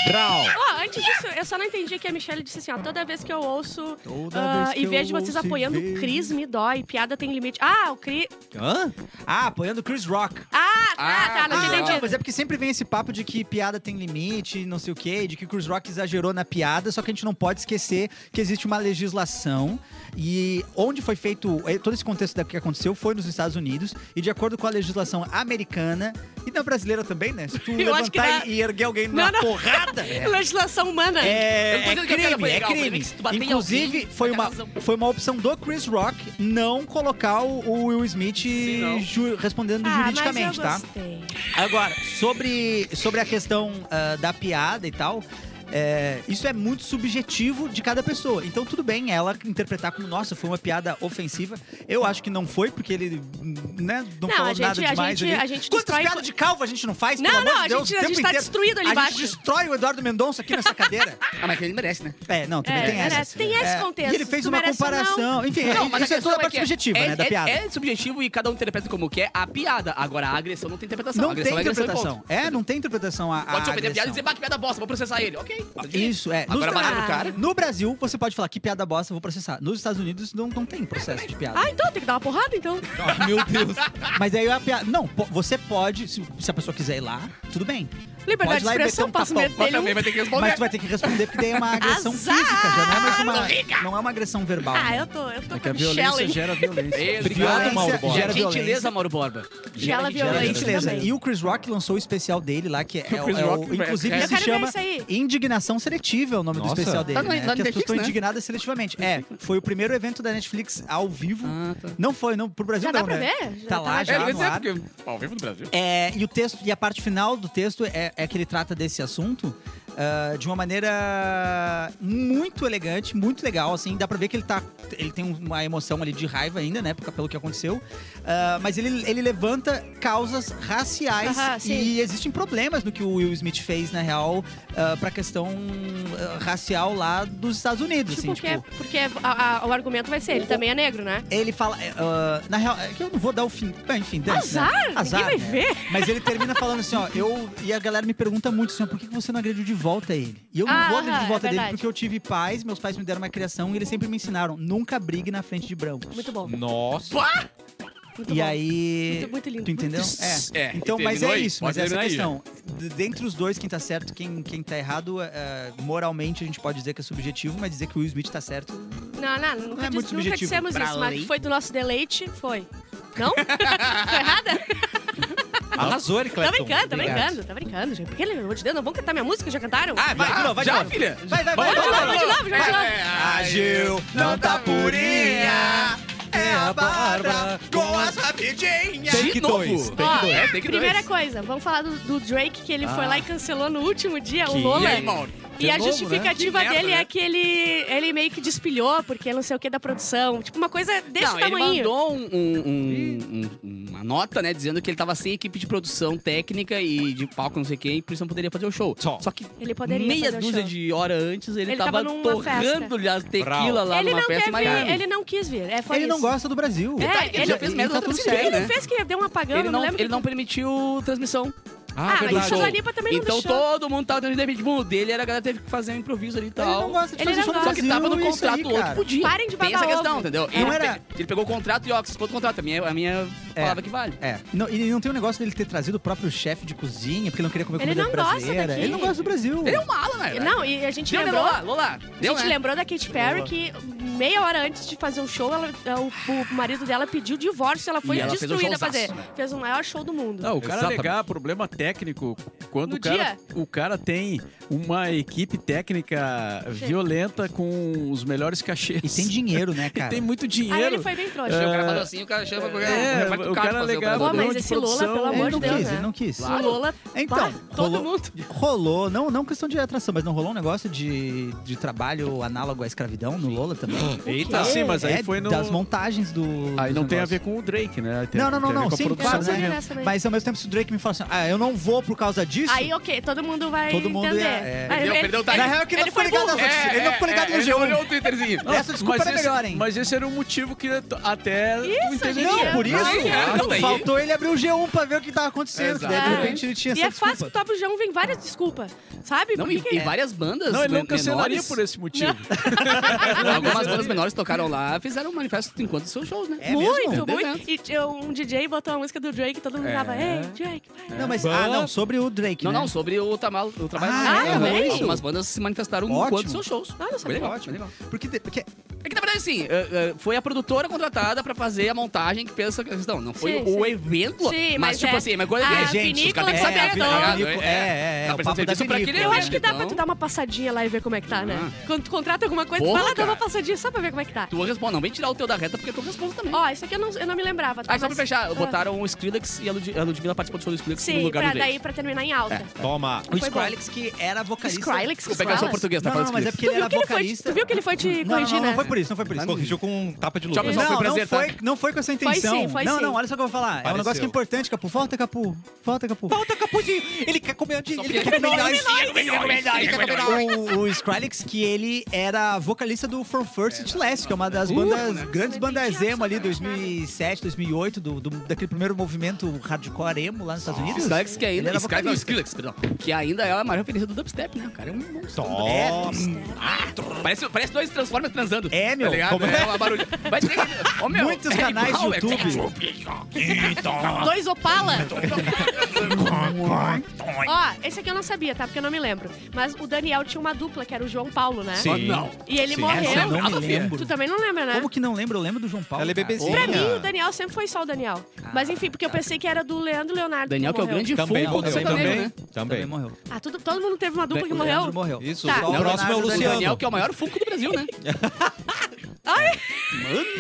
[SPEAKER 1] Brau.
[SPEAKER 5] Ó, antes disso, eu só não entendi que a Michelle disse assim, ó, toda vez que eu ouço
[SPEAKER 2] Toda
[SPEAKER 5] ah,
[SPEAKER 2] vez que
[SPEAKER 5] e vejo
[SPEAKER 2] eu
[SPEAKER 5] vocês
[SPEAKER 2] ouço e
[SPEAKER 5] apoiando o
[SPEAKER 2] vejo.
[SPEAKER 5] Cris, me dói, piada tem limite. Ah, o Cris...
[SPEAKER 1] Hã?
[SPEAKER 2] Ah, apoiando o Chris Rock.
[SPEAKER 5] Ah, tá, tá, não
[SPEAKER 6] Ah,
[SPEAKER 5] tinha
[SPEAKER 2] Ah,
[SPEAKER 5] entendido.
[SPEAKER 2] mas é porque sempre vem esse papo de que piada tem limite, não sei o quê, de que o Chris Rock exagerou na piada, só que a gente não pode esquecer que existe uma legislação e onde foi feito eh, todo esse contexto da que aconteceu foi nos Estados Unidos e de acordo com a legislação americana e na brasileira também, né? Se tu
[SPEAKER 5] Eu acho que
[SPEAKER 2] levantar
[SPEAKER 5] dá-
[SPEAKER 2] e erguer alguém
[SPEAKER 5] Não,
[SPEAKER 2] na
[SPEAKER 5] não.
[SPEAKER 2] porrada, é,
[SPEAKER 5] Legislação humana.
[SPEAKER 2] é,
[SPEAKER 6] Eu não tô
[SPEAKER 2] é
[SPEAKER 6] dizendo que a piada
[SPEAKER 2] crime,
[SPEAKER 6] foi
[SPEAKER 2] é
[SPEAKER 6] legal, porém,
[SPEAKER 2] crime.
[SPEAKER 6] se tu bater em
[SPEAKER 2] Inclusive,
[SPEAKER 6] alguém,
[SPEAKER 2] foi
[SPEAKER 6] vai ter
[SPEAKER 2] uma,
[SPEAKER 6] razão.
[SPEAKER 2] foi uma opção do Chris Rock não colocar o o Will Smith
[SPEAKER 6] não.
[SPEAKER 2] ju- respondendo
[SPEAKER 5] Ah, mas eu
[SPEAKER 2] juridicamente, tá?
[SPEAKER 5] gostei.
[SPEAKER 2] Agora, sobre, sobre a questão ah, da piada e tal. é, isso é muito subjetivo de cada pessoa. Então, tudo bem ela interpretar como, nossa, foi uma piada ofensiva. Eu acho que não foi, porque ele né, não,
[SPEAKER 5] Não,
[SPEAKER 2] falou
[SPEAKER 5] a gente-
[SPEAKER 2] nada
[SPEAKER 5] a
[SPEAKER 2] demais
[SPEAKER 5] gente-
[SPEAKER 2] ali.
[SPEAKER 5] a gente
[SPEAKER 2] Quantas
[SPEAKER 5] destrói-
[SPEAKER 2] piadas de calvo a gente não faz?
[SPEAKER 5] Não,
[SPEAKER 2] pelo amor
[SPEAKER 5] não,
[SPEAKER 2] de
[SPEAKER 5] a
[SPEAKER 2] Deus,
[SPEAKER 5] gente-
[SPEAKER 2] o
[SPEAKER 5] a
[SPEAKER 2] tempo
[SPEAKER 5] gente tá
[SPEAKER 2] inteiro?
[SPEAKER 5] destruído ali
[SPEAKER 2] a
[SPEAKER 5] embaixo.
[SPEAKER 2] gente destrói o Eduardo Mendonça aqui nessa cadeira.
[SPEAKER 6] Ah, mas ele merece, né?
[SPEAKER 2] É, não, também
[SPEAKER 5] É,
[SPEAKER 2] tem essa.
[SPEAKER 5] merece. Tem esse
[SPEAKER 2] É,
[SPEAKER 5] contexto.
[SPEAKER 2] E ele fez
[SPEAKER 5] Tu
[SPEAKER 2] uma
[SPEAKER 5] merece ou não?
[SPEAKER 2] comparação. Enfim,
[SPEAKER 6] Não, mas a
[SPEAKER 2] isso é
[SPEAKER 6] questão
[SPEAKER 2] toda a parte
[SPEAKER 6] que
[SPEAKER 2] subjetiva,
[SPEAKER 6] é,
[SPEAKER 2] né, da
[SPEAKER 6] é-
[SPEAKER 2] piada.
[SPEAKER 6] É subjetivo e cada um interpreta como quer a piada. Agora, a agressão não tem interpretação. a
[SPEAKER 2] não
[SPEAKER 5] um
[SPEAKER 2] tem
[SPEAKER 6] agressão é agressão e
[SPEAKER 2] interpretação.
[SPEAKER 6] ponto.
[SPEAKER 2] É, não tem interpretação a, a
[SPEAKER 6] Pode se ofender a piada e dizer,
[SPEAKER 2] agressão.
[SPEAKER 6] bah, que piada bosta, vou processar ele. Ok. tá direito.
[SPEAKER 2] Isso, é.
[SPEAKER 6] Agora
[SPEAKER 2] Nos-
[SPEAKER 6] bater
[SPEAKER 5] no cara?
[SPEAKER 2] No Brasil, você pode falar que piada bosta, eu vou processar. Nos Estados Unidos, não, não tem processo de piada.
[SPEAKER 5] Ah, então, tem que dar uma porrada, então.
[SPEAKER 2] meu Deus. Mas aí é a piada... Não, po- você pode, se, se a pessoa quiser ir lá, tudo bem.
[SPEAKER 5] Liberdade
[SPEAKER 2] Pode
[SPEAKER 5] de
[SPEAKER 2] lá e
[SPEAKER 5] expressão,
[SPEAKER 2] meter um
[SPEAKER 5] posso
[SPEAKER 2] tapão.
[SPEAKER 5] meter ele um...
[SPEAKER 6] vai ter que responder.
[SPEAKER 2] Mas tu vai ter que responder, porque daí é uma agressão
[SPEAKER 5] Azar!
[SPEAKER 2] física, já não é mais uma... Não é uma agressão verbal.
[SPEAKER 5] Ah,
[SPEAKER 2] né?
[SPEAKER 5] eu tô, eu tô
[SPEAKER 7] É que a
[SPEAKER 5] com
[SPEAKER 7] violência
[SPEAKER 5] Shelley.
[SPEAKER 7] gera violência.
[SPEAKER 6] Beijo.
[SPEAKER 1] Obrigado,
[SPEAKER 2] Violência
[SPEAKER 1] Mauro Borba.
[SPEAKER 2] gera violência.
[SPEAKER 6] Gentileza, Mauro Borba.
[SPEAKER 5] Gela
[SPEAKER 2] Gera
[SPEAKER 5] violência
[SPEAKER 2] gentileza.
[SPEAKER 5] também.
[SPEAKER 2] E o Chris Rock lançou o especial dele lá, que é,
[SPEAKER 6] Que o
[SPEAKER 2] é
[SPEAKER 6] Chris
[SPEAKER 2] é
[SPEAKER 6] Rock-
[SPEAKER 2] inclusive
[SPEAKER 6] Eu
[SPEAKER 2] se
[SPEAKER 5] quero ver
[SPEAKER 2] chama
[SPEAKER 5] isso aí.
[SPEAKER 2] Indignação Seletiva, é o nome
[SPEAKER 1] Nossa.
[SPEAKER 2] do especial dele,
[SPEAKER 6] Tá no-
[SPEAKER 2] né?
[SPEAKER 6] na
[SPEAKER 2] Porque as pessoas
[SPEAKER 6] Netflix,
[SPEAKER 2] estão
[SPEAKER 6] né?
[SPEAKER 2] indignadas seletivamente. É, foi o primeiro evento da Netflix ao vivo.
[SPEAKER 6] Ah, tá.
[SPEAKER 2] Não foi, não, pro Brasil
[SPEAKER 5] Já
[SPEAKER 2] não,
[SPEAKER 5] dá pra
[SPEAKER 2] né?
[SPEAKER 5] ver? Já
[SPEAKER 2] Tá
[SPEAKER 5] dá
[SPEAKER 2] lá,
[SPEAKER 5] pra
[SPEAKER 2] já
[SPEAKER 5] ver. É,
[SPEAKER 2] no ar.
[SPEAKER 6] Então,
[SPEAKER 7] Ao vivo no Brasil.
[SPEAKER 2] É, e o texto, e a parte final do texto é, é que ele trata desse assunto ah, de uma maneira muito elegante, muito legal, assim. Dá pra ver que ele tá. Ele tem uma emoção ali de raiva ainda, né? por- Pelo que aconteceu. Ah, mas ele, ele levanta causas raciais
[SPEAKER 5] Aham, sim.
[SPEAKER 2] e existem problemas no que o Will Smith fez, na real, ah, pra questão ah, racial lá dos Estados Unidos.
[SPEAKER 5] Tipo,
[SPEAKER 2] assim,
[SPEAKER 5] que é- porque a- a- o argumento vai ser, ele também é negro, né?
[SPEAKER 2] ele fala. é, ah, na real, é que eu não vou dar o fim. Bem, Enfim, dane-se, né?
[SPEAKER 5] Azar,
[SPEAKER 2] Azar,
[SPEAKER 5] ninguém vai
[SPEAKER 2] né?
[SPEAKER 5] ver.
[SPEAKER 2] Mas ele termina falando assim, ó, eu. E a galera me pergunta muito assim, ó, por que que você não agrediu de volta ele? E eu não
[SPEAKER 5] Ah,
[SPEAKER 2] vou agredir
[SPEAKER 5] aham,
[SPEAKER 2] de
[SPEAKER 5] é
[SPEAKER 2] volta dele
[SPEAKER 5] verdade.
[SPEAKER 2] porque eu tive pais, meus pais me deram uma criação e eles sempre me ensinaram: nunca brigue na frente de brancos.
[SPEAKER 5] Muito bom.
[SPEAKER 1] Nossa.
[SPEAKER 5] Muito
[SPEAKER 2] E
[SPEAKER 5] bom.
[SPEAKER 2] aí.
[SPEAKER 5] Muito, muito lindo.
[SPEAKER 2] Tu entendeu? É.
[SPEAKER 7] É,
[SPEAKER 2] Então,
[SPEAKER 7] e
[SPEAKER 2] mas é
[SPEAKER 7] terminou aí?
[SPEAKER 2] isso,
[SPEAKER 7] Pode
[SPEAKER 2] mas essa é a
[SPEAKER 7] terminar aí,
[SPEAKER 2] questão. D- Dentre os dois, quem tá certo, quem, quem tá errado, é, moralmente a gente pode dizer que é subjetivo, mas dizer que o Will Smith tá certo.
[SPEAKER 5] Não, não, nunca,
[SPEAKER 2] Não é muito
[SPEAKER 5] dis- nunca
[SPEAKER 2] subjetivo.
[SPEAKER 5] dissemos
[SPEAKER 2] Pra
[SPEAKER 5] isso, mas
[SPEAKER 2] lei.
[SPEAKER 5] foi do nosso deleite, foi. Não? Tô errada?
[SPEAKER 1] Arrasou, Eric
[SPEAKER 5] Tá
[SPEAKER 1] Clapton.
[SPEAKER 5] brincando, tá
[SPEAKER 1] Obrigado.
[SPEAKER 5] brincando, tá brincando, gente. Por que, pelo amor de Deus, não vão é cantar minha música? Já cantaram?
[SPEAKER 1] Ah, vai, de novo, vai de novo.
[SPEAKER 6] filha?
[SPEAKER 2] Vai, vai,
[SPEAKER 5] Vai
[SPEAKER 2] vai,
[SPEAKER 5] de
[SPEAKER 2] vai,
[SPEAKER 5] novo,
[SPEAKER 2] vai.
[SPEAKER 5] vai de novo, vai de novo.
[SPEAKER 1] A Gil não tá purinha, é a Bárbara com as
[SPEAKER 8] Tá
[SPEAKER 1] rapidinhas. Take
[SPEAKER 6] De novo?
[SPEAKER 1] dois, take
[SPEAKER 5] Ó,
[SPEAKER 1] dois.
[SPEAKER 6] É, tem que
[SPEAKER 5] primeira
[SPEAKER 6] dois. Ah.
[SPEAKER 5] coisa, vamos falar do, do Drake, que ele foi lá e cancelou no último dia o
[SPEAKER 1] Que-
[SPEAKER 5] Lola.
[SPEAKER 1] E aí,
[SPEAKER 5] E a justificativa
[SPEAKER 6] né? Que merda,
[SPEAKER 5] dele é
[SPEAKER 6] é né?
[SPEAKER 5] que ele, ele meio que despilhou, porque não sei o que da produção. Tipo, uma coisa desse
[SPEAKER 6] não, ele
[SPEAKER 5] tamanho.
[SPEAKER 6] mandou um- um- um- uma nota, né, dizendo que ele tava sem equipe de produção técnica e de palco, não sei quem, por isso não poderia fazer o show.
[SPEAKER 1] Só.
[SPEAKER 6] que
[SPEAKER 5] Ele poderia
[SPEAKER 6] meia
[SPEAKER 5] fazer o
[SPEAKER 6] dúzia
[SPEAKER 5] show.
[SPEAKER 6] de hora antes ele,
[SPEAKER 5] Ele
[SPEAKER 6] tava,
[SPEAKER 5] tava numa
[SPEAKER 6] torrando a tequila lá
[SPEAKER 5] Ele
[SPEAKER 6] numa
[SPEAKER 5] não
[SPEAKER 6] festa em
[SPEAKER 5] teve,
[SPEAKER 6] Miami.
[SPEAKER 5] ele não quis vir. É, foi
[SPEAKER 2] Ele não
[SPEAKER 5] isso.
[SPEAKER 2] gosta do Brasil.
[SPEAKER 5] É,
[SPEAKER 6] ele
[SPEAKER 5] ele,
[SPEAKER 6] já fez merda
[SPEAKER 5] ele-
[SPEAKER 6] lá, tudo
[SPEAKER 5] ele-
[SPEAKER 6] certo,
[SPEAKER 5] ele
[SPEAKER 6] né?
[SPEAKER 5] fez que deu um apagão,
[SPEAKER 6] Ele
[SPEAKER 5] eu
[SPEAKER 6] não,
[SPEAKER 5] lembro.
[SPEAKER 6] ele não permitiu transmissão.
[SPEAKER 5] Ah, mas
[SPEAKER 6] verdade.
[SPEAKER 5] o Jalipa também não
[SPEAKER 6] então
[SPEAKER 5] deixou.
[SPEAKER 6] todo mundo tava tendo limite. Bom, o dele era a galera teve que fazer um improviso ali e
[SPEAKER 2] Ele
[SPEAKER 6] tal.
[SPEAKER 2] não gosta de
[SPEAKER 5] Ele
[SPEAKER 2] fazer
[SPEAKER 5] não
[SPEAKER 2] show no
[SPEAKER 5] gosta.
[SPEAKER 6] Só
[SPEAKER 2] Brasil.
[SPEAKER 6] que tava no
[SPEAKER 2] isso
[SPEAKER 6] contrato,
[SPEAKER 2] aí,
[SPEAKER 6] o outro
[SPEAKER 2] cara.
[SPEAKER 6] podia.
[SPEAKER 5] Parem de
[SPEAKER 6] Tem
[SPEAKER 5] babar
[SPEAKER 6] essa questão,
[SPEAKER 5] ovo.
[SPEAKER 6] entendeu?
[SPEAKER 2] Não
[SPEAKER 6] ele,
[SPEAKER 2] era-
[SPEAKER 6] pe- ele pegou o contrato e, ó, expôs o contrato. A minha, a minha
[SPEAKER 2] É.
[SPEAKER 6] palavra que vale.
[SPEAKER 2] É. Não, e não tem o negócio dele ter trazido o próprio chefe de cozinha, porque ele não queria comer
[SPEAKER 5] Ele
[SPEAKER 2] comida
[SPEAKER 5] não gosta
[SPEAKER 2] brasileira.
[SPEAKER 5] daqui.
[SPEAKER 2] Ele não gosta do Brasil.
[SPEAKER 6] Ele é um mala, né?
[SPEAKER 5] Não, e a gente
[SPEAKER 6] Deu, né,
[SPEAKER 5] lembrou...
[SPEAKER 6] Lola? Lola, deu,
[SPEAKER 5] a gente
[SPEAKER 6] né?
[SPEAKER 5] lembrou da Katy Perry que meia hora antes de fazer o show, ela- é, o, o marido dela pediu divórcio, ela foi
[SPEAKER 6] E ela fez um
[SPEAKER 5] destruída a fazer.
[SPEAKER 6] showzaço,
[SPEAKER 5] Fez o maior show do mundo.
[SPEAKER 7] Não, o cara
[SPEAKER 1] Exatamente.
[SPEAKER 7] negar problema técnico quando
[SPEAKER 5] No
[SPEAKER 7] o cara, o cara tem uma equipe técnica violenta com os melhores cachês.
[SPEAKER 2] E tem dinheiro, né, cara?
[SPEAKER 7] Tem muito
[SPEAKER 5] Aí ele
[SPEAKER 7] dinheiro.
[SPEAKER 5] foi bem trouxa.
[SPEAKER 6] O cara falou assim, o cara chama...
[SPEAKER 7] É,
[SPEAKER 6] vai
[SPEAKER 7] o
[SPEAKER 6] tocar
[SPEAKER 7] cara
[SPEAKER 6] pra fazer
[SPEAKER 7] legal.
[SPEAKER 5] Pô,
[SPEAKER 6] programa.
[SPEAKER 5] mas esse Lola, pelo
[SPEAKER 2] ele
[SPEAKER 5] amor de
[SPEAKER 2] não
[SPEAKER 5] Deus,
[SPEAKER 2] quis,
[SPEAKER 5] né?
[SPEAKER 2] ele não quis.
[SPEAKER 5] O Lola,
[SPEAKER 2] Então,
[SPEAKER 5] pá,
[SPEAKER 7] É.
[SPEAKER 5] todo
[SPEAKER 2] rolou,
[SPEAKER 5] mundo.
[SPEAKER 2] rolou, não, não questão de atração, mas não rolou um negócio de, de trabalho análogo à escravidão no Lola também?
[SPEAKER 7] Eita, Tá, sim, mas aí
[SPEAKER 2] É,
[SPEAKER 7] foi no.
[SPEAKER 2] Das montagens do.
[SPEAKER 7] Aí
[SPEAKER 2] dos
[SPEAKER 7] não tem a
[SPEAKER 2] negócios.
[SPEAKER 7] ver com o Drake, né? Tem-
[SPEAKER 2] Não, não, não,
[SPEAKER 7] tem a ver
[SPEAKER 2] não,
[SPEAKER 7] com a
[SPEAKER 2] sim,
[SPEAKER 7] produção,
[SPEAKER 2] claro,
[SPEAKER 5] né?
[SPEAKER 2] né? Mas ao mesmo tempo, se o Drake me fala assim, ah, eu não vou por causa disso.
[SPEAKER 5] Aí, ok, todo mundo vai
[SPEAKER 2] Todo mundo
[SPEAKER 5] entender.
[SPEAKER 2] ia- é.
[SPEAKER 5] Aí,
[SPEAKER 6] Perdeu-
[SPEAKER 5] ele-
[SPEAKER 6] perdeu o
[SPEAKER 5] ele-
[SPEAKER 2] Na real, que ele
[SPEAKER 5] ele
[SPEAKER 2] não ficou
[SPEAKER 5] foi É.
[SPEAKER 2] ligado
[SPEAKER 5] burro.
[SPEAKER 2] nas outras- É, ele não ficou ligado no
[SPEAKER 6] ele
[SPEAKER 2] G1.
[SPEAKER 6] olhou o Twitterzinho.
[SPEAKER 2] Essa desculpa
[SPEAKER 7] mas
[SPEAKER 2] era
[SPEAKER 7] esse-
[SPEAKER 2] melhor, hein?
[SPEAKER 7] Mas esse era um motivo que tu- até tu
[SPEAKER 5] Isso,
[SPEAKER 7] entenderia.
[SPEAKER 5] gente.
[SPEAKER 2] Não, por isso. Ah,
[SPEAKER 6] Não, não, daí-
[SPEAKER 2] faltou ele abrir o G1 pra ver o que tava acontecendo.
[SPEAKER 6] Exato.
[SPEAKER 2] Daí, de repente, ele tinha
[SPEAKER 5] E
[SPEAKER 2] essa
[SPEAKER 5] é fácil que o
[SPEAKER 2] desculpa.
[SPEAKER 5] Top João vem várias desculpas, sabe?
[SPEAKER 6] Não,
[SPEAKER 5] Por
[SPEAKER 6] e,
[SPEAKER 5] que que- é?
[SPEAKER 6] e várias bandas
[SPEAKER 7] Não, ele não
[SPEAKER 6] men-
[SPEAKER 7] cancelaria
[SPEAKER 6] menores,
[SPEAKER 7] por esse motivo.
[SPEAKER 6] Algumas bandas menores tocaram lá, fizeram um manifesto enquanto seus shows, né?
[SPEAKER 2] É
[SPEAKER 5] muito,
[SPEAKER 2] mesmo?
[SPEAKER 5] muito. E tinha um DJ botou a música do Drake e todo mundo tava,
[SPEAKER 6] É.
[SPEAKER 5] ei, Drake, vai.
[SPEAKER 2] Não, mas, ah, não, sobre o Drake,
[SPEAKER 6] Não,
[SPEAKER 2] né?
[SPEAKER 6] não, sobre o, tamal, o trabalho.
[SPEAKER 2] Ah,
[SPEAKER 5] é?
[SPEAKER 6] Aham.
[SPEAKER 5] Também?
[SPEAKER 6] Algumas bandas se manifestaram
[SPEAKER 2] Ótimo.
[SPEAKER 6] enquanto seus shows.
[SPEAKER 5] Ah, não
[SPEAKER 6] Foi
[SPEAKER 5] sabia.
[SPEAKER 6] legal,
[SPEAKER 2] Ótimo.
[SPEAKER 6] foi legal.
[SPEAKER 2] Porque, de- porque
[SPEAKER 6] É que na verdade mas assim, eh, eh, foi a produtora contratada pra fazer a montagem que fez essa questão. Não foi
[SPEAKER 5] Sim,
[SPEAKER 6] o
[SPEAKER 5] sim.
[SPEAKER 6] evento,
[SPEAKER 5] Sim,
[SPEAKER 6] mas,
[SPEAKER 5] mas
[SPEAKER 6] tipo
[SPEAKER 5] é
[SPEAKER 6] assim, mas coisa
[SPEAKER 5] a
[SPEAKER 6] que
[SPEAKER 5] É,
[SPEAKER 6] é,
[SPEAKER 5] gente, os
[SPEAKER 6] os
[SPEAKER 5] caras têm que saber,
[SPEAKER 6] caras têm que saber,
[SPEAKER 5] então.
[SPEAKER 6] tá
[SPEAKER 5] a
[SPEAKER 6] ligado?
[SPEAKER 2] vinícola- é, é,
[SPEAKER 6] Tá
[SPEAKER 2] o
[SPEAKER 6] prestando
[SPEAKER 2] papo da
[SPEAKER 6] serviço pra aquele
[SPEAKER 2] vinícola,
[SPEAKER 5] Eu
[SPEAKER 6] né?
[SPEAKER 5] acho que dá pra
[SPEAKER 6] Então,
[SPEAKER 5] tu dar uma passadinha lá e ver como é que tá, né?
[SPEAKER 6] Ah.
[SPEAKER 5] Quando tu contrata alguma coisa,
[SPEAKER 6] Porra,
[SPEAKER 5] vai lá dar uma
[SPEAKER 6] cara.
[SPEAKER 5] passadinha só pra ver como é que tá.
[SPEAKER 6] Tu responde, não vem tirar o teu da reta porque tu responde também.
[SPEAKER 5] Ó, isso aqui eu não, eu não me lembrava. Tá?
[SPEAKER 6] Aí só pra
[SPEAKER 5] Mas-
[SPEAKER 6] fechar,
[SPEAKER 5] Ah.
[SPEAKER 6] botaram o Skrillex e a Lud- a Ludmilla participou do show do Skrillex no
[SPEAKER 5] Sim,
[SPEAKER 6] lugar
[SPEAKER 5] pra
[SPEAKER 6] do É.
[SPEAKER 5] daí
[SPEAKER 6] Drake.
[SPEAKER 5] pra terminar em alta.
[SPEAKER 1] Toma.
[SPEAKER 2] O
[SPEAKER 5] Foi bom.
[SPEAKER 2] Skrillex, que era vocalista.
[SPEAKER 5] Skrillex,
[SPEAKER 6] Vou pegar só o
[SPEAKER 5] Skrillex.
[SPEAKER 6] português, tá?
[SPEAKER 2] Não, não,
[SPEAKER 6] Falando
[SPEAKER 2] não, mas é
[SPEAKER 6] Skrillex.
[SPEAKER 2] porque
[SPEAKER 5] Tu
[SPEAKER 2] ele
[SPEAKER 5] viu,
[SPEAKER 2] era
[SPEAKER 5] que ele foi te,
[SPEAKER 2] vocalista.
[SPEAKER 5] tu viu que ele foi te
[SPEAKER 2] Não, não,
[SPEAKER 5] corrigir,
[SPEAKER 2] não, não
[SPEAKER 5] né?
[SPEAKER 2] foi por isso, não foi por isso.
[SPEAKER 1] Corrigiu com um tapa de
[SPEAKER 6] Tchau,
[SPEAKER 1] luva.
[SPEAKER 6] pessoal.
[SPEAKER 2] não,
[SPEAKER 6] foi prazer,
[SPEAKER 2] não foi,
[SPEAKER 6] tá?
[SPEAKER 2] não foi com essa intenção.
[SPEAKER 5] sim, foi
[SPEAKER 2] não,
[SPEAKER 5] sim.
[SPEAKER 2] não, olha só o que eu vou falar. É um
[SPEAKER 1] Pareceu.
[SPEAKER 2] negócio que é importante, Capu. Volta, Capu. Volta, Capu.
[SPEAKER 1] Volta, Capuzinho. Ele quer comer de... Ele quer comer
[SPEAKER 2] nós.
[SPEAKER 1] nós.
[SPEAKER 2] O, o Skrillex, que ele era vocalista do From First to Last, que é uma das bandas, grandes bandas emo ali, 2007, 2008, do, do- daquele primeiro movimento hardcore emo lá nos Estados Unidos.
[SPEAKER 6] Skrillex que
[SPEAKER 2] Ele
[SPEAKER 6] ainda,
[SPEAKER 2] era
[SPEAKER 6] Skrillex, não,
[SPEAKER 2] vocalista.
[SPEAKER 6] Skrillex, perdão, que ainda é a maior referência do dubstep, né? O cara é um monstro. Parece, parece dois Transformers transando.
[SPEAKER 2] É, meu.
[SPEAKER 6] Tá ligado?
[SPEAKER 2] Como é?
[SPEAKER 6] É, uma barulho. Vai dizer que- Ô, meu,
[SPEAKER 2] Muitos
[SPEAKER 6] é
[SPEAKER 2] canais
[SPEAKER 6] igual,
[SPEAKER 2] de
[SPEAKER 6] é-
[SPEAKER 2] YouTube.
[SPEAKER 5] Dois Opala? Ó, esse aqui eu não sabia, tá? Porque eu não me lembro. Mas o Daniel tinha uma dupla, que era o João Paulo, né?
[SPEAKER 6] Ó, não. é
[SPEAKER 5] E ele
[SPEAKER 1] Sim.
[SPEAKER 2] Essa eu
[SPEAKER 5] morreu.
[SPEAKER 2] não me
[SPEAKER 5] Tu
[SPEAKER 2] lembro.
[SPEAKER 5] também não lembra, né?
[SPEAKER 2] Como que não lembro? Eu lembro do João Paulo.
[SPEAKER 1] Ela é
[SPEAKER 2] cara.
[SPEAKER 1] bebezinha.
[SPEAKER 5] Pra mim, o Daniel sempre foi só o Daniel. Mas enfim, porque eu pensei que era do Leandro Leonardo.
[SPEAKER 6] Daniel que é o
[SPEAKER 5] morreu.
[SPEAKER 6] grande
[SPEAKER 1] Também
[SPEAKER 6] fã do
[SPEAKER 1] morreu.
[SPEAKER 6] sertanejo,
[SPEAKER 1] Também,
[SPEAKER 6] né?
[SPEAKER 2] Também
[SPEAKER 1] também.
[SPEAKER 2] morreu.
[SPEAKER 5] Ah, tudo, todo mundo teve uma dupla que
[SPEAKER 2] O
[SPEAKER 5] morreu?
[SPEAKER 2] Leandro morreu.
[SPEAKER 1] Isso,
[SPEAKER 5] Tá.
[SPEAKER 1] o
[SPEAKER 2] Não,
[SPEAKER 1] próximo é o
[SPEAKER 2] Leonardo
[SPEAKER 6] O
[SPEAKER 1] Luciano.
[SPEAKER 6] Daniel que é o maior funko do Brasil, né?
[SPEAKER 2] É um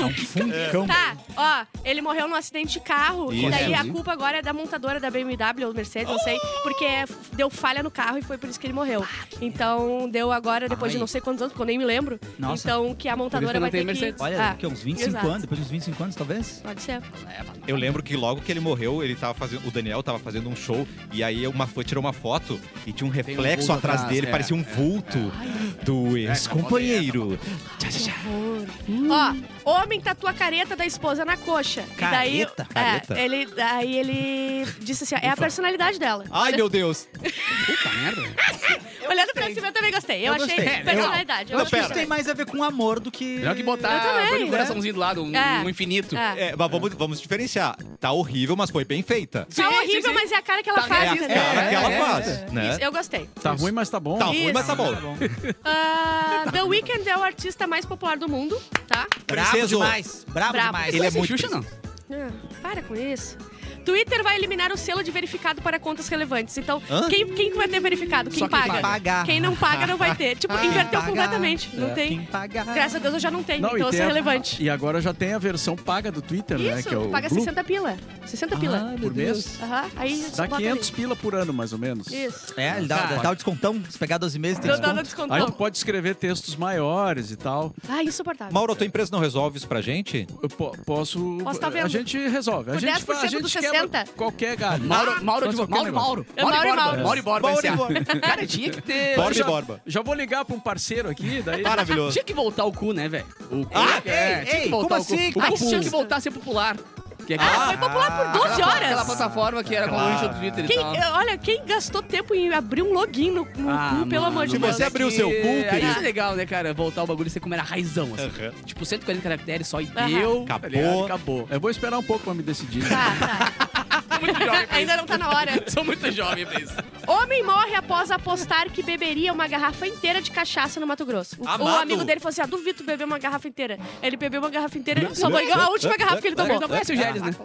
[SPEAKER 6] Mano, que
[SPEAKER 2] Funcão.
[SPEAKER 5] Tá, ó, ele morreu num acidente de carro. E
[SPEAKER 1] Isso.
[SPEAKER 5] daí a culpa agora é da montadora da BMW ou Mercedes, não sei. Porque deu falha no carro e foi por isso que ele morreu. Então deu agora, depois
[SPEAKER 2] Ai.
[SPEAKER 5] de não sei quantos anos, porque eu nem me lembro.
[SPEAKER 2] Nossa.
[SPEAKER 5] Então que a montadora
[SPEAKER 6] não
[SPEAKER 5] vai
[SPEAKER 6] tem
[SPEAKER 5] ter que...
[SPEAKER 6] Mercedes.
[SPEAKER 2] Olha,
[SPEAKER 5] Ah,
[SPEAKER 2] que é uns 25
[SPEAKER 5] exato.
[SPEAKER 2] anos, depois de uns 25 anos, talvez?
[SPEAKER 5] Pode ser.
[SPEAKER 6] É,
[SPEAKER 1] Eu lembro que logo que ele morreu, ele tava fazendo. O Daniel tava fazendo um show e aí uma fã tirou uma foto e tinha um
[SPEAKER 6] um
[SPEAKER 1] reflexo
[SPEAKER 6] vulto
[SPEAKER 1] atrás
[SPEAKER 6] atrás,
[SPEAKER 1] dele,
[SPEAKER 6] é,
[SPEAKER 1] parecia um vulto do ex-companheiro.
[SPEAKER 5] Ó, homem tatua a careta da esposa na coxa.
[SPEAKER 2] Careta?
[SPEAKER 5] E daí,
[SPEAKER 1] Careta?
[SPEAKER 5] É, ele, daí ele disse assim, ó, é a personalidade dela.
[SPEAKER 1] Ai, meu Deus!
[SPEAKER 6] puta merda.
[SPEAKER 5] Olhando pra cima, eu também gostei.
[SPEAKER 2] Eu
[SPEAKER 5] Eu, achei
[SPEAKER 2] gostei.
[SPEAKER 5] personalidade. Eu,
[SPEAKER 2] Eu acho
[SPEAKER 5] achei
[SPEAKER 2] que isso tem mais a ver com amor do que.
[SPEAKER 6] Melhor que
[SPEAKER 5] Eu
[SPEAKER 6] botar
[SPEAKER 5] também,
[SPEAKER 6] coisa de
[SPEAKER 5] né?
[SPEAKER 6] coraçãozinho do lado, um,
[SPEAKER 5] É.
[SPEAKER 6] um infinito.
[SPEAKER 5] É.
[SPEAKER 1] É, mas vamos, vamos diferenciar. Tá horrível, mas foi bem feita.
[SPEAKER 5] Tá
[SPEAKER 6] Sim,
[SPEAKER 5] horrível,
[SPEAKER 6] sim, sim.
[SPEAKER 5] mas é a cara que ela
[SPEAKER 6] Tá,
[SPEAKER 5] faz,
[SPEAKER 1] É a
[SPEAKER 5] entendeu?
[SPEAKER 1] cara
[SPEAKER 2] é,
[SPEAKER 1] que ela
[SPEAKER 2] é,
[SPEAKER 1] faz, né?
[SPEAKER 5] Isso, eu gostei.
[SPEAKER 7] Tá ruim, mas tá bom.
[SPEAKER 1] Tá ruim, mas tá bom.
[SPEAKER 5] Ah, The Weeknd é o artista mais popular do mundo, tá?
[SPEAKER 2] Bravo
[SPEAKER 1] Preciso.
[SPEAKER 2] demais. Bravo
[SPEAKER 5] Bravo.
[SPEAKER 2] demais.
[SPEAKER 6] Ele é muito Xuxa, não.
[SPEAKER 5] Ah, para com isso. Twitter vai eliminar o selo de verificado para contas relevantes. Então,
[SPEAKER 1] Hã?
[SPEAKER 5] quem, quem que vai ter verificado? Quem
[SPEAKER 6] Só quem
[SPEAKER 5] paga?
[SPEAKER 2] paga.
[SPEAKER 5] Quem não paga não vai ter. Tipo,
[SPEAKER 2] Ah, Quem
[SPEAKER 5] inverteu
[SPEAKER 2] pagar.
[SPEAKER 5] completamente. Não
[SPEAKER 2] É. Quem
[SPEAKER 5] tem.
[SPEAKER 2] pagar.
[SPEAKER 5] Graças a Deus eu já não tenho,
[SPEAKER 7] Não,
[SPEAKER 5] então eu
[SPEAKER 7] tem
[SPEAKER 5] sou
[SPEAKER 7] a-
[SPEAKER 5] relevante.
[SPEAKER 7] E agora já tem a versão paga do Twitter, né?
[SPEAKER 5] Isso,
[SPEAKER 7] Que é o
[SPEAKER 5] paga
[SPEAKER 7] Blue
[SPEAKER 5] 60 pila. 60 pila.
[SPEAKER 7] por mês.
[SPEAKER 5] Aham, aí você
[SPEAKER 7] Dá
[SPEAKER 5] bota
[SPEAKER 7] 500
[SPEAKER 5] ali.
[SPEAKER 7] pila por ano, mais ou menos.
[SPEAKER 5] Isso.
[SPEAKER 2] É, ele dá, dá o descontão. Se pegar 12 meses, tem
[SPEAKER 5] Tô dando
[SPEAKER 2] desconto.
[SPEAKER 5] desconto.
[SPEAKER 7] Aí tu pode escrever textos maiores e tal.
[SPEAKER 5] Ah, insuportável.
[SPEAKER 1] Mauro, a tua empresa não resolve isso pra gente?
[SPEAKER 7] Eu po- posso.
[SPEAKER 5] Posso tá vendo.
[SPEAKER 7] A gente resolve. A
[SPEAKER 5] Por
[SPEAKER 7] gente, a
[SPEAKER 5] 10%
[SPEAKER 7] gente
[SPEAKER 5] dos
[SPEAKER 7] quebra
[SPEAKER 5] 60.
[SPEAKER 7] qualquer galho.
[SPEAKER 6] Mauro, Mauro, de, Mauro,
[SPEAKER 7] Faz qualquer
[SPEAKER 6] Mauro,
[SPEAKER 7] negócio.
[SPEAKER 6] Mauro,
[SPEAKER 5] É Mauro e Mauro.
[SPEAKER 6] Mauro e Borba, é
[SPEAKER 1] Mauro e
[SPEAKER 6] SA.
[SPEAKER 1] Borba.
[SPEAKER 6] Cara, tinha que ter...
[SPEAKER 1] Borba e
[SPEAKER 6] já,
[SPEAKER 1] Borba.
[SPEAKER 7] Já vou ligar pra um parceiro aqui, daí.
[SPEAKER 1] Maravilhoso.
[SPEAKER 6] Tinha que voltar o cu, né, velho? O cu,
[SPEAKER 1] Ah,
[SPEAKER 6] é,
[SPEAKER 2] ei,
[SPEAKER 6] tinha
[SPEAKER 2] ei,
[SPEAKER 6] que voltar
[SPEAKER 2] como
[SPEAKER 6] o cu.
[SPEAKER 2] assim?
[SPEAKER 6] O cu
[SPEAKER 5] Ai,
[SPEAKER 6] tinha que
[SPEAKER 5] justo.
[SPEAKER 6] voltar a ser popular. Que é
[SPEAKER 5] Ah,
[SPEAKER 6] aquela-
[SPEAKER 5] foi popular por 12
[SPEAKER 6] aquela- Aquela
[SPEAKER 5] horas.
[SPEAKER 6] plataforma que era concorrente do Twitter
[SPEAKER 5] Quem-
[SPEAKER 6] e tal.
[SPEAKER 5] olha, quem gastou tempo em abrir um login no, no
[SPEAKER 6] Ah,
[SPEAKER 5] cu, pelo
[SPEAKER 6] mano,
[SPEAKER 5] amor de
[SPEAKER 1] Se
[SPEAKER 5] Deus.
[SPEAKER 1] você
[SPEAKER 6] mas é
[SPEAKER 1] abrir o
[SPEAKER 6] que-
[SPEAKER 1] seu cu,
[SPEAKER 6] Aí
[SPEAKER 1] querido.
[SPEAKER 6] isso é legal, né, cara? Voltar o bagulho e ser como era a raizão, assim.
[SPEAKER 1] Aham.
[SPEAKER 6] Tipo, 140 caracteres só e
[SPEAKER 5] Aham.
[SPEAKER 6] deu. tá
[SPEAKER 1] Acabou.
[SPEAKER 6] ligado? Acabou.
[SPEAKER 7] Eu vou esperar um pouco pra me decidir.
[SPEAKER 5] Tá, tá. Ainda não tá na hora.
[SPEAKER 6] Sou muito jovem pra isso.
[SPEAKER 5] Homem morre após apostar que beberia uma garrafa inteira de cachaça no Mato Grosso. O,
[SPEAKER 1] Amado.
[SPEAKER 5] o amigo dele falou assim: ah, duvido tu beber uma garrafa inteira. Ele bebeu uma garrafa inteira, só banhou a última garrafa que ele tomou.
[SPEAKER 6] Ele não conhece o Gélis, né?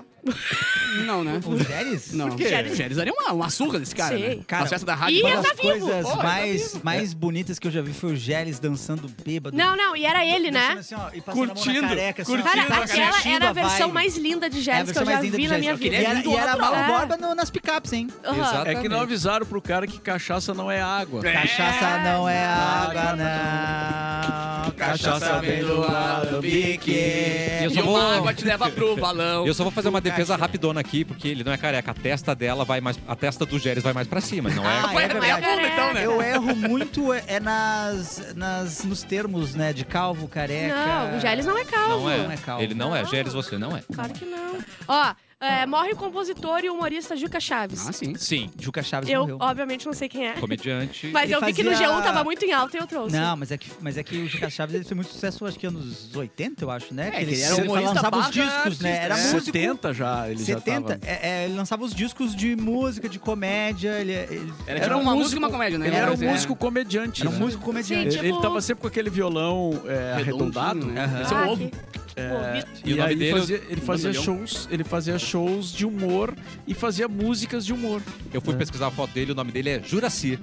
[SPEAKER 6] Não, né?
[SPEAKER 2] O Gélis?
[SPEAKER 6] Não.
[SPEAKER 5] quê?
[SPEAKER 6] Gélis Gélis daria uma, uma surra desse cara,
[SPEAKER 5] Sei.
[SPEAKER 6] né?
[SPEAKER 2] Cara, É.
[SPEAKER 6] Na festa da
[SPEAKER 5] e
[SPEAKER 6] rádio.
[SPEAKER 2] Uma
[SPEAKER 5] Ele
[SPEAKER 2] das
[SPEAKER 5] tá vivo.
[SPEAKER 2] coisas
[SPEAKER 5] Ó, ele tá
[SPEAKER 2] mais, mais bonitas que eu já vi foi o Gélis dançando bêbado.
[SPEAKER 5] Não, não, e era ele, né?
[SPEAKER 2] Dançando assim, ó, e passando a mão na
[SPEAKER 7] Curtindo,
[SPEAKER 2] careca, assim, ó.
[SPEAKER 5] Cara,
[SPEAKER 7] Curtindo,
[SPEAKER 5] aquela
[SPEAKER 2] curtindo
[SPEAKER 5] era a versão
[SPEAKER 2] vibe.
[SPEAKER 5] mais linda de
[SPEAKER 2] É a
[SPEAKER 5] Gélis que
[SPEAKER 2] versão
[SPEAKER 5] eu já
[SPEAKER 2] mais linda
[SPEAKER 5] vi
[SPEAKER 2] do
[SPEAKER 5] na
[SPEAKER 2] Gélis.
[SPEAKER 5] minha
[SPEAKER 2] E
[SPEAKER 5] vida.
[SPEAKER 2] era, e era mal
[SPEAKER 5] É.
[SPEAKER 2] borba no- nas picapes, hein?
[SPEAKER 5] Aham.
[SPEAKER 7] É que não avisaram pro cara que cachaça não é água.
[SPEAKER 2] Cachaça não é água,
[SPEAKER 7] água,
[SPEAKER 2] não.
[SPEAKER 7] Cachaça vem do
[SPEAKER 2] ar do
[SPEAKER 6] E
[SPEAKER 2] bique.
[SPEAKER 1] só
[SPEAKER 6] uma
[SPEAKER 1] vou-
[SPEAKER 6] água te leva pro balão.
[SPEAKER 1] Eu só vou fazer uma defesa rapidona aqui, porque ele não é careca. A testa dela vai mais. A testa do Géris vai mais pra cima, não é?
[SPEAKER 2] Ah,
[SPEAKER 6] Vai
[SPEAKER 2] é
[SPEAKER 6] até a
[SPEAKER 2] verdade.
[SPEAKER 6] bunda, então, né?
[SPEAKER 2] Eu erro muito é, é nas, nas, nos termos, né? De calvo, careca.
[SPEAKER 5] Não, o Gélis não é calvo.
[SPEAKER 1] Não é.
[SPEAKER 2] Não é calvo.
[SPEAKER 1] Ele não é.
[SPEAKER 5] Não.
[SPEAKER 1] Géris, você não é.
[SPEAKER 5] Claro que não. Ó, É, morre o compositor e humorista Juca Chaves.
[SPEAKER 6] Ah, sim.
[SPEAKER 3] Sim.
[SPEAKER 2] Juca Chaves
[SPEAKER 5] eu,
[SPEAKER 2] morreu.
[SPEAKER 5] obviamente, não sei quem é.
[SPEAKER 3] Comediante.
[SPEAKER 5] Mas
[SPEAKER 2] Ele
[SPEAKER 5] eu vi que no
[SPEAKER 2] fazia-
[SPEAKER 5] G1 tava muito em alta e eu trouxe.
[SPEAKER 2] Não, mas é, que, mas é que o Juca Chaves ele fez muito sucesso, acho que anos 80, eu acho, né?
[SPEAKER 6] É,
[SPEAKER 2] Que ele,
[SPEAKER 6] ele
[SPEAKER 2] era
[SPEAKER 6] se
[SPEAKER 2] humorista,
[SPEAKER 6] ele
[SPEAKER 2] lançava os
[SPEAKER 6] barra, era
[SPEAKER 2] discos, né?
[SPEAKER 6] artista,
[SPEAKER 2] Era
[SPEAKER 6] né?
[SPEAKER 2] músico.
[SPEAKER 7] 70 É. já, ele já
[SPEAKER 2] 70,
[SPEAKER 7] tava...
[SPEAKER 2] é, é, ele lançava os discos de música, de comédia, ele, ele- um
[SPEAKER 6] Era, uma música e uma comédia, né?
[SPEAKER 7] Ele era um
[SPEAKER 6] Mas, é,
[SPEAKER 7] músico comediante.
[SPEAKER 2] era um
[SPEAKER 7] né?
[SPEAKER 2] músico
[SPEAKER 5] Sim,
[SPEAKER 2] comediante.
[SPEAKER 7] Ele,
[SPEAKER 5] tipo-
[SPEAKER 7] ele tava sempre com aquele violão
[SPEAKER 6] redondinho,
[SPEAKER 7] é, arredondado,
[SPEAKER 6] né?
[SPEAKER 2] Aham.
[SPEAKER 6] Esse é
[SPEAKER 5] Ah,
[SPEAKER 6] um ovo.
[SPEAKER 5] que-
[SPEAKER 7] É,
[SPEAKER 3] E o nome
[SPEAKER 7] aí ele
[SPEAKER 3] dele-
[SPEAKER 7] fazia, ele fazia
[SPEAKER 6] Mendonça.
[SPEAKER 7] shows, ele fazia shows de humor e fazia músicas de humor.
[SPEAKER 1] Eu fui pesquisar a foto dele, o nome dele é Juraci.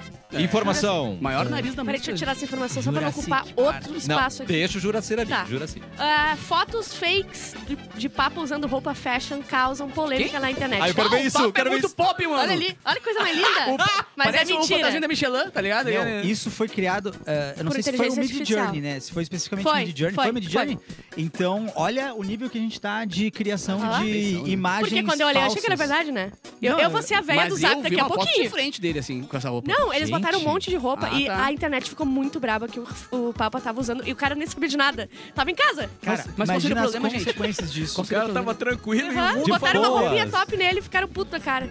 [SPEAKER 1] Informação.
[SPEAKER 6] Maior nariz da
[SPEAKER 5] Peraí, deixa
[SPEAKER 6] música.
[SPEAKER 5] eu tirar essa informação só pra não
[SPEAKER 2] Jurassic
[SPEAKER 5] ocupar outro espaço
[SPEAKER 1] Não,
[SPEAKER 5] aqui.
[SPEAKER 1] deixa o Juracir ali.
[SPEAKER 5] Tá.
[SPEAKER 1] Juraci.
[SPEAKER 5] Ah, fotos fakes de, de papo usando roupa fashion causam polêmica na internet. Ah,
[SPEAKER 1] Aí eu quero ver
[SPEAKER 6] o
[SPEAKER 1] isso,
[SPEAKER 6] papo
[SPEAKER 1] eu quero
[SPEAKER 6] é
[SPEAKER 1] ver
[SPEAKER 6] muito
[SPEAKER 1] isso.
[SPEAKER 6] pop, mano.
[SPEAKER 5] Olha ali, olha que coisa mais linda. Mas
[SPEAKER 6] Parece
[SPEAKER 5] é
[SPEAKER 6] um fantasia
[SPEAKER 5] mentira.
[SPEAKER 6] da Michelin, tá ligado?
[SPEAKER 2] Meu,
[SPEAKER 6] É, né?
[SPEAKER 2] isso foi criado, eh, eu não
[SPEAKER 5] Por
[SPEAKER 2] sei se foi o
[SPEAKER 5] inteligência
[SPEAKER 2] Mid
[SPEAKER 5] artificial.
[SPEAKER 2] Journey, né? Se foi especificamente
[SPEAKER 5] Foi,
[SPEAKER 2] Mid Journey,
[SPEAKER 5] foi,
[SPEAKER 2] foi, Mid Journey. Então, olha o nível que a gente tá de criação
[SPEAKER 5] Ah,
[SPEAKER 2] de imagens
[SPEAKER 5] Porque quando eu olhei, eu achei que era
[SPEAKER 2] falsas.
[SPEAKER 5] verdade, né? Eu, eu vou ser a velha
[SPEAKER 6] Mas
[SPEAKER 5] do
[SPEAKER 6] eu
[SPEAKER 5] Zap
[SPEAKER 6] vi
[SPEAKER 5] daqui a
[SPEAKER 6] uma foto de
[SPEAKER 5] pouquinho.
[SPEAKER 6] frente dele, assim, com essa roupa.
[SPEAKER 5] Não, eles botaram um monte de roupa
[SPEAKER 6] Ah,
[SPEAKER 5] e
[SPEAKER 6] tá.
[SPEAKER 5] a internet ficou muito braba que o, o Papa tava usando. E o cara nem sabia de nada. Tava em casa.
[SPEAKER 2] Cara,
[SPEAKER 6] Mas- mas qual seria
[SPEAKER 2] imagina
[SPEAKER 6] o
[SPEAKER 2] as
[SPEAKER 6] problema, gente?
[SPEAKER 2] consequências disso.
[SPEAKER 7] O cara tava tranquilo e
[SPEAKER 5] Aham,
[SPEAKER 7] o mundo
[SPEAKER 5] botaram uma
[SPEAKER 1] boas.
[SPEAKER 5] roupinha top nele e ficaram puto da cara.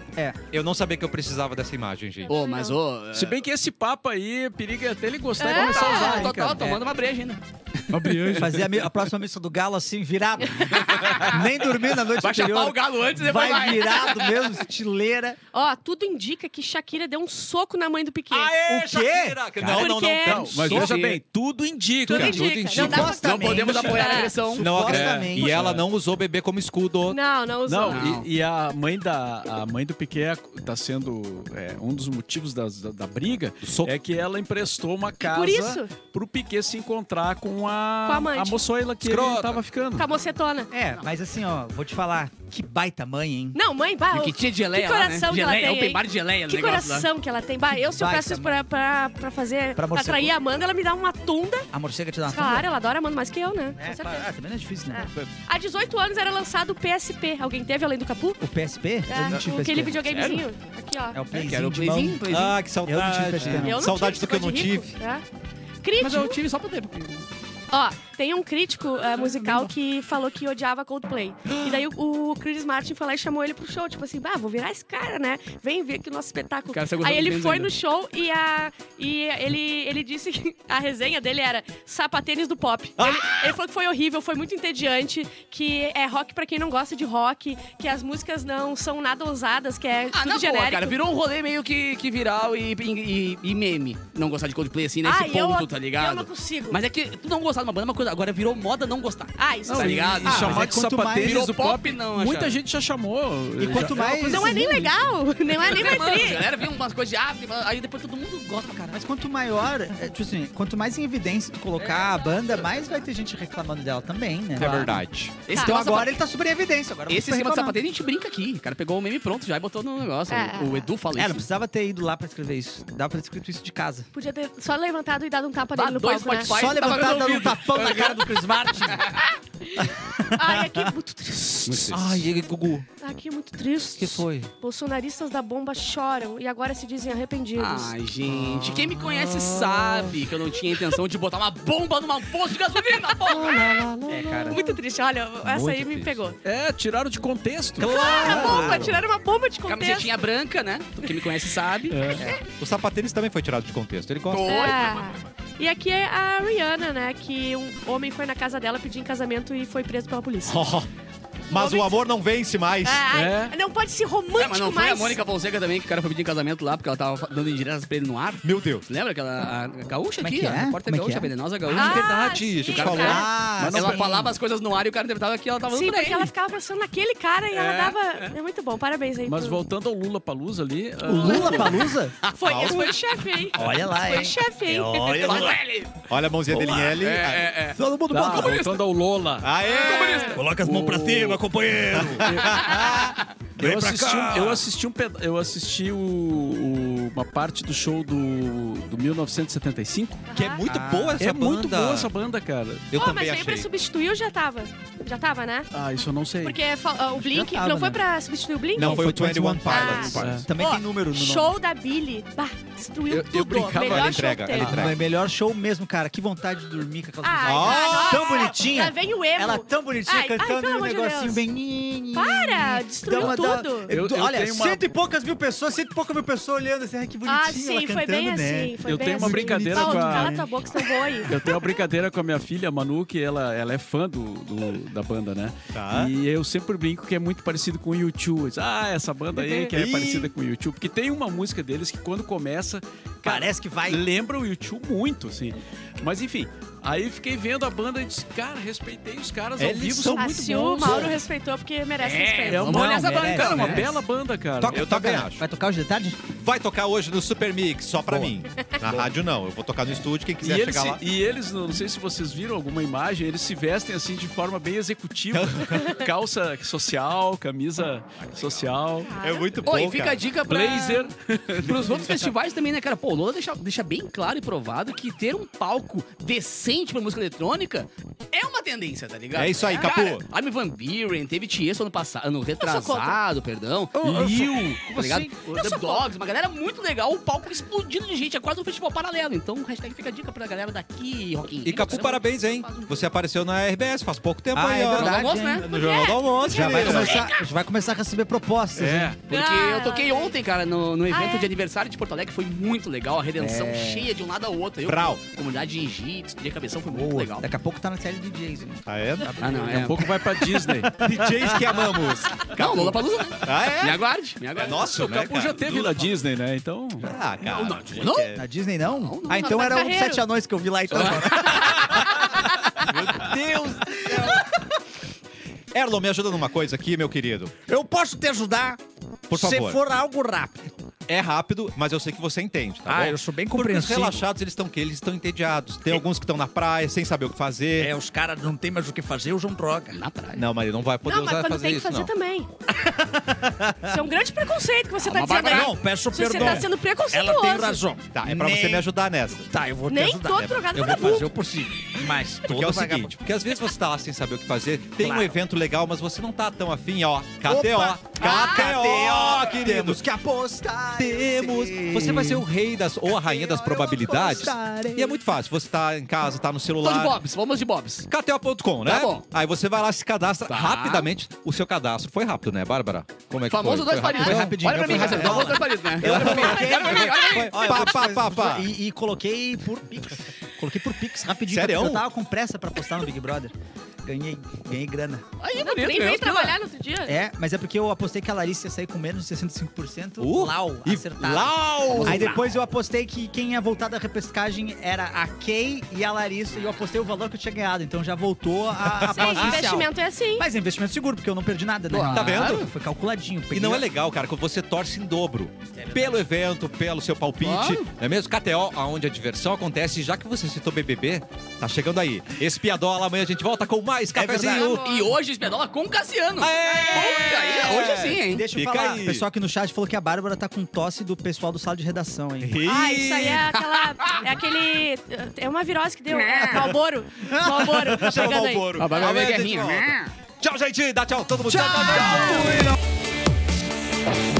[SPEAKER 1] Eu não sabia que eu precisava dessa imagem, gente.
[SPEAKER 6] Ô, mas ô...
[SPEAKER 7] Se bem que esse papo aí periga até ele gostar
[SPEAKER 5] É,
[SPEAKER 7] e começar a usar, hein,
[SPEAKER 6] Total,
[SPEAKER 7] cara?
[SPEAKER 6] tomando uma breja ainda.
[SPEAKER 2] Fazer a, mi- a próxima missa do galo assim, virado. Nem dormir na noite
[SPEAKER 6] Vai chapar o
[SPEAKER 2] anterior.
[SPEAKER 6] galo antes e depois
[SPEAKER 2] Vai
[SPEAKER 6] vai.
[SPEAKER 2] virado mesmo, estileira.
[SPEAKER 5] Ó, tudo indica que Shakira deu um soco na mãe do Piquet.
[SPEAKER 2] o quê?
[SPEAKER 1] Não, não, não.
[SPEAKER 7] é.
[SPEAKER 5] Porque-
[SPEAKER 1] não. Mas
[SPEAKER 7] um
[SPEAKER 6] Tudo
[SPEAKER 1] veja
[SPEAKER 6] indica.
[SPEAKER 1] bem, tudo indica.
[SPEAKER 5] Tudo indica. Não dá pra... É,
[SPEAKER 6] Não podemos apoiar a agressão.
[SPEAKER 1] Não acredito.
[SPEAKER 2] Supostamente.
[SPEAKER 1] É, E ela não usou bebê como escudo.
[SPEAKER 5] Não, não usou.
[SPEAKER 7] Não,
[SPEAKER 6] Não.
[SPEAKER 7] E, e a mãe da a mãe do Piquet tá sendo é, um dos motivos das- da, da briga
[SPEAKER 1] Sou-
[SPEAKER 7] é que ela emprestou uma casa
[SPEAKER 5] Por isso,
[SPEAKER 7] pro Piquet se encontrar com a
[SPEAKER 5] Com a amante. Tá
[SPEAKER 7] moçoila que
[SPEAKER 1] Escrota.
[SPEAKER 7] ele tava ficando.
[SPEAKER 5] com a mocetona.
[SPEAKER 2] É, mas assim, ó, vou te falar, que baita mãe, hein?
[SPEAKER 5] Não, mãe, bah,
[SPEAKER 6] Que
[SPEAKER 5] que,
[SPEAKER 6] tinha de geleia
[SPEAKER 5] Que
[SPEAKER 6] lá, né?
[SPEAKER 5] coração que ela
[SPEAKER 6] Geleia,
[SPEAKER 5] tem,
[SPEAKER 6] open
[SPEAKER 5] hein?
[SPEAKER 6] bar de geleia no
[SPEAKER 5] que
[SPEAKER 6] negócio lá.
[SPEAKER 5] coração que ela tem. Bah, eu se eu
[SPEAKER 2] Baita
[SPEAKER 5] peço isso pra, pra, pra
[SPEAKER 2] Pra
[SPEAKER 5] fazer, pra,
[SPEAKER 2] morcego.
[SPEAKER 5] atrair a Amanda, ela me dá uma tunda.
[SPEAKER 2] A morcega
[SPEAKER 6] Tá.
[SPEAKER 2] te dá uma
[SPEAKER 5] Claro, ela adora a Amanda mais que eu, né?
[SPEAKER 2] É,
[SPEAKER 5] Com certeza.
[SPEAKER 2] claro, ah, também não é difícil, né?
[SPEAKER 6] tá.
[SPEAKER 5] Há 18 anos era lançado o PSP. Alguém teve além do Capu?
[SPEAKER 2] O PSP? eu não tive PSP.
[SPEAKER 5] É. aquele videogamezinho. Aqui, ó.
[SPEAKER 2] É o
[SPEAKER 6] É, que
[SPEAKER 2] playzinho
[SPEAKER 6] era o
[SPEAKER 2] de mão.
[SPEAKER 6] playzinho, playzinho.
[SPEAKER 1] Ah, que
[SPEAKER 2] Eu não tive
[SPEAKER 1] saudade.
[SPEAKER 2] PSP, não.
[SPEAKER 5] Eu não
[SPEAKER 1] Saudade
[SPEAKER 5] tive,
[SPEAKER 1] do que eu não
[SPEAKER 5] ficou de rico,
[SPEAKER 1] tive.
[SPEAKER 5] tá? Crítico.
[SPEAKER 6] Mas eu tive só pra ter. porque-
[SPEAKER 5] Ó, tem um crítico eh, musical que falou que odiava Coldplay. E daí o, o Chris Martin foi lá e chamou ele pro show. Tipo assim, bah, vou virar esse cara, né? Vem ver aqui o nosso espetáculo.
[SPEAKER 6] Cara, você gostou
[SPEAKER 5] Aí
[SPEAKER 6] do
[SPEAKER 5] ele
[SPEAKER 6] Menos
[SPEAKER 5] foi
[SPEAKER 6] ainda.
[SPEAKER 5] no show e, a, e ele, ele disse que a resenha dele era sapatênis do pop. Ele, ele falou que foi horrível, foi muito entediante, que é rock pra quem não gosta de rock, que as músicas não são nada ousadas, que é
[SPEAKER 6] Ah,
[SPEAKER 5] tudo
[SPEAKER 6] na
[SPEAKER 5] genérico.
[SPEAKER 6] boa, cara. Virou um rolê meio que, que viral e, e, e meme. Não gostar de Coldplay assim nesse
[SPEAKER 5] Ah, eu-
[SPEAKER 6] ponto, tá
[SPEAKER 5] Eu não
[SPEAKER 6] ligado?
[SPEAKER 5] consigo.
[SPEAKER 6] Mas é que tu não gostar de uma banda é uma coisa. Agora virou moda não gostar.
[SPEAKER 5] Ah, isso
[SPEAKER 6] Tá
[SPEAKER 5] sim.
[SPEAKER 6] ligado?
[SPEAKER 7] E chamar
[SPEAKER 2] mas
[SPEAKER 7] de
[SPEAKER 2] é quanto mais-
[SPEAKER 7] sapatênis
[SPEAKER 6] Virou
[SPEAKER 7] do
[SPEAKER 6] pop,
[SPEAKER 7] pop,
[SPEAKER 6] não,
[SPEAKER 7] Muita
[SPEAKER 6] acharam.
[SPEAKER 7] gente já chamou.
[SPEAKER 2] E quanto mais...
[SPEAKER 5] Não é nem legal, não é nem mais
[SPEAKER 6] Mano, a
[SPEAKER 5] tri.
[SPEAKER 6] galera viu umas coisas de arte, aí depois todo mundo gosta pra caralho.
[SPEAKER 2] Mas quanto maior, é, tipo assim, quanto mais em evidência tu colocar a banda, mais vai ter gente reclamando dela também, né?
[SPEAKER 1] É verdade.
[SPEAKER 6] Esse
[SPEAKER 2] Então
[SPEAKER 6] tem uma
[SPEAKER 2] agora ele tá super em evidência. Agora
[SPEAKER 6] Esse
[SPEAKER 2] vai
[SPEAKER 6] em cima do
[SPEAKER 2] reclamar.
[SPEAKER 6] sapateiro a gente brinca aqui. O cara pegou o meme pronto já e botou no negócio.
[SPEAKER 5] É.
[SPEAKER 6] O, o Edu fala
[SPEAKER 2] É, não
[SPEAKER 6] isso.
[SPEAKER 2] precisava ter ido lá pra escrever isso. Dava pra ter escrito isso de casa.
[SPEAKER 5] Podia ter só levantado e dado um tapa
[SPEAKER 6] Dá
[SPEAKER 5] nele no
[SPEAKER 6] dois
[SPEAKER 5] palco, né?
[SPEAKER 6] Spotify. Pai,
[SPEAKER 2] Só
[SPEAKER 6] tá
[SPEAKER 2] levantar
[SPEAKER 6] pagando
[SPEAKER 2] dando um
[SPEAKER 6] ouvido.
[SPEAKER 2] tapão na cara do Chris Martin.
[SPEAKER 5] Ai, aqui é muito triste.
[SPEAKER 1] Ai, Gugu.
[SPEAKER 5] Aqui é muito triste.
[SPEAKER 1] que foi?
[SPEAKER 5] Bolsonaristas da bomba choram e agora se dizem arrependidos.
[SPEAKER 6] Ai, gente, quem me conhece sabe que eu não tinha intenção de botar uma bomba numa poça de gasolina, porra!
[SPEAKER 5] Ah,
[SPEAKER 2] é, cara.
[SPEAKER 5] Muito triste, olha, essa aí me pegou.
[SPEAKER 7] É, tiraram de contexto.
[SPEAKER 6] Ah,
[SPEAKER 5] Uma bomba, tiraram uma bomba de contexto.
[SPEAKER 6] Camisetinha branca, né? Quem me conhece sabe.
[SPEAKER 1] O sapatênis também foi tirado de contexto. Ele gosta.
[SPEAKER 5] Ah. E aqui é a Rihanna, né? Que um homem foi na casa dela pedir em casamento e foi preso pela polícia.
[SPEAKER 1] Mas o amor não vence mais.
[SPEAKER 5] Ah. Ai, Não pode ser romântico
[SPEAKER 6] É, mas não foi
[SPEAKER 5] mais.
[SPEAKER 6] a Mônica Fonseca também que o cara foi pedir em casamento lá porque ela tava fa- dando indiretas pra ele no ar?
[SPEAKER 1] Meu Deus.
[SPEAKER 6] Tu lembra aquela a, a gaúcha
[SPEAKER 2] Como é
[SPEAKER 6] aqui?
[SPEAKER 2] que
[SPEAKER 6] a
[SPEAKER 2] é?
[SPEAKER 6] repórter
[SPEAKER 2] Como é que
[SPEAKER 6] gaúcha,
[SPEAKER 2] é?
[SPEAKER 6] a venenosa gaúcha.
[SPEAKER 5] Ah,
[SPEAKER 1] verdade,
[SPEAKER 5] sim,
[SPEAKER 1] a gente falou.
[SPEAKER 5] cara.
[SPEAKER 2] Ah,
[SPEAKER 6] ela falava as coisas no ar e o cara interpretava que ela tava
[SPEAKER 5] Sim,
[SPEAKER 6] dando pra
[SPEAKER 5] porque
[SPEAKER 6] ele.
[SPEAKER 5] ela ficava pensando naquele cara e ela dava. É muito bom, parabéns aí.
[SPEAKER 7] Mas
[SPEAKER 5] pro-
[SPEAKER 7] voltando ao Lula Paluz ali. ah,
[SPEAKER 2] O Lula Palusa?
[SPEAKER 5] Ah, Foi, esse foi o chefe, hein?
[SPEAKER 2] Olha lá,
[SPEAKER 5] Foi
[SPEAKER 2] hein?
[SPEAKER 5] o chefe,
[SPEAKER 4] É,
[SPEAKER 5] hein?
[SPEAKER 2] Olha lá.
[SPEAKER 1] Olha a mãozinha dele em L. ah,
[SPEAKER 2] Todo mundo
[SPEAKER 7] Tá,
[SPEAKER 2] bota.
[SPEAKER 7] voltando ao Lola.
[SPEAKER 4] é
[SPEAKER 1] Aê!
[SPEAKER 8] Coloca as mãos pra cima, companheiro! Vem
[SPEAKER 7] eu,
[SPEAKER 8] pra
[SPEAKER 7] assisti
[SPEAKER 8] cá!
[SPEAKER 7] um, eu assisti um peda- eu assisti o- o- uma parte do show do, do 1975.
[SPEAKER 1] Que é muito boa essa
[SPEAKER 7] é
[SPEAKER 1] banda.
[SPEAKER 7] muito boa essa banda, cara.
[SPEAKER 1] Eu
[SPEAKER 5] Ó, mas é
[SPEAKER 1] também
[SPEAKER 5] veio pra
[SPEAKER 1] achei.
[SPEAKER 5] substituir ou já tava? Já tava, né?
[SPEAKER 7] Ah, isso eu não sei.
[SPEAKER 5] Porque fa- ah, o Blink.
[SPEAKER 2] tava,
[SPEAKER 5] não foi
[SPEAKER 2] né?
[SPEAKER 5] pra substituir o Blink?
[SPEAKER 1] Não, foi o 21
[SPEAKER 5] Pilots.
[SPEAKER 1] Pilots.
[SPEAKER 2] Também
[SPEAKER 5] Ó,
[SPEAKER 2] tem número no nome.
[SPEAKER 5] Show da Billy. Bah, destruiu
[SPEAKER 7] Eu- eu
[SPEAKER 5] tudo.
[SPEAKER 7] brincava,
[SPEAKER 5] Melhor
[SPEAKER 1] ela
[SPEAKER 5] show que
[SPEAKER 1] entrega,
[SPEAKER 5] teve.
[SPEAKER 1] ela
[SPEAKER 2] Ah, mas melhor show mesmo, cara. Que vontade de dormir com aquelas
[SPEAKER 5] Ai,
[SPEAKER 2] músicas.
[SPEAKER 5] cara,
[SPEAKER 2] tão
[SPEAKER 5] Ah, nossa.
[SPEAKER 2] bonitinha.
[SPEAKER 5] Lá vem o emo.
[SPEAKER 2] Ela tão bonitinha
[SPEAKER 5] Ai, ai,
[SPEAKER 2] cantando
[SPEAKER 5] pelo
[SPEAKER 2] um
[SPEAKER 5] amor de
[SPEAKER 2] negocinho
[SPEAKER 5] Deus.
[SPEAKER 2] bem.
[SPEAKER 5] Para, destruiu
[SPEAKER 2] Dá uma- É dá-
[SPEAKER 5] tudo.
[SPEAKER 7] Eu- eu
[SPEAKER 2] Olha,
[SPEAKER 7] tenho uma-
[SPEAKER 2] cento e poucas mil pessoas, cento e poucas mil pessoas olhando assim, ai que bonitinho
[SPEAKER 5] Ah, sim,
[SPEAKER 2] ela
[SPEAKER 5] foi bem
[SPEAKER 2] cantando, né?
[SPEAKER 5] assim. Foi
[SPEAKER 7] Eu
[SPEAKER 5] bem
[SPEAKER 7] tenho uma
[SPEAKER 5] assim.
[SPEAKER 7] brincadeira
[SPEAKER 5] Paulo,
[SPEAKER 7] com a-
[SPEAKER 5] cala tua boca, senão eu vou aí.
[SPEAKER 7] Eu tenho uma brincadeira com a minha filha, a Manu, que ela, ela é fã do, do- da banda, né?
[SPEAKER 1] Tá.
[SPEAKER 7] E eu sempre brinco que é muito parecido com o YouTube. Ah, essa banda aí que é
[SPEAKER 1] Ih.
[SPEAKER 7] parecida com o YouTube. Porque tem uma música deles que quando começa, cara,
[SPEAKER 2] Parece que vai...
[SPEAKER 7] lembra o YouTube muito, assim. Mas enfim, aí fiquei vendo a banda e disse, cara, respeitei os caras ao
[SPEAKER 1] Eles
[SPEAKER 7] vivo,
[SPEAKER 1] são
[SPEAKER 7] são muito
[SPEAKER 5] se o
[SPEAKER 7] bons.
[SPEAKER 5] Mauro respeitou, porque merece respeito.
[SPEAKER 7] É uma,
[SPEAKER 2] Não,
[SPEAKER 7] olha essa banda,
[SPEAKER 2] merece,
[SPEAKER 7] cara, uma
[SPEAKER 2] merece.
[SPEAKER 7] bela banda, cara.
[SPEAKER 2] Toca,
[SPEAKER 1] Eu
[SPEAKER 2] toca,
[SPEAKER 1] também acho.
[SPEAKER 2] Vai tocar os detalhes?
[SPEAKER 1] Vai tocar hoje no Super Mix, só pra mim. Na rádio não, eu vou tocar no estúdio, quem
[SPEAKER 7] E
[SPEAKER 1] quiser
[SPEAKER 7] eles,
[SPEAKER 1] chegar
[SPEAKER 7] se-
[SPEAKER 1] lá.
[SPEAKER 7] e eles, não sei se vocês viram alguma imagem, eles se vestem assim de forma bem executiva. Calça social, camisa social.
[SPEAKER 5] Cara,
[SPEAKER 1] É muito bom,
[SPEAKER 6] Oi, e fica a
[SPEAKER 1] cara.
[SPEAKER 6] dica pra,
[SPEAKER 7] Blazer.
[SPEAKER 6] pros outros festivais também, né, cara? Pô, o Lola deixa, deixa bem claro e provado que ter um palco decente pra música eletrônica é uma tendência, tá ligado?
[SPEAKER 1] É isso aí, Capu.
[SPEAKER 6] Cara, Armin Van Buren, teve Tiesto ano passado, ano retrasado, perdão.
[SPEAKER 7] eu
[SPEAKER 6] Liu, tá ligado?
[SPEAKER 5] Eu
[SPEAKER 6] The
[SPEAKER 5] sou
[SPEAKER 6] Dogs, uma galera muito legal, o palco explodindo de gente, é quase um festival paralelo. Então, hashtag fica a dica pra galera daqui, Rock in
[SPEAKER 1] E
[SPEAKER 6] Rio,
[SPEAKER 1] Capu,
[SPEAKER 6] caramba.
[SPEAKER 1] parabéns, hein? Você apareceu na RBS faz pouco tempo
[SPEAKER 2] Ah,
[SPEAKER 1] aí,
[SPEAKER 2] é
[SPEAKER 1] ó.
[SPEAKER 2] verdade.
[SPEAKER 6] Almoço,
[SPEAKER 2] hein?
[SPEAKER 6] né?
[SPEAKER 1] Tá No Jornal do Almoço,
[SPEAKER 2] Já vai
[SPEAKER 1] querido.
[SPEAKER 2] começar, já vai começar a receber propostas, hein?
[SPEAKER 7] É.
[SPEAKER 6] Porque
[SPEAKER 5] Ah,
[SPEAKER 6] eu toquei ontem, cara, no, no evento
[SPEAKER 5] Ah, é?
[SPEAKER 6] de aniversário de Porto Alegre, foi muito legal, a redenção cheia de um lado ao outro. Eu,
[SPEAKER 1] Brau.
[SPEAKER 6] comunidade de jiu-jitsu, de cabeção, foi
[SPEAKER 1] É.
[SPEAKER 6] muito
[SPEAKER 2] Boa.
[SPEAKER 6] legal.
[SPEAKER 2] Daqui a pouco tá na série do Jason.
[SPEAKER 1] Ah, é?
[SPEAKER 6] Ah, não,
[SPEAKER 7] Daqui a pouco vai pra Disney.
[SPEAKER 1] DJs que amamos.
[SPEAKER 6] Não, Lola Palusa, né?
[SPEAKER 1] Ah, é?
[SPEAKER 6] Me aguarde, me aguarde.
[SPEAKER 1] Nossa,
[SPEAKER 7] o Capu já teve na Disney, né? Então.
[SPEAKER 1] Ah, cara.
[SPEAKER 6] Não, não, não.
[SPEAKER 2] Na Disney, não?
[SPEAKER 6] Não, não.
[SPEAKER 2] ah, então
[SPEAKER 1] tá
[SPEAKER 5] Mas
[SPEAKER 2] era o
[SPEAKER 5] Carreiro.
[SPEAKER 2] Sete Anões que eu vi lá, então.
[SPEAKER 1] Deus do céu. Erlon, me ajuda numa coisa aqui, meu querido.
[SPEAKER 4] Eu posso te ajudar
[SPEAKER 1] Por favor.
[SPEAKER 4] se for algo rápido.
[SPEAKER 1] É rápido, mas eu sei que você entende, tá
[SPEAKER 4] ah,
[SPEAKER 1] bom?
[SPEAKER 4] eu sou bem
[SPEAKER 1] Porque os
[SPEAKER 4] compreensivo.
[SPEAKER 1] relaxados, eles estão o quê? Eles estão entediados. Tem alguns que estão na praia, sem saber o que fazer.
[SPEAKER 4] É, os caras não tem mais o que fazer, usam droga.
[SPEAKER 6] Na praia.
[SPEAKER 1] Não, Maria, não vai poder
[SPEAKER 5] não, mas
[SPEAKER 1] usar
[SPEAKER 5] quando
[SPEAKER 1] fazer
[SPEAKER 5] tem que
[SPEAKER 1] isso,
[SPEAKER 5] fazer
[SPEAKER 1] não.
[SPEAKER 5] também. Isso é um grande preconceito que você tá
[SPEAKER 6] mas
[SPEAKER 5] dizendo aí.
[SPEAKER 6] Bárbara,
[SPEAKER 4] Não, peço
[SPEAKER 5] Você
[SPEAKER 4] perdão.
[SPEAKER 5] tá sendo preconceituoso.
[SPEAKER 4] Ela tem razão.
[SPEAKER 1] Tá, é pra você
[SPEAKER 4] Nem-
[SPEAKER 1] me ajudar nessa.
[SPEAKER 4] Tá, eu vou te
[SPEAKER 5] Nem
[SPEAKER 4] ajudar.
[SPEAKER 5] todo drogado
[SPEAKER 4] Eu vou
[SPEAKER 5] vagabundo.
[SPEAKER 4] fazer o possível. Mas todo
[SPEAKER 1] Porque é o
[SPEAKER 4] vagabundo.
[SPEAKER 1] seguinte, porque às vezes você tá lá sem saber o que fazer, tem um
[SPEAKER 4] Claro.
[SPEAKER 1] evento legal, mas você não tá tão afim, ó. KTO,
[SPEAKER 2] Opa!
[SPEAKER 5] Ah,
[SPEAKER 1] KTO, querido.
[SPEAKER 2] Temos que apostar.
[SPEAKER 1] Temos. Você vai ser o rei das ou a rainha das
[SPEAKER 2] Eu
[SPEAKER 1] probabilidades.
[SPEAKER 2] apostarei.
[SPEAKER 1] E é muito fácil. Você tá em casa, tá no
[SPEAKER 6] Tô de
[SPEAKER 1] celular.
[SPEAKER 6] bobs, vamos de bobs.
[SPEAKER 1] KTO.com, né?
[SPEAKER 6] Tá bom.
[SPEAKER 1] Aí você vai lá, se cadastra
[SPEAKER 6] Tá.
[SPEAKER 1] rapidamente. O seu cadastro foi rápido, né, Bárbara? Como é que
[SPEAKER 6] Famoso
[SPEAKER 1] foi?
[SPEAKER 6] dois
[SPEAKER 1] Foi rápido?
[SPEAKER 6] palitos.
[SPEAKER 2] Foi
[SPEAKER 6] né?
[SPEAKER 2] rapidinho,
[SPEAKER 6] Olha pra mim,
[SPEAKER 2] foi
[SPEAKER 6] Razer,
[SPEAKER 2] rapidinho.
[SPEAKER 6] famoso dois palitos, né? Olha pra mim, olha pra mim, olha pra mim.
[SPEAKER 2] Olha,
[SPEAKER 1] Pá,
[SPEAKER 2] eu vou te
[SPEAKER 1] pá,
[SPEAKER 2] fazer-
[SPEAKER 1] pá, pá.
[SPEAKER 2] E, e coloquei por Pix. Coloquei por Pix rapidinho.
[SPEAKER 1] Sério?
[SPEAKER 2] porque Eu tava com pressa pra postar no Big Brother. Ganhei, ganhei grana.
[SPEAKER 6] Aí,
[SPEAKER 5] Não, tu
[SPEAKER 6] bonito,
[SPEAKER 5] nem
[SPEAKER 6] meu.
[SPEAKER 5] veio trabalhar no outro dia.
[SPEAKER 2] É, mas é porque eu apostei que a Larissa ia sair com menos de 65%.
[SPEAKER 1] Uh,
[SPEAKER 2] Lau,
[SPEAKER 1] e
[SPEAKER 2] acertado.
[SPEAKER 1] Lau!
[SPEAKER 2] Aí depois eu apostei que quem ia voltar da repescagem era a Kay e a Larissa. E eu apostei o valor que eu tinha ganhado. Então já voltou a, a
[SPEAKER 5] Sim,
[SPEAKER 2] aposta inicial.
[SPEAKER 5] investimento é assim.
[SPEAKER 2] Mas é investimento seguro, porque eu não perdi nada, né?
[SPEAKER 6] Claro.
[SPEAKER 1] Tá vendo?
[SPEAKER 2] Foi calculadinho.
[SPEAKER 1] E
[SPEAKER 2] peguei-
[SPEAKER 1] não é legal, cara, quando você torce em dobro. Pelo evento, pelo seu palpite,
[SPEAKER 6] é Claro.
[SPEAKER 1] não é mesmo? KTO, aonde a diversão acontece. Já que você citou BBB, tá chegando aí. Espiadola, amanhã a gente volta com mais cafezinho. É!
[SPEAKER 5] verdade.
[SPEAKER 6] E hoje, Espedola com Cassiano. É
[SPEAKER 1] Ah,
[SPEAKER 6] Olha
[SPEAKER 1] Aê!
[SPEAKER 6] aí, Hoje sim, hein?
[SPEAKER 2] Deixa eu
[SPEAKER 1] Fica
[SPEAKER 2] falar.
[SPEAKER 1] aí.
[SPEAKER 2] O pessoal aqui no chat falou que a Bárbara tá com tosse do pessoal do sala de redação, hein?
[SPEAKER 5] Ah, isso aí é aquela. É aquele. É uma virose que deu. É Malboro. Malboro. tá
[SPEAKER 1] Chama
[SPEAKER 5] Chegando
[SPEAKER 1] o
[SPEAKER 5] aí.
[SPEAKER 1] Boro.
[SPEAKER 6] A Bárbara
[SPEAKER 1] Amanhã
[SPEAKER 6] vai
[SPEAKER 1] a gente
[SPEAKER 6] guerrinha.
[SPEAKER 1] volta. Tchau, gente. Dá tchau. Todo mundo. Tchau, tchau, tchau. Fui, não.